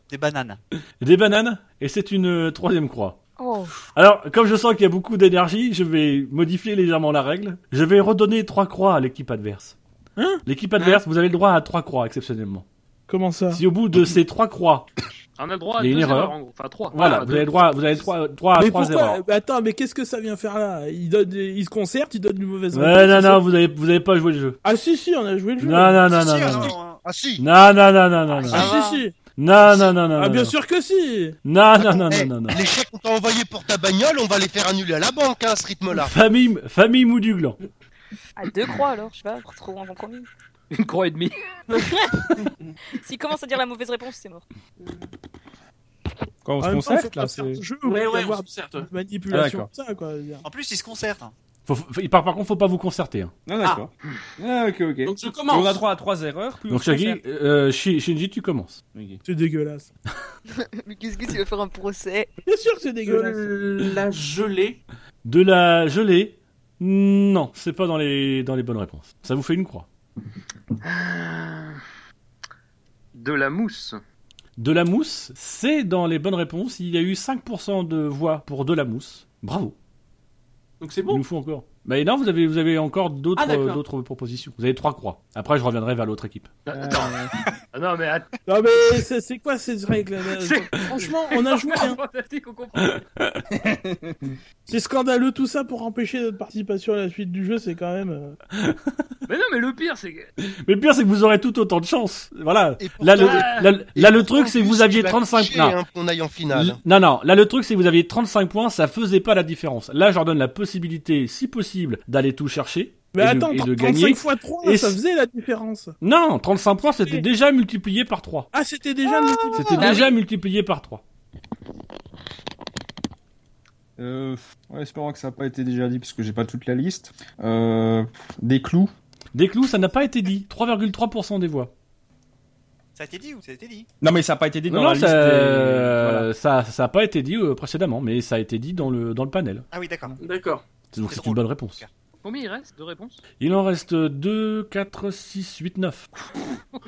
Des bananes.
Des bananes, et c'est une euh, troisième croix.
Oh.
Alors, comme je sens qu'il y a beaucoup d'énergie, je vais modifier légèrement la règle. Je vais redonner trois croix à l'équipe adverse.
Hein Ah.
L'équipe adverse, vous avez le droit à trois croix, exceptionnellement.
Comment ça
Si au bout de ces trois croix,
On a droit à
Il y a
deux
une erreur.
erreurs, en gros. Enfin, trois.
voilà,
Ah,
vous
deux.
avez le droit, vous avez trois, Ah, trois à
mais
trois
pourquoi
erreurs.
Bah Attends, mais qu'est-ce que ça vient faire là il, donne, il se concerte, il donne une mauvaise
Ouais, non,
réponse, c'est
non,
ça
vous avez, vous avez pas joué le jeu.
Ah si, si, on a joué le jeu.
Non, non, non,
Si,
non,
si,
non,
alors,
non.
on-
Ah si
Non, non, non, non, non, non.
Ah,
Ah
va.
si, si.
Non, non, non, non,
Ah
non,
bien
non.
sûr que si.
Non, non, non, non,
Eh,
non, non.
Les chèques qu'on t'a envoyés pour ta bagnole, on va les faire annuler à la banque hein, à ce rythme-là.
Famille, famille Mouduglan.
À deux croix alors, je sais pas, retrouve un compromis.
Une croix et demie.
S'il commence à dire la mauvaise réponse, c'est mort.
Quand on
Ah,
En
se
même temps, faut
concerte, là,
pas faire
c'est.
ce jeu où il
Ouais,
peut y
ouais, on
avoir
se concerte.
de manipulation
Ah,
comme ça quoi. je veux dire.
En plus, ils se hein. concertent.
Faut- faut- par, par contre, faut pas vous concerter. hein.
Ah, d'accord. Ah, ok, ok.
Donc je
on a
commence.
droit à 3 erreurs.
Hmm,
Plus
Donc,
on se
Shaggy,
concerte.
euh, Shi- Shinji, tu commences.
Ok.
C'est dégueulasse.
Mais qu'est-ce que tu veux faire un procès
Bien sûr que c'est dégueulasse.
De la gelée.
De la gelée, non, c'est pas dans les, dans les bonnes réponses. Ça vous fait une croix.
De la mousse.
Euh. De la mousse, c'est dans les bonnes réponses. Il y a eu 5% de voix pour de la mousse. Bravo.
Donc c'est
Il
bon.
nous faut encore. Bah non, vous avez, vous avez encore d'autres
Ah, d'accord.
euh, d'autres propositions. Vous avez trois croix. Après, je reviendrai vers l'autre équipe.
Attends. Ah non, mais attends.
Non mais c'est c'est quoi ces règles là
C'est-
Franchement, on a joué. hein.
Fantastique, on comprend.
C'est scandaleux tout ça pour empêcher notre participation à la suite du jeu, c'est quand même. euh,
Mais non, mais le pire, c'est que.
Mais le pire, c'est que vous aurez tout autant de chance. Voilà.
Et pourtant-
Là, le,
Ah.
là, le- là, le
Et
truc,
pourtant,
c'est que
Gus,
vous
tu
aviez
vas
35
chier,
points.
hein, qu'on aille en finale.
Non, non, là le truc c'est que vous aviez 35 points, ça faisait pas la différence. Là je leur donne la possibilité, si possible, d'aller tout chercher
Mais
et,
attends,
de, et de
35
gagner.
fois 3,
Et
ça
si-
faisait la différence.
Non, 35 points c'était
Oui.
déjà multiplié par 3.
Ah, c'était déjà le multiplicateur.
C'était
bah
Ah
déjà multiplié par 3.
Euh, ouais, espérant que ça n'a pas été déjà dit, parce que j'ai pas toute la liste. Euh, des clous.
Des clous, ça n'a pas été dit. 3,3% des voix.
Ça a été dit ou ça a été dit
Non, mais ça n'a pas été dit
Non,
dans
non,
la
ça, euh,
liste. des- voilà.
ça, ça a pas été dit euh, précédemment, mais ça a été dit dans le, dans le panel.
Ah oui, d'accord.
D'accord.
Donc c'est
C'est
une
drôle.
bonne réponse.
Combien il reste de réponses
Il en reste 2, 4, 6, 8, 9.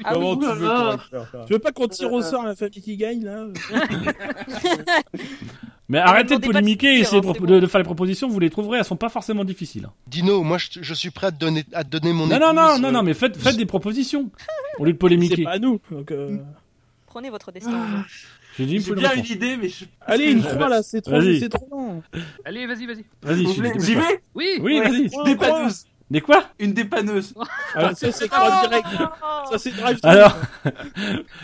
Ah
Comment
oui,
tu
oh
veux
là
qu'on
là.
aille faire ça
Tu veux pas qu'on tire au sort la famille qui gagne là
Mais
va
arrêtez de
demander pas de
polémiquer et essayez
sortir, hein,
de,
c'est
propo-
bon.
de- de faire les propositions, vous les trouverez, elles sont pas forcément difficiles.
Dino, moi je, je suis prêt à te donner, à te donner mon
Non, non, non,
épouse,
non,
euh,
non, mais faites, faites des propositions. Au lieu de
C'est
polémiquer.
pas à nous. Donc, euh,
Prenez votre destin. en main.
Je J'ai dit, il me faut
J'ai
une
bien
réponse.
une idée, mais je.
Allez, une croix là, c'est trop,
Vas-y.
c'est trop long.
Ah. Allez, vas-y, vas-y.
Vas-y, je
Vous
suis
voulez-
des
J'y
dépanneuse.
vais
Oui,
Oui, vas-y.
Croix,
Des
croix.
panneuse.
Des quoi
Une dépanneuse.
Ah, ça c'est
Oh,
croix direct. Ça c'est drive thru.
Alors,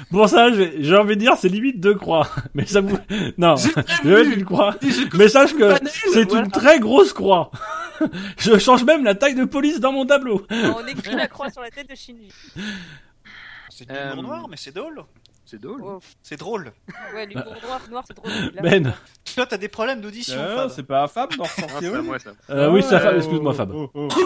pour ça, j'ai j'ai envie de dire, c'est limite deux croix. Mais ça vous. Non,
J'ai
je vais
prévenu.
mettre une croix.
Et je-
Mais sache que
Panel,
c'est
voilà.
une très grosse croix. Je change même la taille de police dans mon tableau.
On écrit la croix sur la tête de Shinji.
C'est
Euh,
de l'humour noir, mais c'est drôle.
C'est drôle.
Oh,
C'est drôle.
Ouais, l'humour noir, noir, c'est drôle. là.
Ben,
Toi, t'as des problèmes d'audition, Euh, Fab.
c'est pas affable dans
Ah, c'est à moi, ça.
euh, oui, ça, Fab, excuse-moi, Fab.
Oh, oh, oh.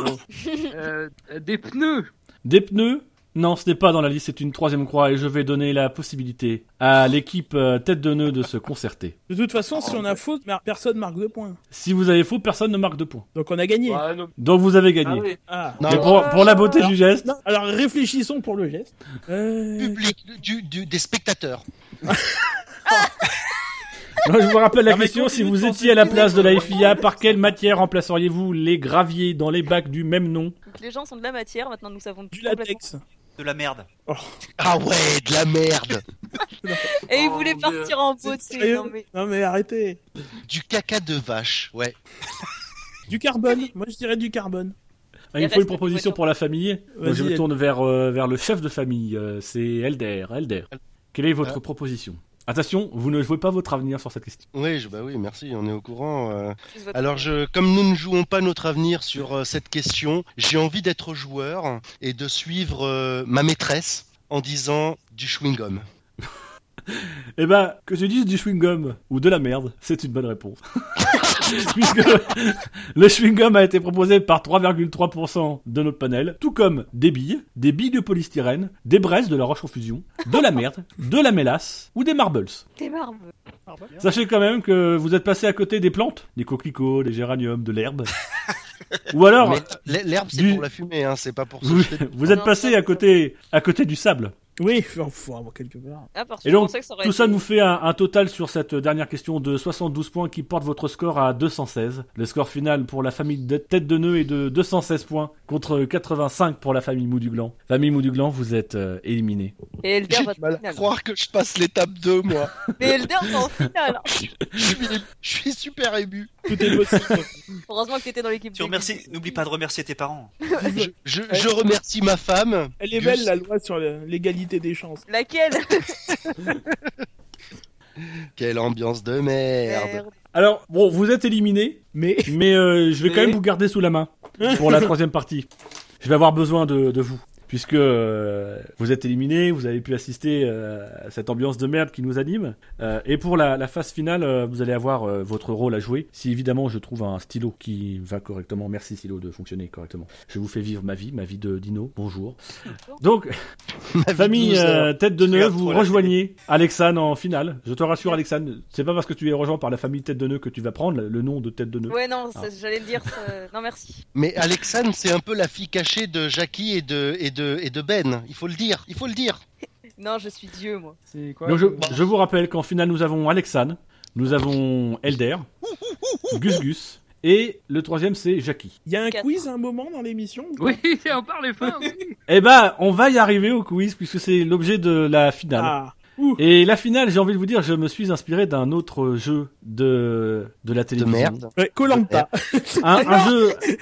Euh, euh, des pneus.
Des pneus Non, ce n'est pas dans la liste, c'est une troisième croix et je vais donner la possibilité à l'équipe euh, tête de nœud de se concerter.
De toute façon, si on a faute, mar- personne marque de points.
Si vous avez faux, personne ne marque de points.
Donc on a gagné.
Bah,
Ah, non.
Donc vous avez
Ah
gagné.
oui.
Ah.
Non,
Mais pour, pour la beauté du geste,
Non, alors réfléchissons pour le geste. Euh,
Public, du, du- des spectateurs.
je vous rappelle la
Non, mais
question, si
continue
vous
de
étiez à la
penser.
place de la FIA, par quelle matière remplaceriez-vous les graviers dans les bacs du même nom
Donc, les gens sont de la matière, maintenant nous savons
du
complètement-
latex.
De la merde.
Ah ouais, de la merde.
Et ils
Oh,
voulaient
Dieu.
partir en
C'est
beauté.
sérieux
Non, mais...
Non mais arrêtez.
Du caca de vache, ouais.
Du carbone. Moi je dirais du carbone.
Ah, Il
Et
me faut une
reste
proposition
une
pour la famille. Donc, je
Vas-y,
me
elle-
tourne vers, euh, vers le chef de famille, euh, c'est Elder. Elder, quelle est votre proposition Attention, vous ne jouez pas votre avenir sur cette question.
Oui, je, bah oui, merci, on est au courant. euh.
plus votre-
Alors, je, comme nous ne jouons pas notre avenir sur euh, cette question, j'ai envie d'être joueur et de suivre euh, ma maîtresse en disant du chewing-gum.
Eh ben, que tu dises du chewing-gum ou de la merde, c'est une bonne réponse. Puisque le chewing-gum a été proposé par 3,3% de notre panel, tout comme des billes, des billes de polystyrène, des braises de la roche en fusion, de la merde, de la mélasse ou des marbles.
T'es marbre.
Sachez quand même que vous êtes passé à côté des plantes, des coquelicots, des géraniums, de l'herbe. ou alors,
Mais l'her- l'herbe, c'est
du-
pour la fumée, hein, c'est pas pour
Vous,
se jeter.
vous êtes passé à côté, à côté du sable.
Oui, enfin bon, quelque part.
Ah, parce
Et
que
donc,
je pensais que ça aurait
Tout ça
été-
nous fait un, un total sur cette dernière question de 72 points qui porte votre score à 216. Le score final pour la famille de tête de nœud est de 216 points contre 85 pour la famille Mouduglan. Famille Mouduglan, vous êtes euh, éliminé.
Et Elder
J'ai
va
du mal à
finale.
croire que je passe l'étape 2, moi.
Mais Elder va en finale.
je, suis, je suis super ému.
Tout est possible.
Heureusement que t'étais dans l'équipe.
Tu remercies, n'oublie pas de remercier tes parents.
Je, je- je remercie ma femme.
Elle est
Juste-
belle la loi sur le- l'égalité des chances.
Laquelle
Quelle ambiance de merde.
Merde.
Alors, bon, vous êtes éliminé,
Mais
mais euh, je vais quand
Et
même vous garder sous la main pour la troisième partie. Je vais avoir besoin de, de vous. Puisque euh, vous êtes éliminé, vous avez pu assister euh, à cette ambiance de merde qui nous anime. Euh, et pour la, la phase finale, euh, vous allez avoir euh, votre rôle à jouer. Si évidemment je trouve un stylo qui va correctement, merci stylo de fonctionner correctement. Je vous fais vivre ma vie, ma vie de dino. Bonjour. Donc,
Ma vie
famille
de loser.
euh, tête de
Je
nœud,
regarde
vous
trop la
rejoignez Alexane en finale. Je te rassure, Alexane, c'est pas parce que tu es rejoint par la famille tête de nœud que tu vas prendre le nom de tête de nœud.
Ouais, non,
Ah.
ça- j'allais le dire. ça- Non, merci.
Mais Alexane, c'est un peu la fille cachée de Jackie et de, et de, et de Ben. Il faut le dire, il faut le dire.
Non, je suis Dieu, moi.
C'est quoi
Donc je,
bah,
je vous rappelle qu'en finale, nous avons Alexane, nous avons Elder, Gus Gus, et le troisième, c'est Jackie.
il y a un
Quatre.
quiz à un moment dans l'émission. ou pas
Oui, on parle fin. oui.
Eh ben, on va y arriver au quiz, puisque c'est l'objet de la finale.
Ah.
Et la finale, j'ai envie de vous dire, je me suis inspiré d'un autre jeu de, de la
De
télévision.
merde.
Ouais, Colanta.
Un, un jeu, Eh.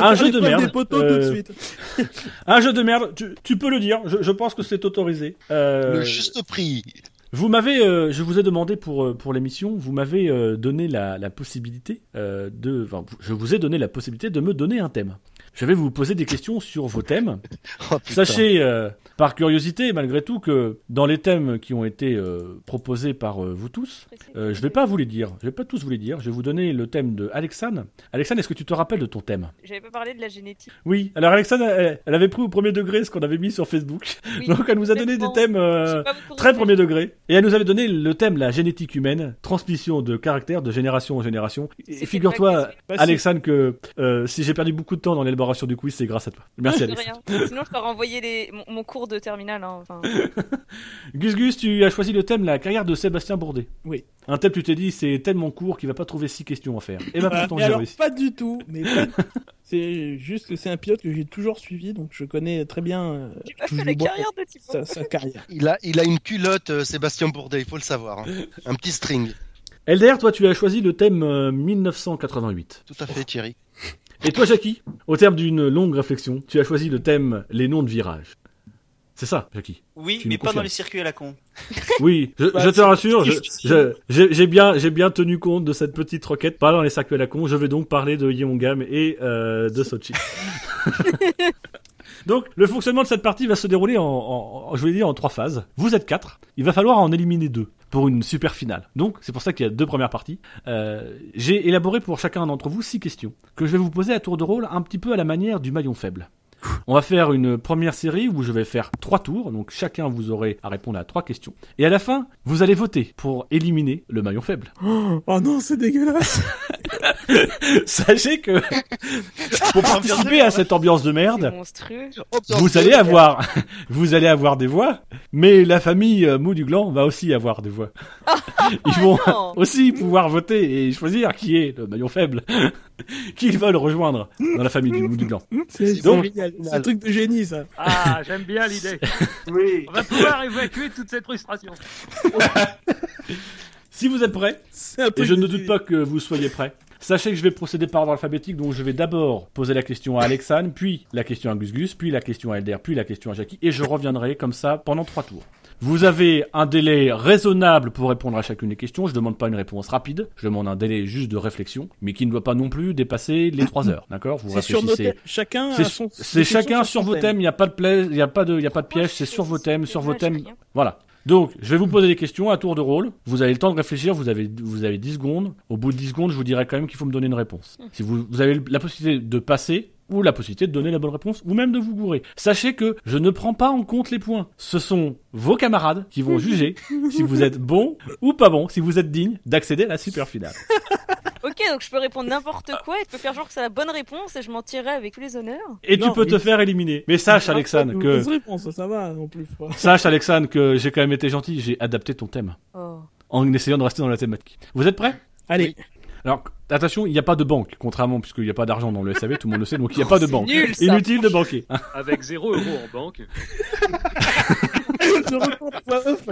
Un jeu de merde.
Des poteaux
Euh,
tout de suite.
un jeu de merde, tu, tu peux le dire, je, je pense que c'est autorisé. Euh,
Le juste prix.
Vous m'avez, euh, je vous ai demandé pour, euh, pour l'émission, vous m'avez euh, donné la, la possibilité euh, de, enfin, vous- je vous ai donné la possibilité de me donner un thème. Je vais vous poser des questions sur vos thèmes.
Oh, putain.
Sachez, euh, par curiosité, malgré tout, que dans les thèmes qui ont été euh, proposés par euh, vous tous, euh, je vais pas vous les dire. Je vais pas tous vous les dire. Je vais vous donner le thème de Alexane. Alexane, est-ce que tu te rappelles de ton thème
J'avais pas parlé de la génétique.
Oui. Alors Alexane, elle, elle avait pris au premier degré ce qu'on avait mis sur Facebook.
Oui,
Donc elle nous a donné des
complètement.
thèmes.
Je
euh,
sais pas vous corriger.
Très premier degré. Et elle nous avait donné le thème, la génétique humaine, transmission de caractère de génération en génération. Et
C'était
figure-toi,
pas
Bah, c'est-
Alexandre, que euh, si j'ai perdu beaucoup de temps dans préparation du quiz, c'est grâce à toi. Merci
De
Alex.
rien. Sinon, je t'aurais envoyé les... mon, mon cours de terminal. hein, enfin.
Gus Gus, tu as choisi le thème la carrière de Sébastien Bourdet.
Oui.
Un thème, tu t'es dit, c'est tellement court qu'il va pas trouver six questions à faire. Et bah
Voilà.
pourtant,
Mais
j'ai
alors,
réussi.
pas du tout. Mais pas du- c'est juste que c'est un pilote que j'ai toujours suivi, donc je connais très bien euh, tout
la
du bois-
carrière de Thibaut.
sa, sa carrière.
Il a, il a une culotte, euh, Sébastien Bourdet, il faut le savoir. hein. Un petit string.
LDR, toi, tu as choisi le thème euh, 1988.
Tout à fait, Thierry.
Et toi, Jackie, au terme d'une longue réflexion, tu as choisi le thème les noms de virages. C'est ça, Jackie.
Oui,
Tu
mais
nous
pas dans
confirmes.
les circuits à la con.
Oui, je,
Bah,
je te
c'est-
rassure, je-
c'est-
je- j'ai j'ai bien, j'ai bien tenu compte de cette petite requête, pas dans les sacs à la con. Je vais donc parler de Yeongam et euh, de Sochi. donc, le fonctionnement de cette partie va se dérouler en, en- en- je vais dire, en trois phases. Vous êtes quatre, il va falloir en éliminer deux pour une super finale. Donc, c'est pour ça qu'il y a deux premières parties. Euh, j'ai élaboré pour chacun d'entre vous six questions que je vais vous poser à tour de rôle, un petit peu à la manière du maillon faible. On va faire une première série où je vais faire trois tours, donc chacun vous aurez à répondre à trois questions. Et à la fin, vous allez voter pour éliminer le maillon faible.
Oh, oh non, c'est dégueulasse.
Sachez que pour participer à cette ambiance de merde,
Monstrueux.
vous allez avoir, vous allez avoir des voix, mais la famille euh, Mou du Gland va aussi avoir des voix. Ils vont
non.
aussi pouvoir voter et choisir qui est le maillon faible, qu'ils veulent rejoindre dans la famille du Mou du Gland.
C'est
Donc-
c'est génial. C'est un truc de génie, ça.
Ah, j'aime bien l'idée.
Oui.
On va pouvoir évacuer toute cette frustration.
Si vous êtes prêts,
C'est un
Et
truc
je ne
de
doute
génie.
pas que vous soyez prêts. Sachez que je vais procéder par ordre alphabétique, donc je vais d'abord poser la question à Alexane, puis la question à Gus Gus, puis la question à Elder, puis la question à Jackie, et je reviendrai comme ça pendant trois tours. Vous avez un délai raisonnable pour répondre à chacune des questions. Je ne demande pas une réponse rapide. Je demande un délai juste de réflexion, mais qui ne doit pas non plus dépasser les trois heures. D'accord Vous
C'est sur nos
réfléchissez.
thèmes. Chacun
C'est
a son.
c'est
ses questions
chacun sur
son
vos
thème.
thèmes. Il n'y a pas de piège. Il n'y a pas de. Il y a pas de piège. C'est sur vos thèmes. Sur vos thèmes. Voilà. Donc, je vais vous poser des questions à tour de rôle. Vous avez le temps de réfléchir, vous avez, vous avez 10 secondes. Au bout de 10 secondes, je vous dirai quand même qu'il faut me donner une réponse.
Mm.
Si vous, vous avez la possibilité de passer ou la possibilité de donner la bonne réponse ou même de vous gourer. Sachez que je ne prends pas en compte les points. Ce sont vos camarades qui
Mm.
vont juger si vous êtes bon ou pas bon, si vous êtes digne d'accéder à la super finale.
Ok, donc je peux répondre n'importe quoi et tu peux faire genre que c'est la bonne réponse et je m'en tirerai avec tous les honneurs.
Et tu
Non,
peux
mais-
te faire éliminer. Mais sache, Alexandre,
Une
que,
fausse réponse, ça va non plus. quoi.
sache, Alexandre, que j'ai quand même été gentil, j'ai adapté ton thème.
Oh.
en essayant de rester dans la thématique. Vous êtes prêts
Allez.
Alors, attention, il n'y a pas de banque, contrairement, puisqu'il n'y a pas d'argent dans le SAV, tout le monde le sait, donc il n'y a pas de banque.
Oh, nul, ça.
Inutile de banquer.
Avec 0 euros en banque.
je reprends la voix off.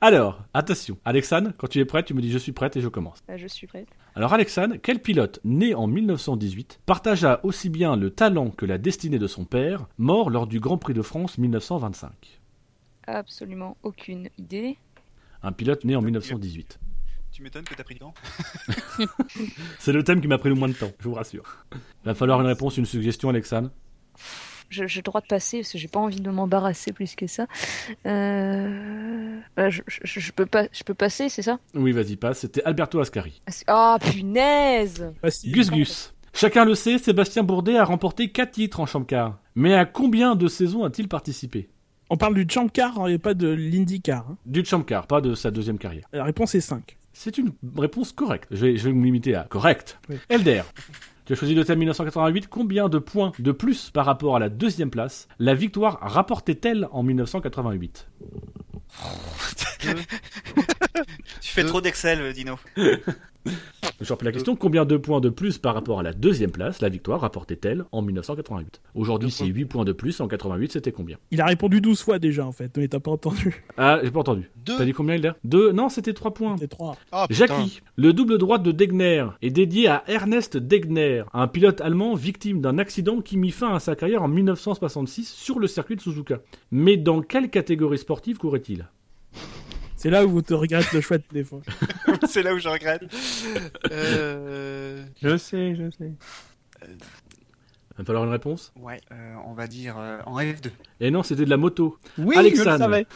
Alors, attention, Alexane, quand tu es prête, tu me dis je suis prête et je commence.
Bah, je suis prête.
Alors, Alexane, quel pilote, né en 1918, partagea aussi bien le talent que la destinée de son père, mort lors du Grand Prix de France 1925
Absolument aucune idée.
Un pilote né en 1918.
Tu m'étonnes que t'as pris le temps.
C'est le thème qui m'a pris le moins de temps, je vous rassure. Il va falloir une réponse, une suggestion, Alexane.
Je- J'ai le droit de passer parce que j'ai pas envie de m'embarrasser plus que ça. Euh... bah, je, je- je peux pas, je peux passer, c'est ça
Oui, vas-y, passe. C'était Alberto Ascari.
Ah punaise
Facile.
Gus Gus. Chacun le sait, Sébastien Bourdet a remporté 4 titres en Champcar. Mais à combien de saisons a-t-il participé
On parle du Champ Car hein, et pas de l'IndyCar. hein.
Du Champcar, pas de sa deuxième carrière.
La réponse est 5.
C'est une réponse correcte. Je vais, je vais me limiter à correcte.
Oui.
Elder, tu as choisi le thème 1988. Combien de points de plus par rapport à la deuxième place la victoire rapportait-elle en 1988
Tu fais
Deux.
trop d'Excel, euh, Dino.
Je repris la question. Combien de points de plus par rapport à la deuxième place la victoire rapportait-elle en 1988 Aujourd'hui,
Deux
c'est 8 points de plus. En 88, c'était combien
Il a répondu 12 fois déjà en fait, mais t'as pas entendu.
Ah, j'ai pas entendu.
Deux.
T'as dit combien, Elder Deux Non, c'était 3 points.
Les 3.
Ah, putain.
Jackie, le double droite de Degner est dédié à Ernest Degner, un pilote allemand victime d'un accident qui mit fin à sa carrière en 1966 sur le circuit de Suzuka. Mais dans quelle catégorie sportive courait-il
C'est là où te regrette le chouette des fois.
C'est là où je regrette.
Euh,
Je sais, je sais.
Il va me falloir une réponse.
Ouais, euh, on va dire euh, en F2.
Et non, c'était de la moto.
Oui,
Alexandre.
je le savais.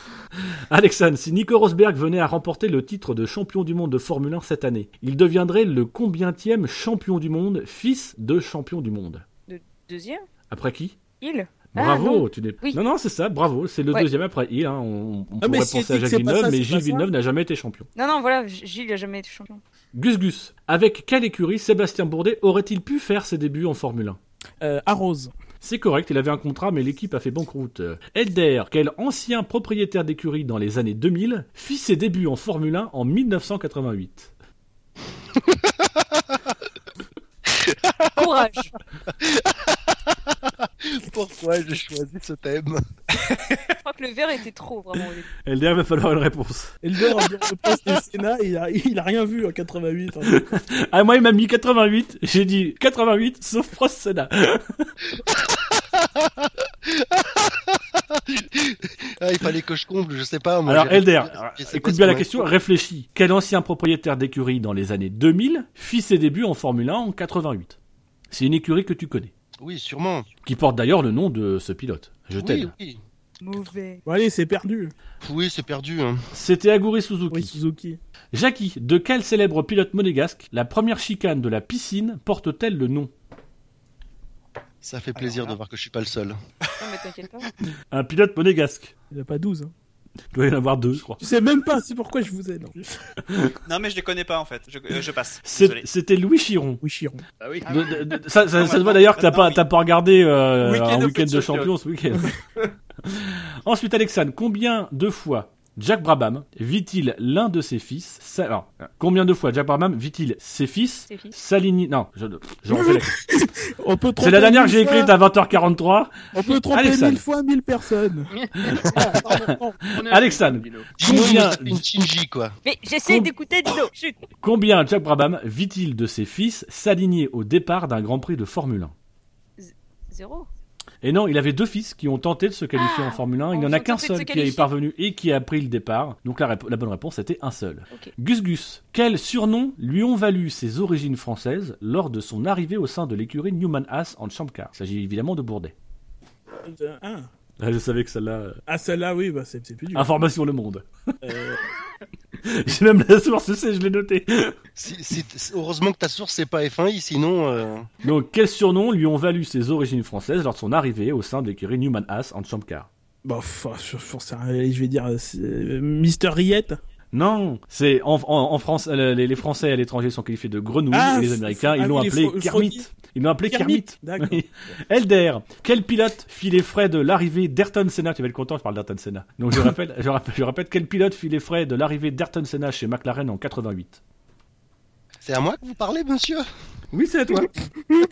Alexandre, si Nico Rosberg venait à remporter le titre de champion du monde de Formule 1 cette année, il deviendrait le combientième champion du monde, fils de champion du monde
Deuxième
Après qui
Il Ah,
Bravo,
non.
tu n'es.
Oui.
Non, non, c'est ça, bravo, c'est le
Ouais.
deuxième après il. hein, On, on
Ah, mais
pourrait
si elle
penser à
dit que
Jacques
c'est pas
Villeneuve,
ça,
mais
c'est
Gilles
pas ça.
Villeneuve n'a jamais été champion.
Non, non, voilà, Gilles a jamais été champion.
Gus Gus, avec quelle écurie Sébastien Bourdet aurait-il pu faire ses débuts en Formule 1
euh, Arrose.
C'est correct, il avait un contrat, mais l'équipe a fait banqueroute. Elder, quel ancien propriétaire d'écurie dans les années 2000, fit ses débuts en Formule 1 en 1988
Courage
Pourquoi j'ai choisi ce thème
Je crois que le verre était trop, vraiment. au début.
Elder, il va falloir une réponse.
Elder, en dehors de poste et Sénat, il a, il a rien vu en 88. hein.
Ah, moi, il m'a mis 88, j'ai dit 88, sauf Prost Senna.
Ah, il fallait que je comble, je sais pas. moi,
Alors,
j'ai-
Elder,
j'ai- j'ai-
écoute bien la question, réfléchis. Quel ancien propriétaire d'écurie dans les années 2000 fit ses débuts en Formule 1 en 88 C'est une écurie que tu connais,
Oui, sûrement.
qui porte d'ailleurs le nom de ce pilote. Je
Oui,
t'aide.
oui.
Mauvais.
Bon, allez, c'est perdu.
Oui, c'est perdu. hein.
C'était Aguri Suzuki.
Oui, Suzuki.
Jackie, de quel célèbre pilote monégasque la première chicane de la piscine porte-t-elle le nom
Ça fait plaisir de voir que je suis pas le seul.
Non, mais t'inquiète pas.
Un pilote monégasque.
Il a pas 12. Hein.
Il doit y en avoir deux, je crois.
Je sais même pas, c'est pourquoi je vous aide. en plus.
Non, mais je les connais pas en fait. Je, euh, je passe. Désolé.
C'est- C'était Louis Chiron.
Oui, Chiron.
Ah
De- de- de- ça, ça, ça
Non,
se voit
maintenant-
d'ailleurs que t'as
maintenant,
pas,
oui.
t'as pas regardé euh,
Week-end
un
of
week-end de champion
Champions.
ce week-end. Ensuite, Alexandre, combien de fois Jack Brabham vit-il l'un de ses fils sa- alors, combien de fois Jack Brabham vit-il ses fils
Ses fils.
Salini Non, je, je refais la-
On peut tromper
C'est la dernière que
mille
j'ai
fois-
écrite hein. à 20h43.
On peut tromper
Alexandre.
mille fois mille personnes. Ah, pardon, pardon.
On est
Alexandre.
Dino.
Dis-moi,
Combien-
mais c'est une Shinji, quoi.
Mais j'essaie
Com-
d'écouter Dino. Chut.
Combien Jack Brabham vit-il de ses fils s'aligner au départ d'un Grand Prix de Formule 1
Zéro.
Et non, il avait deux fils qui ont tenté de se qualifier
Ah,
en Formule 1. Il
ont
n'y en a
tenté
qu'un
de se
seul qui est
qualifier.
parvenu et qui a pris le départ. Donc la, rép- la bonne réponse était un seul.
Ok.
Gus Gus, quel surnom lui ont valu ses origines françaises lors de son arrivée au sein de l'écurie Newman Haas en Champ Car Il s'agit évidemment de Bourdet.
Euh, Ah,
je savais que celle-là. euh,
Ah, celle-là, oui, bah, c'est c'est plus dur.
Information Le Monde.
Euh,
J'ai même la source, je sais, je l'ai noté.
Si- si- heureusement que ta source c'est pas F1i, sinon. euh,
Donc quel surnom lui ont valu ses origines françaises lors de son arrivée au sein de l'écurie Newman Haas en Champ Car
Bon, enfin, je, je, pense à- allez, je vais dire euh, c'est- euh, Mister Riette.
Non, c'est en, en, en France, euh, les, les Français à l'étranger sont qualifiés de grenouilles
Ah,
et les
f-
Américains,
ah
ils
oui,
l'ont
les
appelé
fro-
Kermit.
froggy.
Ils l'ont appelé Kermit.
D'accord.
Oui. Elder, quel pilote fit les frais de l'arrivée d'Ayrton Senna Tu vas être content, je parle d'Ayrton Senna. Donc je rappelle, je rappelle, je répète, quel pilote fit les frais de l'arrivée d'Ayrton Senna chez McLaren en 88
C'est à moi que vous parlez, monsieur
Oui, c'est à toi.
Je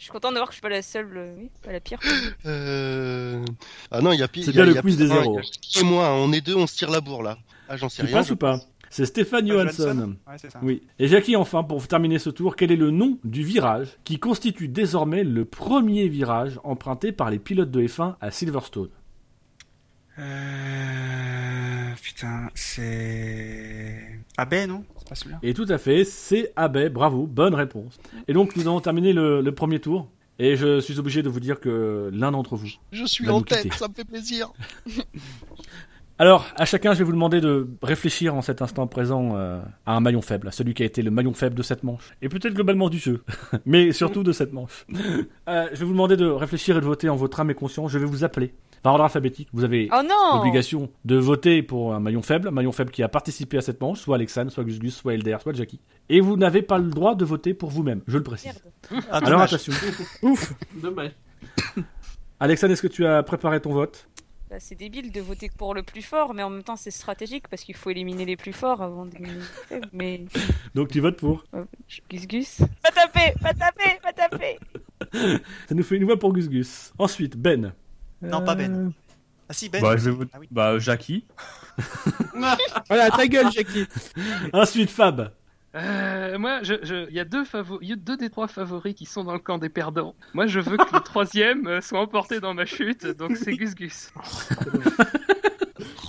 suis contente de voir que je suis pas la seule, euh, oui, pas la pire.
Euh, Ah non, il y a pire.
C'est
il y
bien
a-
le
il y a
quiz des
pire, hein,
zéros.
il y a Qui et moi, hein, on est deux, on se tire la bourre là. Ah, j'en sais
Tu
rien.
passes
je-
ou pas C'est Stéphane Johansson.
Ouais, c'est ça.
Oui. Et Jackie, enfin, pour terminer ce tour, quel est le nom du virage qui constitue désormais le premier virage emprunté par les pilotes de F1 à Silverstone
Euh, Putain, c'est. Ah ben non C'est pas celui-là.
Et tout à fait, c'est Abbé, bravo, bonne réponse. Et donc nous avons terminé le, le premier tour, et je suis obligé de vous dire que l'un d'entre vous.
Je suis
Va nous
en tête,
quitter.
ça me fait plaisir.
Alors, à chacun, je vais vous demander de réfléchir en cet instant présent euh, à un maillon faible, à celui qui a été le maillon faible de cette manche. Et peut-être globalement du jeu, mais surtout de cette manche. Euh, je vais vous demander de réfléchir et de voter en votre âme et conscience, je vais vous appeler. Par ordre alphabétique, vous avez
Oh non
obligation de voter pour un maillon faible, un maillon faible qui a participé à cette manche, soit Alexandre, soit Gus Gus, soit Elder, soit Jackie. Et vous n'avez pas le droit de voter pour vous-même, je le précise.
Merde.
Ah,
Alors
dommage.
attention.
Dommage.
Alexandre, est-ce que tu as préparé ton vote
Bah, c'est débile de voter pour le plus fort, mais en même temps c'est stratégique parce qu'il faut éliminer les plus forts avant d'éliminer les faibles. Mais
Donc tu votes pour.
Gus Gus. Va taper, va taper, va taper.
Ça nous fait une voix pour Gus Gus. Ensuite, Ben.
Non, pas Ben. Ah si, Ben
Bah, je vais voter-
Ah oui.
Bah, Jackie.
Voilà, ta gueule, Jackie.
Ensuite, Fab.
Euh, moi, je- je- il y a deux favo- il y a deux des trois favoris qui sont dans le camp des perdants. Moi, je veux que le troisième euh, soit emporté dans ma chute, donc c'est Gus Gus.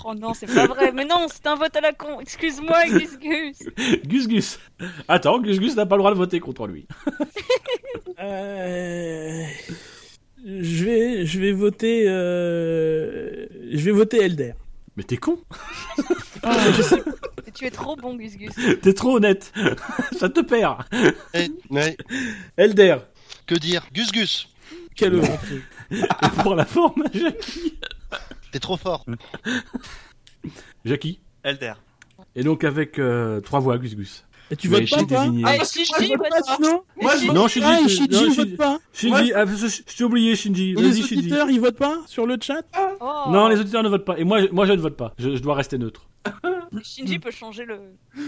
Oh non, c'est pas vrai. Mais non, c'est un vote à la con. Excuse-moi, Gus Gus.
Gus Gus. Attends, Gus Gus n'a pas le droit de voter contre lui.
Euh, Je vais, je vais voter, euh, je vais voter Elder.
Mais t'es con.
Tu es trop bon, Gus Gus.
T'es trop honnête. Ça te perd.
Eh, ouais,
Elder.
Que dire Gus Gus,
Quel
Et pour la forme, Jackie.
t'es trop fort.
Jackie.
Elder.
Et donc avec euh, trois voix, Gus Gus.
Et tu votes pas, toi
désigné.
Ah,
parce que
Shiji,
moi, je vote
vote
pas.
Non
Moi, je vote-
Non, Shinji,
Ah, et
tu-
Shinji,
non,
il
Shinji-
vote pas
Shinji, ah, je je- je t'ai oublié, Shinji.
Et les
Vas-y, Shinji.
auditeurs, ils votent pas sur le chat
Oh.
Non, les auditeurs ne votent pas. Et moi, je- moi je ne vote pas. Je, je dois rester neutre.
Shinji peut changer le.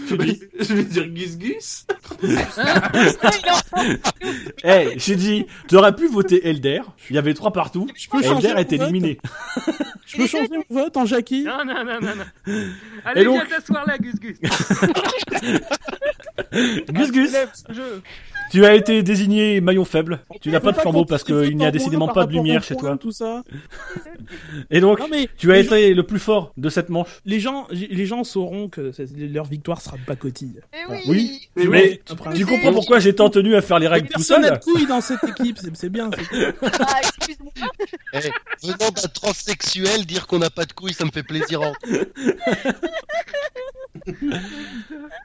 Shinji.
Bah, Je vais dire Gus Gus.
Eh, Shinji, tu aurais pu voter Elder. Il y avait trois partout.
Je peux changer
Elder
mon
est
vote
éliminé.
Je peux changer mon vote en Jackie
Non, non, non, non, non. Allez,
donc-
viens t'asseoir là, Gus Gus.
Gus Gus, tu as été désigné maillon faible. Tu n'as pas de flambeau parce qu'il n'y a décidément pas de lumière chez toi.
Tout ça.
Et donc,
Non mais
tu as
les
été le plus fort de cette manche.
les gens, les gens sauront que c'est- leur victoire sera de pacotille.
Eh oui.
Oui.
Mais
Mais
Un
tu
principe.
comprends pourquoi j'ai tant tenu à faire les règles tout
Personne n'a
seul
de couilles dans cette équipe, c'est c'est bien. c'est-
Ah, excuse-moi.
Oh,
Eh, venant d'un transsexuel, dire qu'on n'a pas de couilles, ça me fait plaisir. hein. en-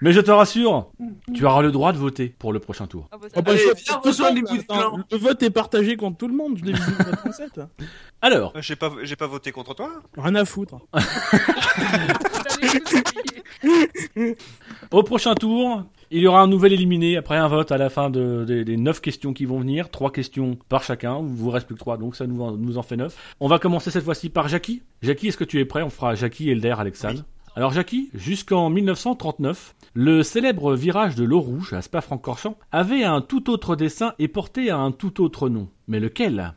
Mais je te rassure,
Mm.
tu auras le droit de voter pour le prochain tour.
Ah, bah, ça
Oh, bah,
va.
Allez,
je-
viens rejoindre les
Attends,
bouts de clan.
Le vote est partagé contre tout le monde. Je l'ai vu en français, toi.
Alors,
Euh, J'ai pas, j'ai pas voté contre toi.
Rien à foutre.
Allez, tous essayer.
au prochain tour, il y aura un nouvel éliminé après un vote à la fin de- des- des 9 questions qui vont venir. 3 questions par chacun. Il vous reste plus que 3, donc ça nous, en- nous en fait 9. On va commencer cette fois-ci par Jackie. Jackie, est-ce que tu es prêt On fera Jackie, Elder, Alexandre. Alors Jackie, jusqu'en 1939, le célèbre virage de l'eau rouge à Spa-Francorchamps avait un tout autre dessin et portait à un tout autre nom. Mais lequel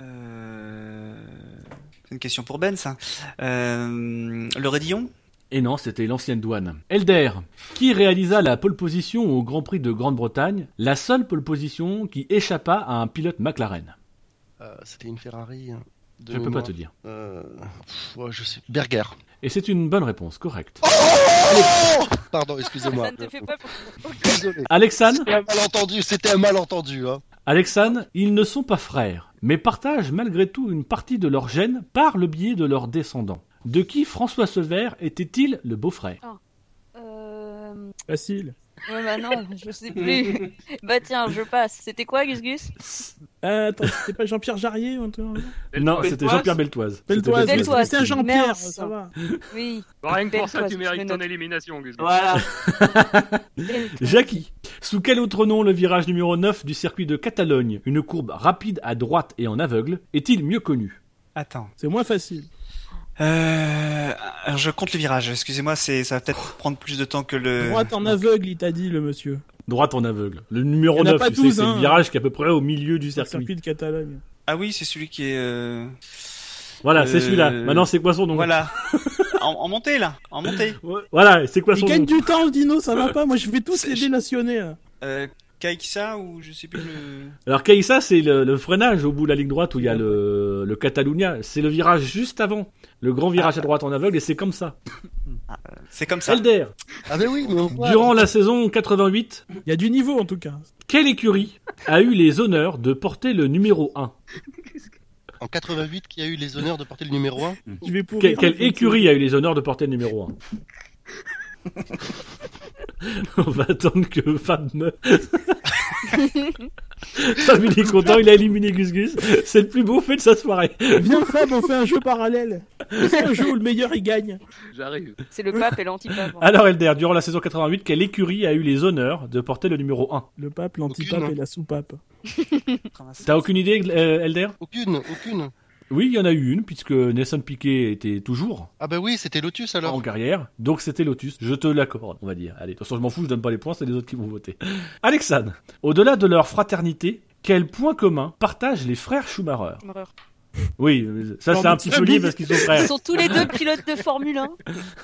Euh... C'est une question pour Ben, ça. Euh... Le Rédillon
Et non, c'était l'ancienne douane. Elder, qui réalisa la pole position au Grand Prix de Grande-Bretagne, la seule pole position qui échappa à un pilote McLaren.
Euh, C'était une Ferrari. hein, de
Je peux pas
mémoire.
te dire.
Euh, pff, ouais, je sais. Berger.
Et c'est une bonne réponse, correcte.
Pardon, excusez-moi.
Ça ne te fait pas.
Désolé.
Alexandre,
C'était un malentendu, c'était un malentendu. Hein.
Alexandre, ils ne sont pas frères, mais partagent malgré tout une partie de leur gène par le biais de leurs descendants. De qui François Sever était-il le beau-frère
Euh...
Facile.
Ouais, bah non, je sais plus. bah tiens, je passe. C'était quoi, Gus Gus
Euh, attends, c'était pas Jean-Pierre Jarrier ou un truc comme ça
Non, c'était Jean-Pierre Beltoise.
Beltoise,
C'était
mais
Beltoise.
c'était un Jean-Pierre,
Merde.
ça va.
Oui.
Rien que pour ça,
Belle
tu
toise, je
mérites ton
note.
élimination, Gus Gus.
Voilà.
Jackie, sous quel autre nom le virage numéro 9 du circuit de Catalogne, une courbe rapide à droite et en aveugle, est-il mieux connu
Attends.
C'est moins facile.
Euh... alors, Je compte le virage. Excusez-moi, c'est... ça va peut-être prendre plus de temps que le.
Droite en aveugle, il t'a dit le monsieur.
Droite en aveugle. Le
Y
numéro
en a
9,
pas
tu sais,
12,
c'est le
hein.
virage qui est à peu près au milieu du
C'est le
circuit.
circuit de Catalogne.
Ah oui, c'est celui qui est. euh,
Voilà, c'est
Euh,
celui-là. Maintenant, c'est quoi son nom
Voilà. en, en montée là, en montée.
Ouais, Voilà, c'est quoi
Il
son nom
gagne du temps, le dino, ça va pas. Moi, je vais tous les
C'est-
dénationner. hein. là.
Euh, Kaiksa ou je sais plus le.
Alors, Kaïsa, c'est le, le freinage au bout de la ligne droite où il y a le, le Catalunya. C'est le virage juste avant. Le grand virage à droite en aveugle, et c'est comme ça.
C'est comme ça.
Elder,
Ah, mais oui, mais on voit.
durant la saison 88,
Il y a du niveau, en tout cas.
quelle écurie a eu les honneurs de porter le numéro 1
En 88, qui a eu les honneurs de porter le numéro 1
Je vais
Que-
pourrir.
Mm. quelle écurie a eu les honneurs de porter le numéro 1 On va attendre que Fab me... Fab il est content, il a éliminé Gus Gus. C'est le plus beau fait de sa soirée.
Viens, Fab, on fait un jeu parallèle. C'est un jeu où le meilleur, il gagne.
J'arrive.
C'est le pape et l'antipape. hein.
Alors Elder, durant la saison 88, quelle écurie a eu les honneurs de porter le numéro 1
Le pape, l'antipape
Aucune.
et la soupape.
T'as aucune idée, euh, Elder
Aucune, aucune.
Oui, il y en a eu une, puisque Nelson Piquet était toujours
Ah bah oui, c'était Lotus alors.
en carrière. Donc c'était Lotus. Je te l'accorde, on va dire. Allez, de toute façon, je m'en fous, je donne pas les points, c'est les autres qui vont voter. Alexandre, au-delà de leur fraternité, quel point commun partagent les frères Schumacher Oui, euh, ça c'est un petit peu lié parce qu'ils sont frères.
Ils sont tous les deux pilotes de Formule 1.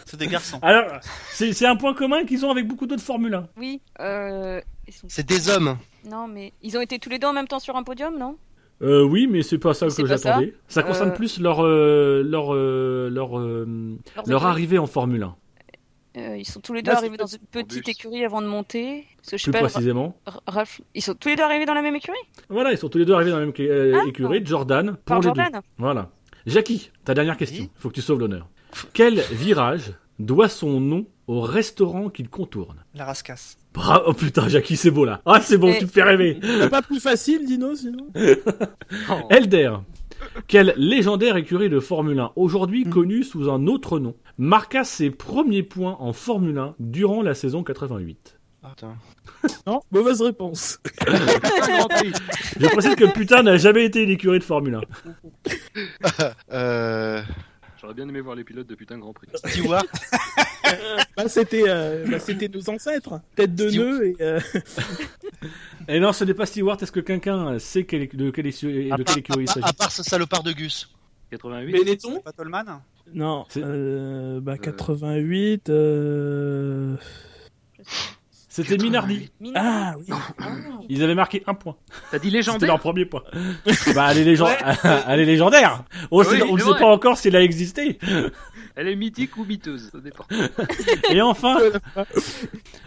C'est des garçons.
Alors, c'est c'est un point commun qu'ils ont avec beaucoup d'autres Formule 1.
Oui. Euh... Ils sont...
C'est des hommes.
Non, mais ils ont été tous les deux en même temps sur un podium, non
Euh, oui, mais c'est pas ça
C'est
que
pas
j'attendais. Ça. concerne
Euh.
plus leur euh, leur euh, leur euh, leur arrivée en Formule 1,
Euh, ils sont tous les deux
Là,
arrivés
c'est
dans une petite
bus.
écurie avant de monter. Parce que je sais
plus
pas,
précisément.
Ra- Ralph- ils sont tous les deux arrivés dans la même écurie
Voilà, ils sont tous les deux arrivés dans la même clé- euh,
Ah.
écurie, Jordan pour
Par
les deux.
Jordan
Voilà. Jackie, ta dernière question. Faut que tu sauves l'honneur. Quel virage doit son nom au restaurant qu'il contourne
La rascasse.
Bravo, oh putain, Jackie, c'est beau là. Ah, c'est bon,
Mais-
tu me fais rêver.
C'est pas plus facile, dino, sinon
Elder, Quel légendaire écurie de Formule 1, aujourd'hui connu sous un autre nom, marqua ses premiers points en Formule 1 durant la saison 88
Ah,
Non, mauvaise réponse.
Ah, Je précise que putain n'a jamais été une écurie de Formule 1.
euh...
J'aurais bien aimé voir les pilotes de putain Grand Prix.
Stewart
bah, c'était, euh, bah, c'était nos ancêtres. Tête de
Stewart.
nœud et. euh,
Et Eh non, ce n'est pas Stewart. Est-ce que quelqu'un sait quel- de quelle écu- de quelle écurie il s'agit
À part ce salopard de Gus.
88
Benetton
Pas Tolman
Non,
C'est-
euh, bah 88. euh,
C'était Minardi.
Ah oui.
Ils avaient marqué un point.
T'as dit
C'était
légendaire
leur premier point. bah, elle est, légen- elle est légendaire. On
Oui,
sait- on ne
c'est
sait
vrai.
pas encore si elle a existé.
Elle est mythique ou miteuse, ça dépend.
Et
Oh.
enfin,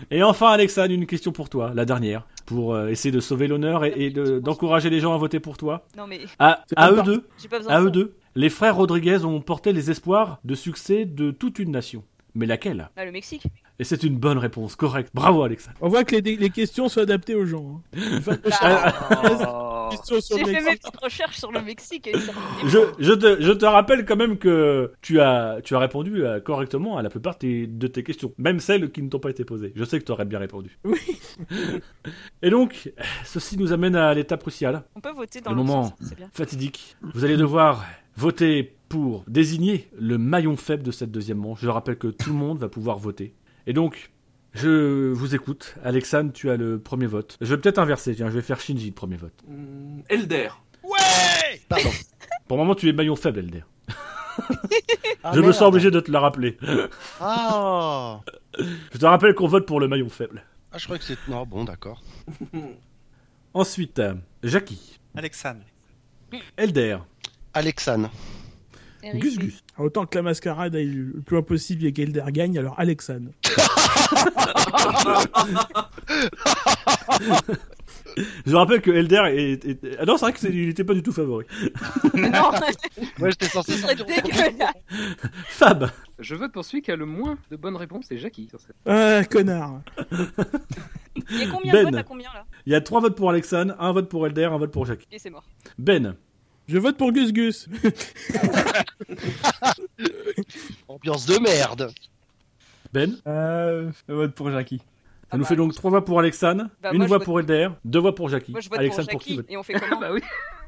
et enfin, Alexane, une question pour toi, la dernière, pour euh, essayer de sauver l'honneur et, et de- d'encourager les gens à voter pour toi.
Non mais
À,
C'est
à
pas
eux
par-
deux,
j'ai pas besoin
à
de
eux
ça.
deux, les frères Rodriguez ont porté les espoirs de succès de toute une nation. Mais laquelle
Ah, le Mexique.
Et c'est une bonne réponse, correcte. Bravo, Alexane.
On voit que les, les questions sont adaptées aux gens. hein. Une fois que je-
Ah,
Oh.
question sur
J'ai
le
fait mes
Mexique.
petites recherches sur le Mexique et ça me
Je, je te, je te rappelle quand même que tu as, tu as répondu euh, correctement à la plupart tes- de tes questions, même celles qui ne t'ont pas été posées. Je sais que tu aurais bien répondu.
Oui.
Et donc, ceci nous amène à l'étape cruciale,
On peut voter dans
Le
l'autre
moment.
sens, c'est bien.
fatidique. Vous allez devoir voter pour désigner le maillon faible de cette deuxième manche. Je rappelle que tout le monde va pouvoir voter. Et donc, je vous écoute. Alexandre, tu as le premier vote. Je vais peut-être inverser, tiens, je vais faire Shinji le premier vote.
Hmm, Elder.
Ouais Pardon.
Pour le moment, tu es maillon faible, Elder.
Ah,
je me
merde.
sens obligé de te le rappeler.
Ah
Je te rappelle qu'on vote pour le maillon faible.
Ah, je crois que c'est. Non, bon, d'accord.
Ensuite, euh, Jackie,
Alexandre.
Elder,
Alexane.
Eric.
Gus Gus.
Ah, Autant que la mascarade aille le plus loin possible et qu'Elder gagne, alors Alexandre.
Je rappelle que Elder est. est- Ah non, c'est vrai qu'il n'était pas du tout favori.
Non,
Ouais, j'étais censé
ce serait
sortir.
dégueulasse.
Fab,
Je vote pour celui qui a le moins de bonnes réponses, c'est Jackie. sur cette-
Ah, connard.
Il y a combien
Ben.
de votes à combien là
il y a trois votes pour Alexandre, un vote pour Elder, un vote pour Jackie.
Et c'est mort.
Ben,
Je vote pour Gus Gus.
Ambiance de merde.
Ben, ça
Euh, je vote pour Jackie.
Ah
nous
bah,
fait donc trois voix pour Alexandre,
Bah,
une
moi, je
voix
vote-
pour Elder, deux voix pour Jackie.
Moi je vote
Alexandre
pour Jackie
qui vote
et on fait comment
Bah oui.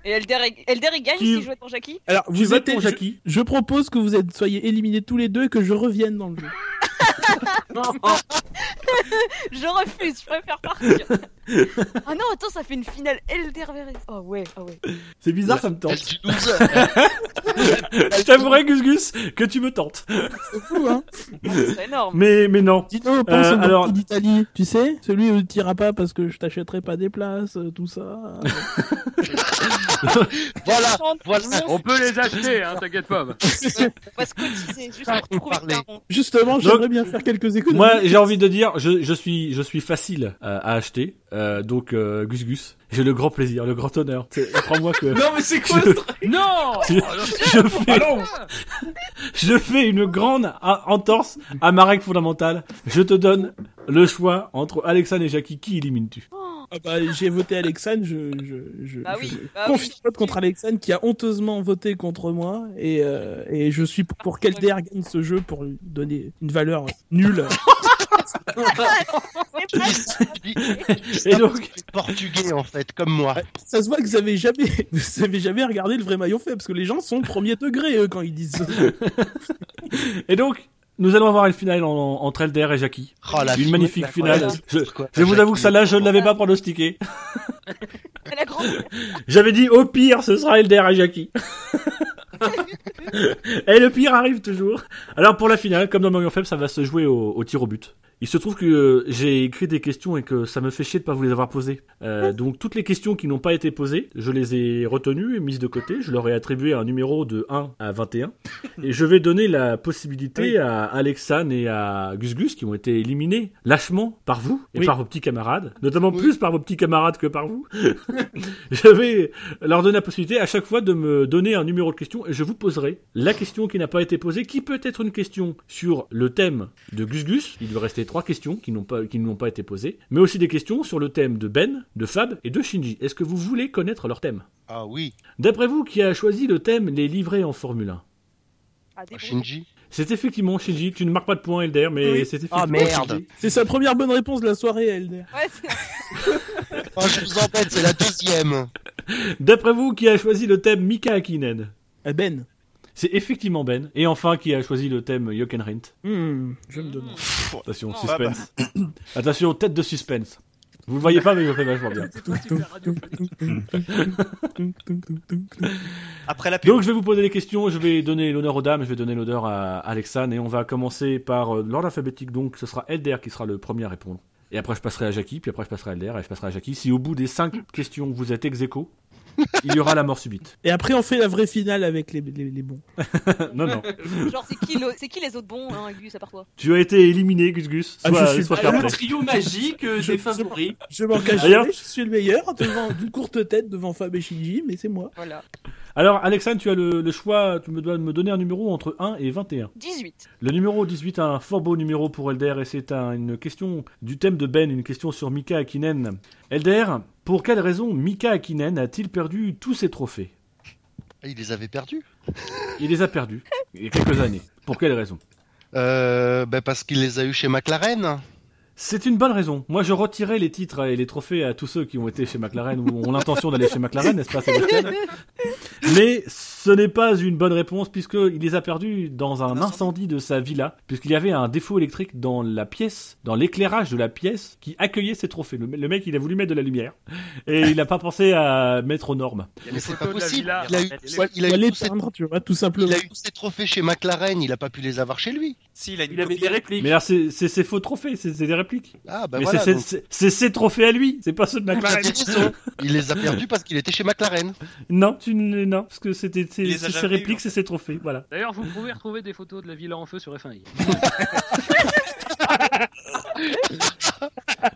Et Elder, Elder il gagne
Qui-
si je vote pour Jackie
Alors,
Tu
vous
votes
êtes.
pour
je-
Jackie.
Je propose que vous êtes, soyez éliminés tous les deux et que je revienne dans le jeu.
Je refuse, je préfère partir. ah non, attends, ça fait une finale Elder Verrez. Oh ouais, oh ouais.
C'est bizarre, ça me
Elle
tente.
du 12 heures.
Bah,
Je t'avouerai, Gus Gus, que tu me tentes.
C'est fou, hein
Ah, C'est énorme.
Mais, mais non.
Dino, pense
Euh,
au
alors-
alors... d'Italie, tu sais Celui où tu t'iras pas parce que je t'achèterai pas des places, euh, tout ça.
Voilà.
Chante,
voilà.
On peut les acheter, hein, t'inquiète pas. bah.
On va se cotiser juste pour trouver le
parler.
daron.
Justement, j'aimerais bien faire quelques économies.
Moi, j'ai envie de dire, je, je suis, je suis facile euh, à acheter. Euh, donc, euh, Gus Gus, j'ai le grand plaisir, le grand honneur. C'est- Crois-moi que.
Non, mais c'est quoi
Je-
ce truc
Non
Je- je fais, je fais une grande a- entorse à ma règle fondamentale. Je te donne le choix entre Alexandre et Jackie. Qui élimines-tu
Ah bah, j'ai voté Alexandre, je, je, je,
Bah
je
oui, bah
confie
oui.
le vote contre Alexandre qui a honteusement voté contre moi et, euh, et je suis pour, pour qu'Elder gagne ce jeu pour lui donner une valeur nulle.
C'est pas ça.
Et donc,
Portugais, en fait, comme moi.
Ça se voit que vous avez jamais, vous avez jamais regardé le vrai maillon fait parce que les gens sont premier degré eux quand ils disent ça.
et donc, nous allons avoir une finale en- entre Elder et Jackie.
Oh, la
Une magnifique finale.
Voilà.
Je,
Quoi,
je vous
Jackie.
avoue que celle-là, je ne l'avais pas pronostiqué.
Elle a grandi.
J'avais dit au pire, ce sera Elder et Jackie. et le pire arrive toujours. Alors pour la finale, comme dans Mario Faible, ça va se jouer au, au tir au but. Il se trouve que euh, j'ai écrit des questions et que ça me fait chier de pas vous les avoir posées. Euh, donc toutes les questions qui n'ont pas été posées, je les ai retenues et mises de côté. Je leur ai attribué un numéro de 1 à 21. Et je vais donner la possibilité à Alexane et à Gus Gus qui ont été éliminés lâchement par vous et
Oui.
par vos petits camarades. Notamment
Oui.
plus par vos petits camarades que par vous. je vais leur donner la possibilité à chaque fois de me donner un numéro de question et je vous poserai la question qui n'a pas été posée, qui peut être une question sur le thème de Gus Gus. Il lui restait trois questions qui n'ont pas, qui ne lui ont pas été posées, mais aussi des questions sur le thème de Ben, de Fab et de Shinji. Est-ce que vous voulez connaître leur thème
Ah oui.
D'après vous, qui a choisi le thème Les livrets en Formule 1
Ah, des
Shinji
C'est effectivement Shinji. Tu ne marques pas de point, Elder, mais
Oui.
c'est effectivement
Ah merde
Shinji.
C'est sa première bonne réponse de la soirée, Elder.
Ouais, c'est-
Oh, Je vous embête, c'est la deuxième
D'après vous, qui a choisi le thème Mika Akinen
Ben.
C'est effectivement Ben. Et enfin, qui a choisi le thème Yokenrint
Hmm, je me demande.
Attention,
Non,
suspense. Attention, tête de suspense. Vous le voyez pas, mais il le fait vachement bien.
Après la pub.
Donc je vais vous poser les questions, je vais donner l'honneur aux dames, je vais donner l'honneur à Alexane et on va commencer par euh, l'ordre alphabétique donc ce sera Elder qui sera le premier à répondre. Et après je passerai à Jackie, puis après je passerai à Elder et je passerai à Jackie. Si au bout des 5 questions vous êtes ex aequo, il y aura la mort subite.
Et après, on fait la vraie finale avec les, les, les bons.
non non.
Genre, c'est qui, le- c'est qui les autres bons, hein, Gus, à part toi
Tu as été éliminé Gus Gus.
Ah,
Soit,
je suis
soit
pas
fair
Le
play.
trio magique euh, des favoris.
Je m'en cache
D'ailleurs-
jamais, je suis le meilleur, devant d'une courte tête devant Fab et Shinji, mais c'est moi.
Voilà.
Alors Alexane, tu as le, le choix, tu me dois me donner un numéro entre 1 et 21.
18.
Le numéro 18 a un fort beau numéro pour Elder et c'est un- une question du thème de Ben, une question sur Mika Akinen. Elder, pour quelle raison Mika Akinen a-t-il perdu tous ses trophées
Ah, Il les avait perdus
Il les a perdus il y a quelques années. Pour quelle raison
euh, ben Parce qu'il les a eus chez McLaren.
C'est une bonne raison. Moi, je retirais les titres et les trophées à tous ceux qui ont été chez McLaren ou ont l'intention d'aller chez McLaren, n'est-ce pas, Sébastien Mais ce n'est pas une bonne réponse puisqu'il les a perdus dans un incendie de sa villa, puisqu'il y avait un défaut électrique dans la pièce, dans l'éclairage de la pièce qui accueillait ses trophées. Le, le mec, il a voulu mettre de la lumière et il n'a pas pensé à mettre aux normes.
Mais c'est pas
photos de la
possible.
villa,
Il a eu,
en fait.
il a- il a
On va
eu
les
tous ses-
peindre, tu vois, tout simplement.
il a eu tous ses trophées chez McLaren, il a pas pu les avoir chez lui.
Si, il a une
Il avait
copie.
des répliques.
Mais alors, c'est c'est ses faux trophées, c'est c'est des répliques.
Ah
Ben
bah
Mais
voilà.
c'est-
donc,
c'est c'est ses trophées à lui, c'est pas ceux de
vous
McLaren.
avez raison. Il les a perdus parce qu'il était chez McLaren.
Non, tu ne non, parce que c'était c'est-
Il les a
c'est ses
jamais
répliques,
eus,
c'est ses trophées, voilà.
D'ailleurs, vous pouvez retrouver des photos de la villa en feu sur F1.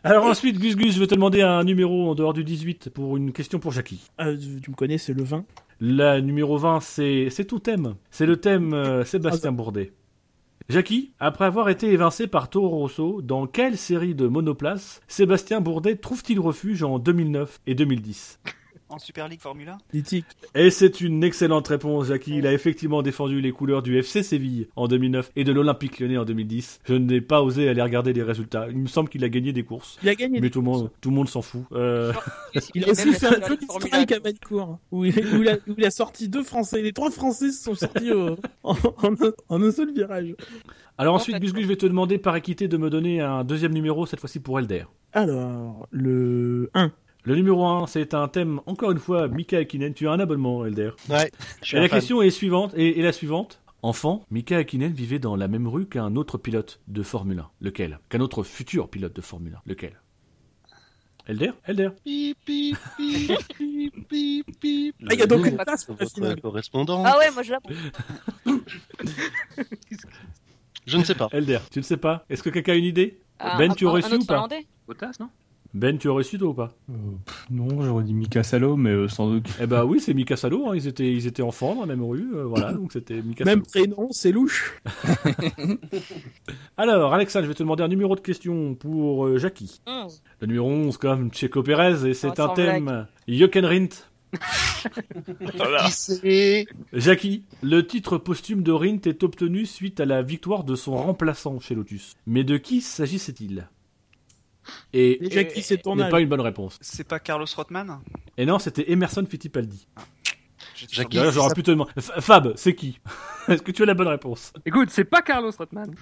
Alors ensuite, Gus Gus, je vais te demander un numéro en dehors du 18 pour une question pour Jackie.
Ah, tu tu me connais, c'est le vin.
La numéro 20, c'est c'est tout thème. C'est le thème euh, Sébastien Bourdet. Jackie, après avoir été évincé par Toro Rosso, dans quelle série de monoplace Sébastien Bourdet trouve-t-il refuge en 2009 et 2010
En Super League Formule 1
Lithique.
Et c'est une excellente réponse, Jackie. Il a effectivement défendu les couleurs du FC Séville en 2009 et de l'Olympique Lyonnais en 2010. Je n'ai pas osé aller regarder les résultats. Il me semble qu'il a gagné des courses.
Il a gagné.
Mais tout le monde, tout le monde s'en fout. Euh,
Il a aussi
Même
fait
la
un
finale de
petit
Formule
strike
1.
à Mancourt, où, il- où il a- où il a sorti deux Français. Les trois Français se sont sortis au- en, en un- en un seul virage.
Alors
En
ensuite,
fait,
Gus Gus, je vais te demander par équité de me donner un deuxième numéro, cette fois-ci pour Elder.
Alors, le 1.
Le numéro 1, c'est un thème, encore une fois, Mika Akinen. Tu as un abonnement, Elder.
Ouais.
Et la question est suivante, et, et la suivante. Enfant, Mika Akinen vivait dans la même rue qu'un autre pilote de Formule 1. Lequel Qu'un autre futur pilote de Formule 1. Lequel Elder Elder
Pip, pip, pip, pip, pip, pip.
Ah, il y a donc
Le
une place pour
nom de
la
votre
finale.
correspondant.
Ah ouais, moi je l'apprends.
Je ne sais pas.
Elder, tu ne sais pas Est-ce que quelqu'un a une idée
Un-
Ben,
un-
tu aurais
Ah, un
su
autre
ou pas
Finlandais
Bottas, non
Ben, tu aurais su toi ou pas
non, j'aurais dit Mika Salo, mais euh, sans doute.
Eh ben oui, c'est Mika Salo, hein, ils, étaient, ils étaient enfants dans la même rue, euh, voilà, donc c'était Mika
Même
Salo.
prénom, c'est louche.
Alors, Alexa, je vais te demander un numéro de question pour euh, Jackie.
11.
Le numéro 11, comme Checo Pérez, et c'est
Ah,
un
sans
thème. Yokenrint.
Qui c'est
Jackie, le titre posthume de Rint est obtenu suite à la victoire de son remplaçant chez Lotus. Mais de qui s'agissait-il Et
Déjà qui c'est ton
n'est
âge.
pas une bonne réponse.
C'est pas Carlos Rothman
Et non, c'était Emerson Fittipaldi.
Jackie.
J'étais sur-
D'ailleurs, j'aurais pu te demander. F- Fab, c'est qui Est-ce que tu as la bonne réponse
Écoute, c'est pas Carlos Rotman.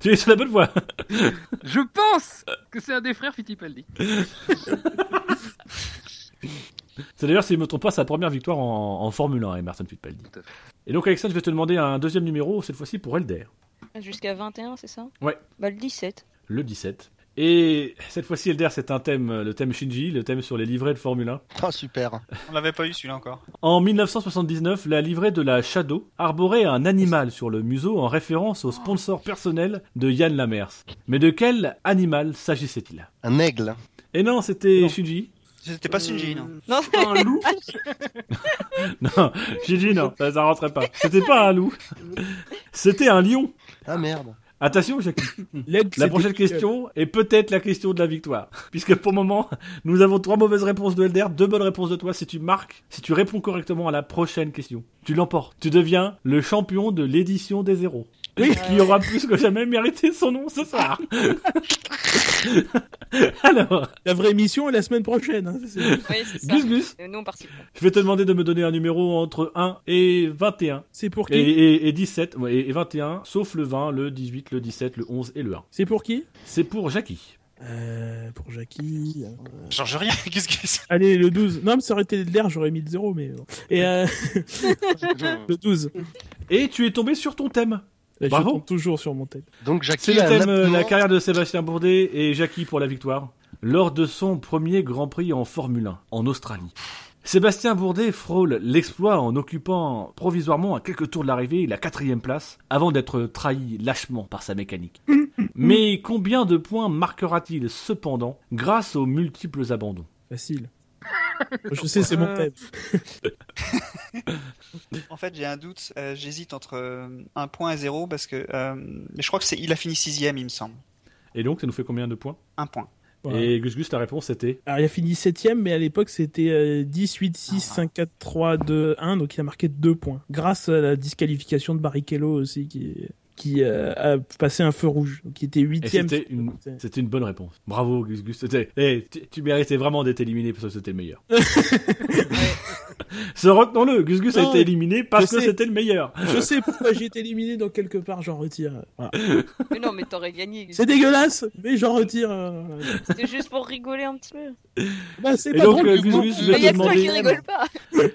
Tu es sur la bonne voie.
Je pense que c'est un des frères Fittipaldi.
C'est d'ailleurs, si je ne me trompe pas, sa première victoire en, en Formule 1, Emerson Fittipaldi.
Tout à fait.
Et donc, Alexandre, je vais te demander un deuxième numéro, cette fois-ci pour Elder.
Jusqu'à 21, c'est ça
Ouais.
Bah le 17.
le 17. Et cette fois-ci, Elder, c'est un thème, le thème Shinji, le thème sur les livrets de Formule 1.
Ah, super.
On l'avait pas eu celui-là encore.
En 1979, la livrée de la Shadow arborait un animal sur le museau en référence au sponsor personnel de Yann Lamers. Mais de quel animal s'agissait-il
Un aigle.
Et non, c'était
Non.
Shinji.
C'était pas Shinji, non
Non,
Pas un loup.
Non, Shinji, non, ça, ça rentrait pas. C'était pas un loup. C'était un lion.
Ah merde.
Attention, Jackie.
L'aide,
La
c'est
prochaine
technique.
question est peut-être la question de la victoire. Puisque pour le moment, nous avons trois mauvaises réponses de Elder, deux bonnes réponses de toi. Si tu marques, si tu réponds correctement à la prochaine question, tu l'emportes. Tu deviens le champion de l'édition des zéros.
Oui.
Qui aura plus que jamais mérité son nom ce soir. Alors.
La vraie mission est la semaine prochaine. hein, ça, c'est juste.
Oui, c'est ça.
Gus Gus,
Euh, Nous, on participe.
je vais te demander de me donner un numéro entre 1 et 21.
C'est pour qui
Et, et- et 17, ouais, et et 21, sauf le 20, le 18, le 17, le 11 et le 1.
C'est pour qui
C'est pour Jackie.
Euh, pour Jackie. euh,
Change rien, qu'est-ce que c'est
Allez, le 12. Non, mais ça aurait été de l'air, j'aurais mis le 0, mais bon. Et euh, le 12.
Et tu es tombé sur ton thème.
Et
Bravo.
Je tombe toujours sur mon tête.
Donc
C'est
Jackie
le
a un
thème euh, la
appelant.
carrière de Sébastien Bourdet et Jackie pour la victoire lors de son premier Grand Prix en Formule 1 en Australie. Sébastien Bourdet frôle l'exploit en occupant provisoirement à quelques tours de l'arrivée la quatrième place avant d'être trahi lâchement par sa mécanique. Mais combien de points marquera-t-il cependant grâce aux multiples abandons
Facile. je sais, c'est mon thème.
En fait, j'ai un doute. euh, J'hésite entre euh, un point et zéro parce que euh, mais je crois que c'est il a fini sixième, il me semble.
Et donc ça nous fait combien de points
Un point.
Voilà.
Et Gus Gus, ta réponse était
Alors, il a fini 7ème, mais à l'époque, c'était euh, 10, 8, 6, 5, 4, 3, 2, 1. Donc, il a marqué 2 points. Grâce à la disqualification de Barrichello aussi, qui, qui euh, a passé un feu rouge. Donc, il était
Et
8ème.
c'était une, c'était une bonne réponse. Bravo Gus Gus. C'était- eh, tu, tu méritais vraiment d'être éliminé parce que c'était le meilleur. Se retenons-le, Gus Gus a
Non,
été éliminé parce
je
que
sais.
c'était le meilleur.
Je sais pourquoi j'ai été éliminé, donc quelque part, j'en retire. Voilà.
Mais non, mais t'aurais gagné. Gus.
C'est dégueulasse, mais j'en retire. euh,
C'était juste pour rigoler un petit peu.
Bah, c'est
Et
pas
donc,
drôle,
euh,
du
Gus
coup.
Gus, je
Mais
vais
y a
te
que toi qui
demander.
rigole pas.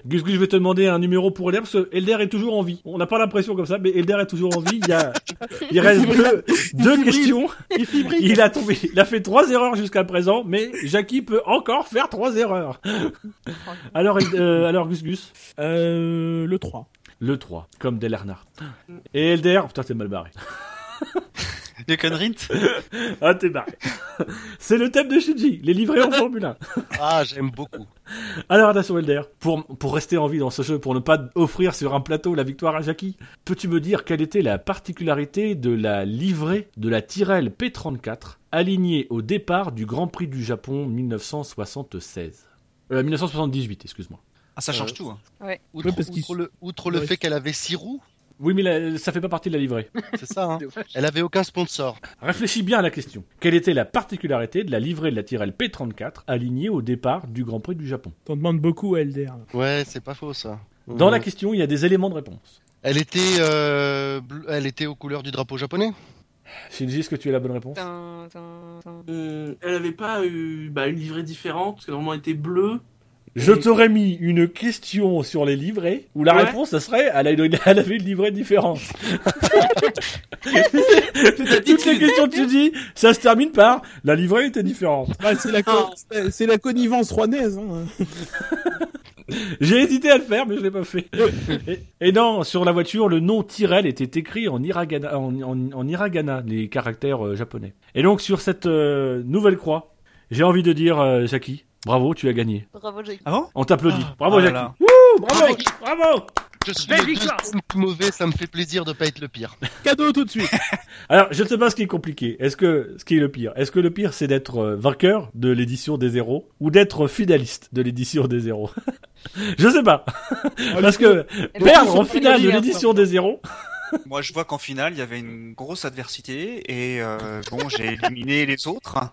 Gus Gus, je vais te demander un numéro pour Elder parce que Elder est toujours en vie. On n'a pas l'impression comme ça, mais Elder est toujours en vie. Il, y a- il reste deux, deux questions.
Il fibrile.
Il a tombé, il a fait trois erreurs jusqu'à présent, mais Jackie peut encore faire trois erreurs. Alors, Eld- euh, alors Gus Gus,
Euh, le 3.
le 3, comme Del Earnhardt. Et Elder, oh, putain, t'es mal barré.
De Conrint
Ah, t'es barré. C'est le thème de Shinji, les livrés en Formule 1.
Ah, j'aime beaucoup.
Alors, attention, Elder, pour, pour rester en vie dans ce jeu, pour ne pas offrir sur un plateau la victoire à Jackie, peux-tu me dire quelle était la particularité de la livrée de la Tyrrell P34 alignée au départ du Grand Prix du Japon 1976 Euh, 1978, excuse-moi.
Ah, ça change tout. hein.
Outre,
Ouais, parce qu'il-
outre le, outre le
Ouais.
fait qu'elle avait six roues,
Oui, mais la- ça fait pas partie de la livrée.
c'est ça. hein. Elle avait aucun sponsor.
Réfléchis bien à la question. Quelle était la particularité de la livrée de la Tyrrell P34 alignée au départ du Grand Prix du Japon
T'en demandes beaucoup à LDR.
Ouais, c'est pas faux ça.
Dans la question, il y a des éléments de réponse.
Elle était, euh, bleu- elle était aux couleurs du drapeau japonais.
Shinji, est-ce que tu as la bonne réponse
Tin, tin, tin.
Euh, elle avait pas eu bah, une livrée différente, parce que normalement elle était bleue.
Je t'aurais mis une question sur les livrets où la
Ouais.
réponse, ça serait elle, a une- elle avait une livrée différente. Toutes les questions que tu dis, ça se termine par la livrée était différente.
Bah, c'est la, con- c'est- c'est la connivence rouennaise. Hein.
J'ai hésité à le faire, mais je l'ai pas fait. Et, et non, sur la voiture, le nom Tyrell était écrit en hiragana, en, en- en hiragana, les caractères euh, japonais. Et donc sur cette euh, nouvelle croix, j'ai envie de dire, euh, Jackie, bravo, tu as gagné.
Bravo, Jake.
Ah bon
On t'applaudit. bravo,
Ah là
Jackie.
là.
Wouh, bravo, bravo.
Je suis
Belle
le
victoire.
deuxième plus mauvais, ça me fait plaisir de pas être le pire.
Cadeau tout de suite.
Alors, je ne sais pas ce qui est compliqué. Est-ce que ce qui est le pire Est-ce que le pire c'est d'être euh, vainqueur de l'édition des zéros ou d'être finaliste de l'édition des zéros Je sais pas.
Ah,
Parce que
Et puis, ils
perdre
sont
en
pas
finale de
réguliers,
l'édition des zéros,
Moi, je vois qu'en finale, il y avait une grosse adversité et euh, bon, j'ai éliminé les autres hein,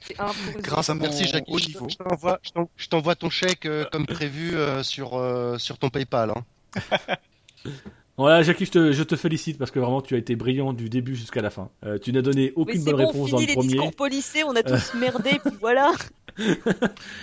C'est imposé.
grâce à mon
Merci Jackie.
haut
Je
niveau.
je t'envoie- je t'en- Je t'envoie ton chèque euh, comme prévu euh, sur, euh, sur ton PayPal. hein.
voilà, Jackie, je te, je te félicite parce que vraiment tu as été brillant du début jusqu'à la fin. Euh, tu n'as donné
Mais
aucune
c'est
bonne
bon,
réponse dans
fini
le
les
premier. Euh.
discours policés, on a tous merdé, puis voilà.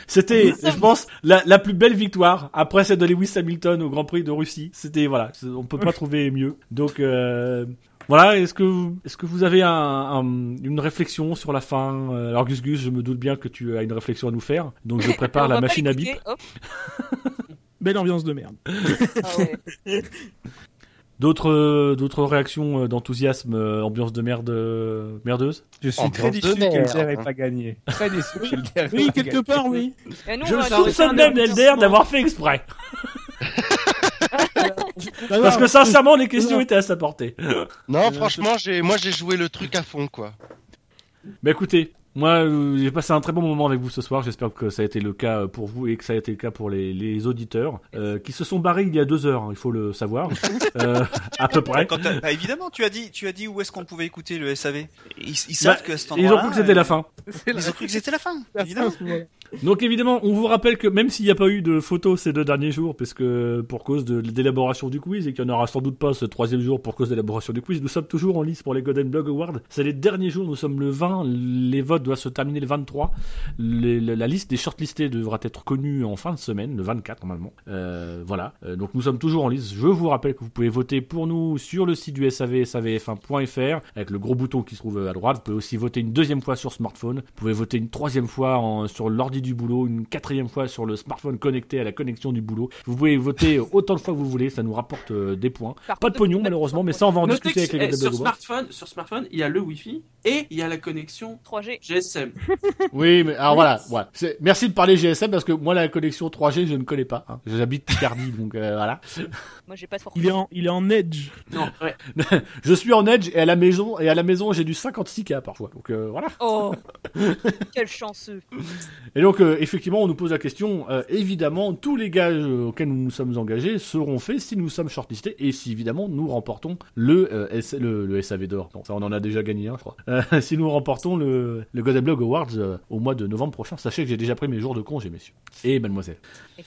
C'était, je pense, la, la plus belle victoire après celle de Lewis Hamilton au Grand Prix de Russie. C'était voilà, c'est- on peut pas trouver mieux. Donc euh, voilà, est-ce que vous- est-ce que vous avez un- un- une réflexion sur la fin Euh, Alors Gus Gus, je me doute bien que tu as une réflexion à nous faire, donc je prépare
On va
la
pas
machine à bip.
l'écouter, hop.
Belle ambiance de merde.
Ah ouais.
D'autres euh, d'autres réactions euh, d'enthousiasme, euh, ambiance de merde euh, merdeuse.
Je suis
En
très
blanc de
déçu qu'Elder
merde,
n'ait
hein.
pas gagné. Très déçu qu'Elder ait
Oui,
pas
quelque
gagné.
part, oui.
Et nous,
je
on
me
va arrêter
soupçonne
un
même LDR d'avoir fait exprès. Parce que sincèrement, les questions étaient à sa portée.
Non, franchement, j'ai, moi j'ai joué le truc à fond, quoi.
Bah écoutez, moi euh, j'ai passé un très bon moment avec vous ce soir. J'espère que ça a été le cas euh, pour vous et que ça a été le cas pour les, les auditeurs euh, qui se sont barrés il y a deux heures. hein, il faut le savoir, Euh, à peu près.
Quand t'as- bah, évidemment, tu as dit, tu as dit où est-ce qu'on pouvait écouter le SAV. Ils, ils savent
Bah,
que à
ils
cet
ont
endroit-là,
cru que c'était
euh,
la fin.
Ils ont cru que c'était la fin. Évidemment.
Donc évidemment, on vous rappelle que même s'il n'y a pas eu de photos ces deux derniers jours, parce que pour cause de d'élaboration du quiz et qu'il n'y en aura sans doute pas ce troisième jour pour cause d'élaboration du quiz, nous sommes toujours en lice pour les Golden Blog Awards. C'est les derniers jours, nous sommes le 20, les votes doivent se terminer le 23. Les- la, la liste des shortlistés devra être connue en fin de semaine, le 24 normalement. Euh, voilà. Euh, donc nous sommes toujours en lice. Je vous rappelle que vous pouvez voter pour nous sur le site du SAV, savf1.fr, avec le gros bouton qui se trouve à droite. Vous pouvez aussi voter une deuxième fois sur smartphone. Vous pouvez voter une troisième fois en- sur l'ordi du boulot, une quatrième fois sur le smartphone connecté à la connexion du boulot. Vous pouvez voter autant de fois que vous voulez, ça nous rapporte euh, des points. Pas de pognon malheureusement, mais ça on va en
Notez
discuter
que
avec les Golden
eh, sur
Blog Awards.
smartphone, sur smartphone, il y a le Wi-Fi et il y a la connexion
3G.
GSM.
Oui, mais alors voilà, voilà. C'est- Eh, Merci de parler GSM parce que moi la connexion 3G je ne connais pas. hein. J'habite Picardie donc euh, voilà.
Moi, j'ai pas de forfait.
Il est en, il est en Edge.
Non, ouais.
je suis en Edge et à la maison et à la maison j'ai du 56K parfois. Donc euh, voilà.
Oh, quel chanceux.
Et donc, euh, effectivement, on nous pose la question. euh, évidemment, tous les gages euh, auxquels nous nous sommes engagés seront faits si nous sommes shortlistés et si, évidemment, nous remportons le, euh, S- le, le SAV d'or. Non, ça, on en a déjà gagné un, je crois. Euh, si nous remportons le, le Golden Blog Awards euh, au mois de novembre prochain, sachez que j'ai déjà pris mes jours de congé, messieurs et mademoiselle.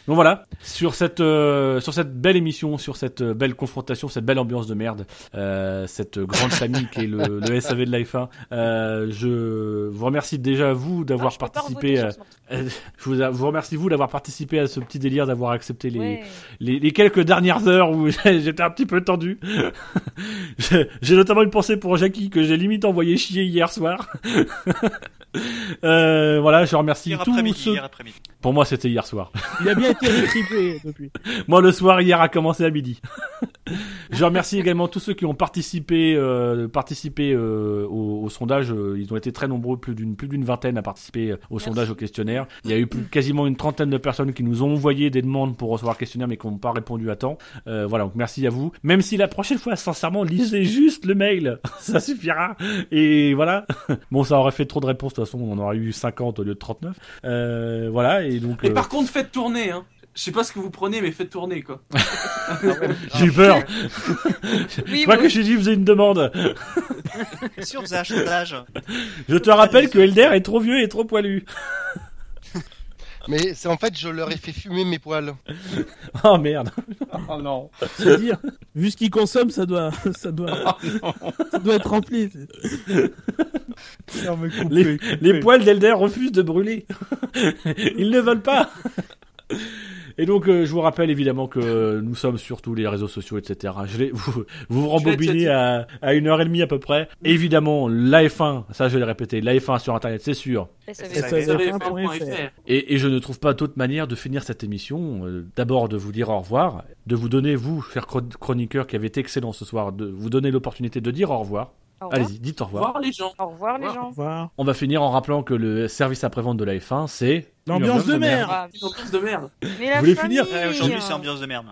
Donc voilà, sur cette, euh, sur cette belle émission, sur cette euh, belle confrontation, cette belle ambiance de merde, euh, cette grande famille qui est le, le SAV de l'IFA, euh, je vous remercie déjà, vous, d'avoir participé. euh, euh, je vous, vous remercie vous d'avoir participé à ce petit délire, d'avoir accepté les,
Ouais.
les, les quelques dernières heures où j'étais un petit peu tendu. J'ai j'ai notamment une pensée pour Jackie que j'ai limite envoyé chier hier soir. Euh, voilà, je remercie
Hier
tous
après-midi,
ceux.
hier après-midi.
Pour moi, c'était hier soir.
Il a bien été rétribué depuis.
Moi, le soir, hier a commencé à midi. Je remercie également tous ceux qui ont participé, euh, participé euh, au, au sondage. Euh, Ils ont été très nombreux, plus d'une plus d'une vingtaine à participer euh, au sondage, au questionnaire. Il y a eu plus, quasiment une trentaine de personnes qui nous ont envoyé des demandes pour recevoir le questionnaire, mais qui n'ont pas répondu à temps. Euh, voilà, donc merci à vous. Même si la prochaine fois, sincèrement, lisez juste le mail, ça suffira. Et voilà. Bon, ça aurait fait trop de réponses. De toute façon, on en aurait eu 50 au lieu de 39. Euh, voilà, et donc.
Et
euh,
par contre, faites tourner. Hein. Je sais pas ce que vous prenez, mais faites tourner quoi.
Ah
J'ai eu peur.
Oui,
je crois
oui.
que Gigi faisait une demande.
Sur faisait un sondage.
Je te rappelle que Elder est trop vieux et trop poilu.
Mais c'est en fait, je leur ai fait fumer mes poils.
Oh merde.
Oh non.
C'est dire, vu ce qu'ils consomment, ça doit, ça doit,
Ah,
ça doit être rempli.
les, les poils d'Elder refusent de brûler. Ils ne veulent pas. Et donc, euh, je vous rappelle évidemment que euh, nous sommes sur tous les réseaux sociaux, etc. Je l'ai- vous, vous vous rembobinez à, à une heure et demie à peu près. Évidemment, l'AF1, ça je vais le répéter, l'AF1 sur Internet, c'est sûr.
SAVF1.fr.
Et, et je ne trouve pas d'autre manière de finir cette émission. euh, D'abord de vous dire au revoir, de vous donner, vous, cher chron- chroniqueur qui avez été excellent ce soir, de vous donner l'opportunité de dire au revoir.
Au revoir.
Allez-y, dites au revoir.
les gens.
Au revoir, les gens.
On va finir en rappelant que le service après-vente de la F1, c'est...
L'ambiance de merde.
Une ambiance de merde.
Mais la
Vous voulez finir
famille.
Ouais, Aujourd'hui, c'est ambiance de merde.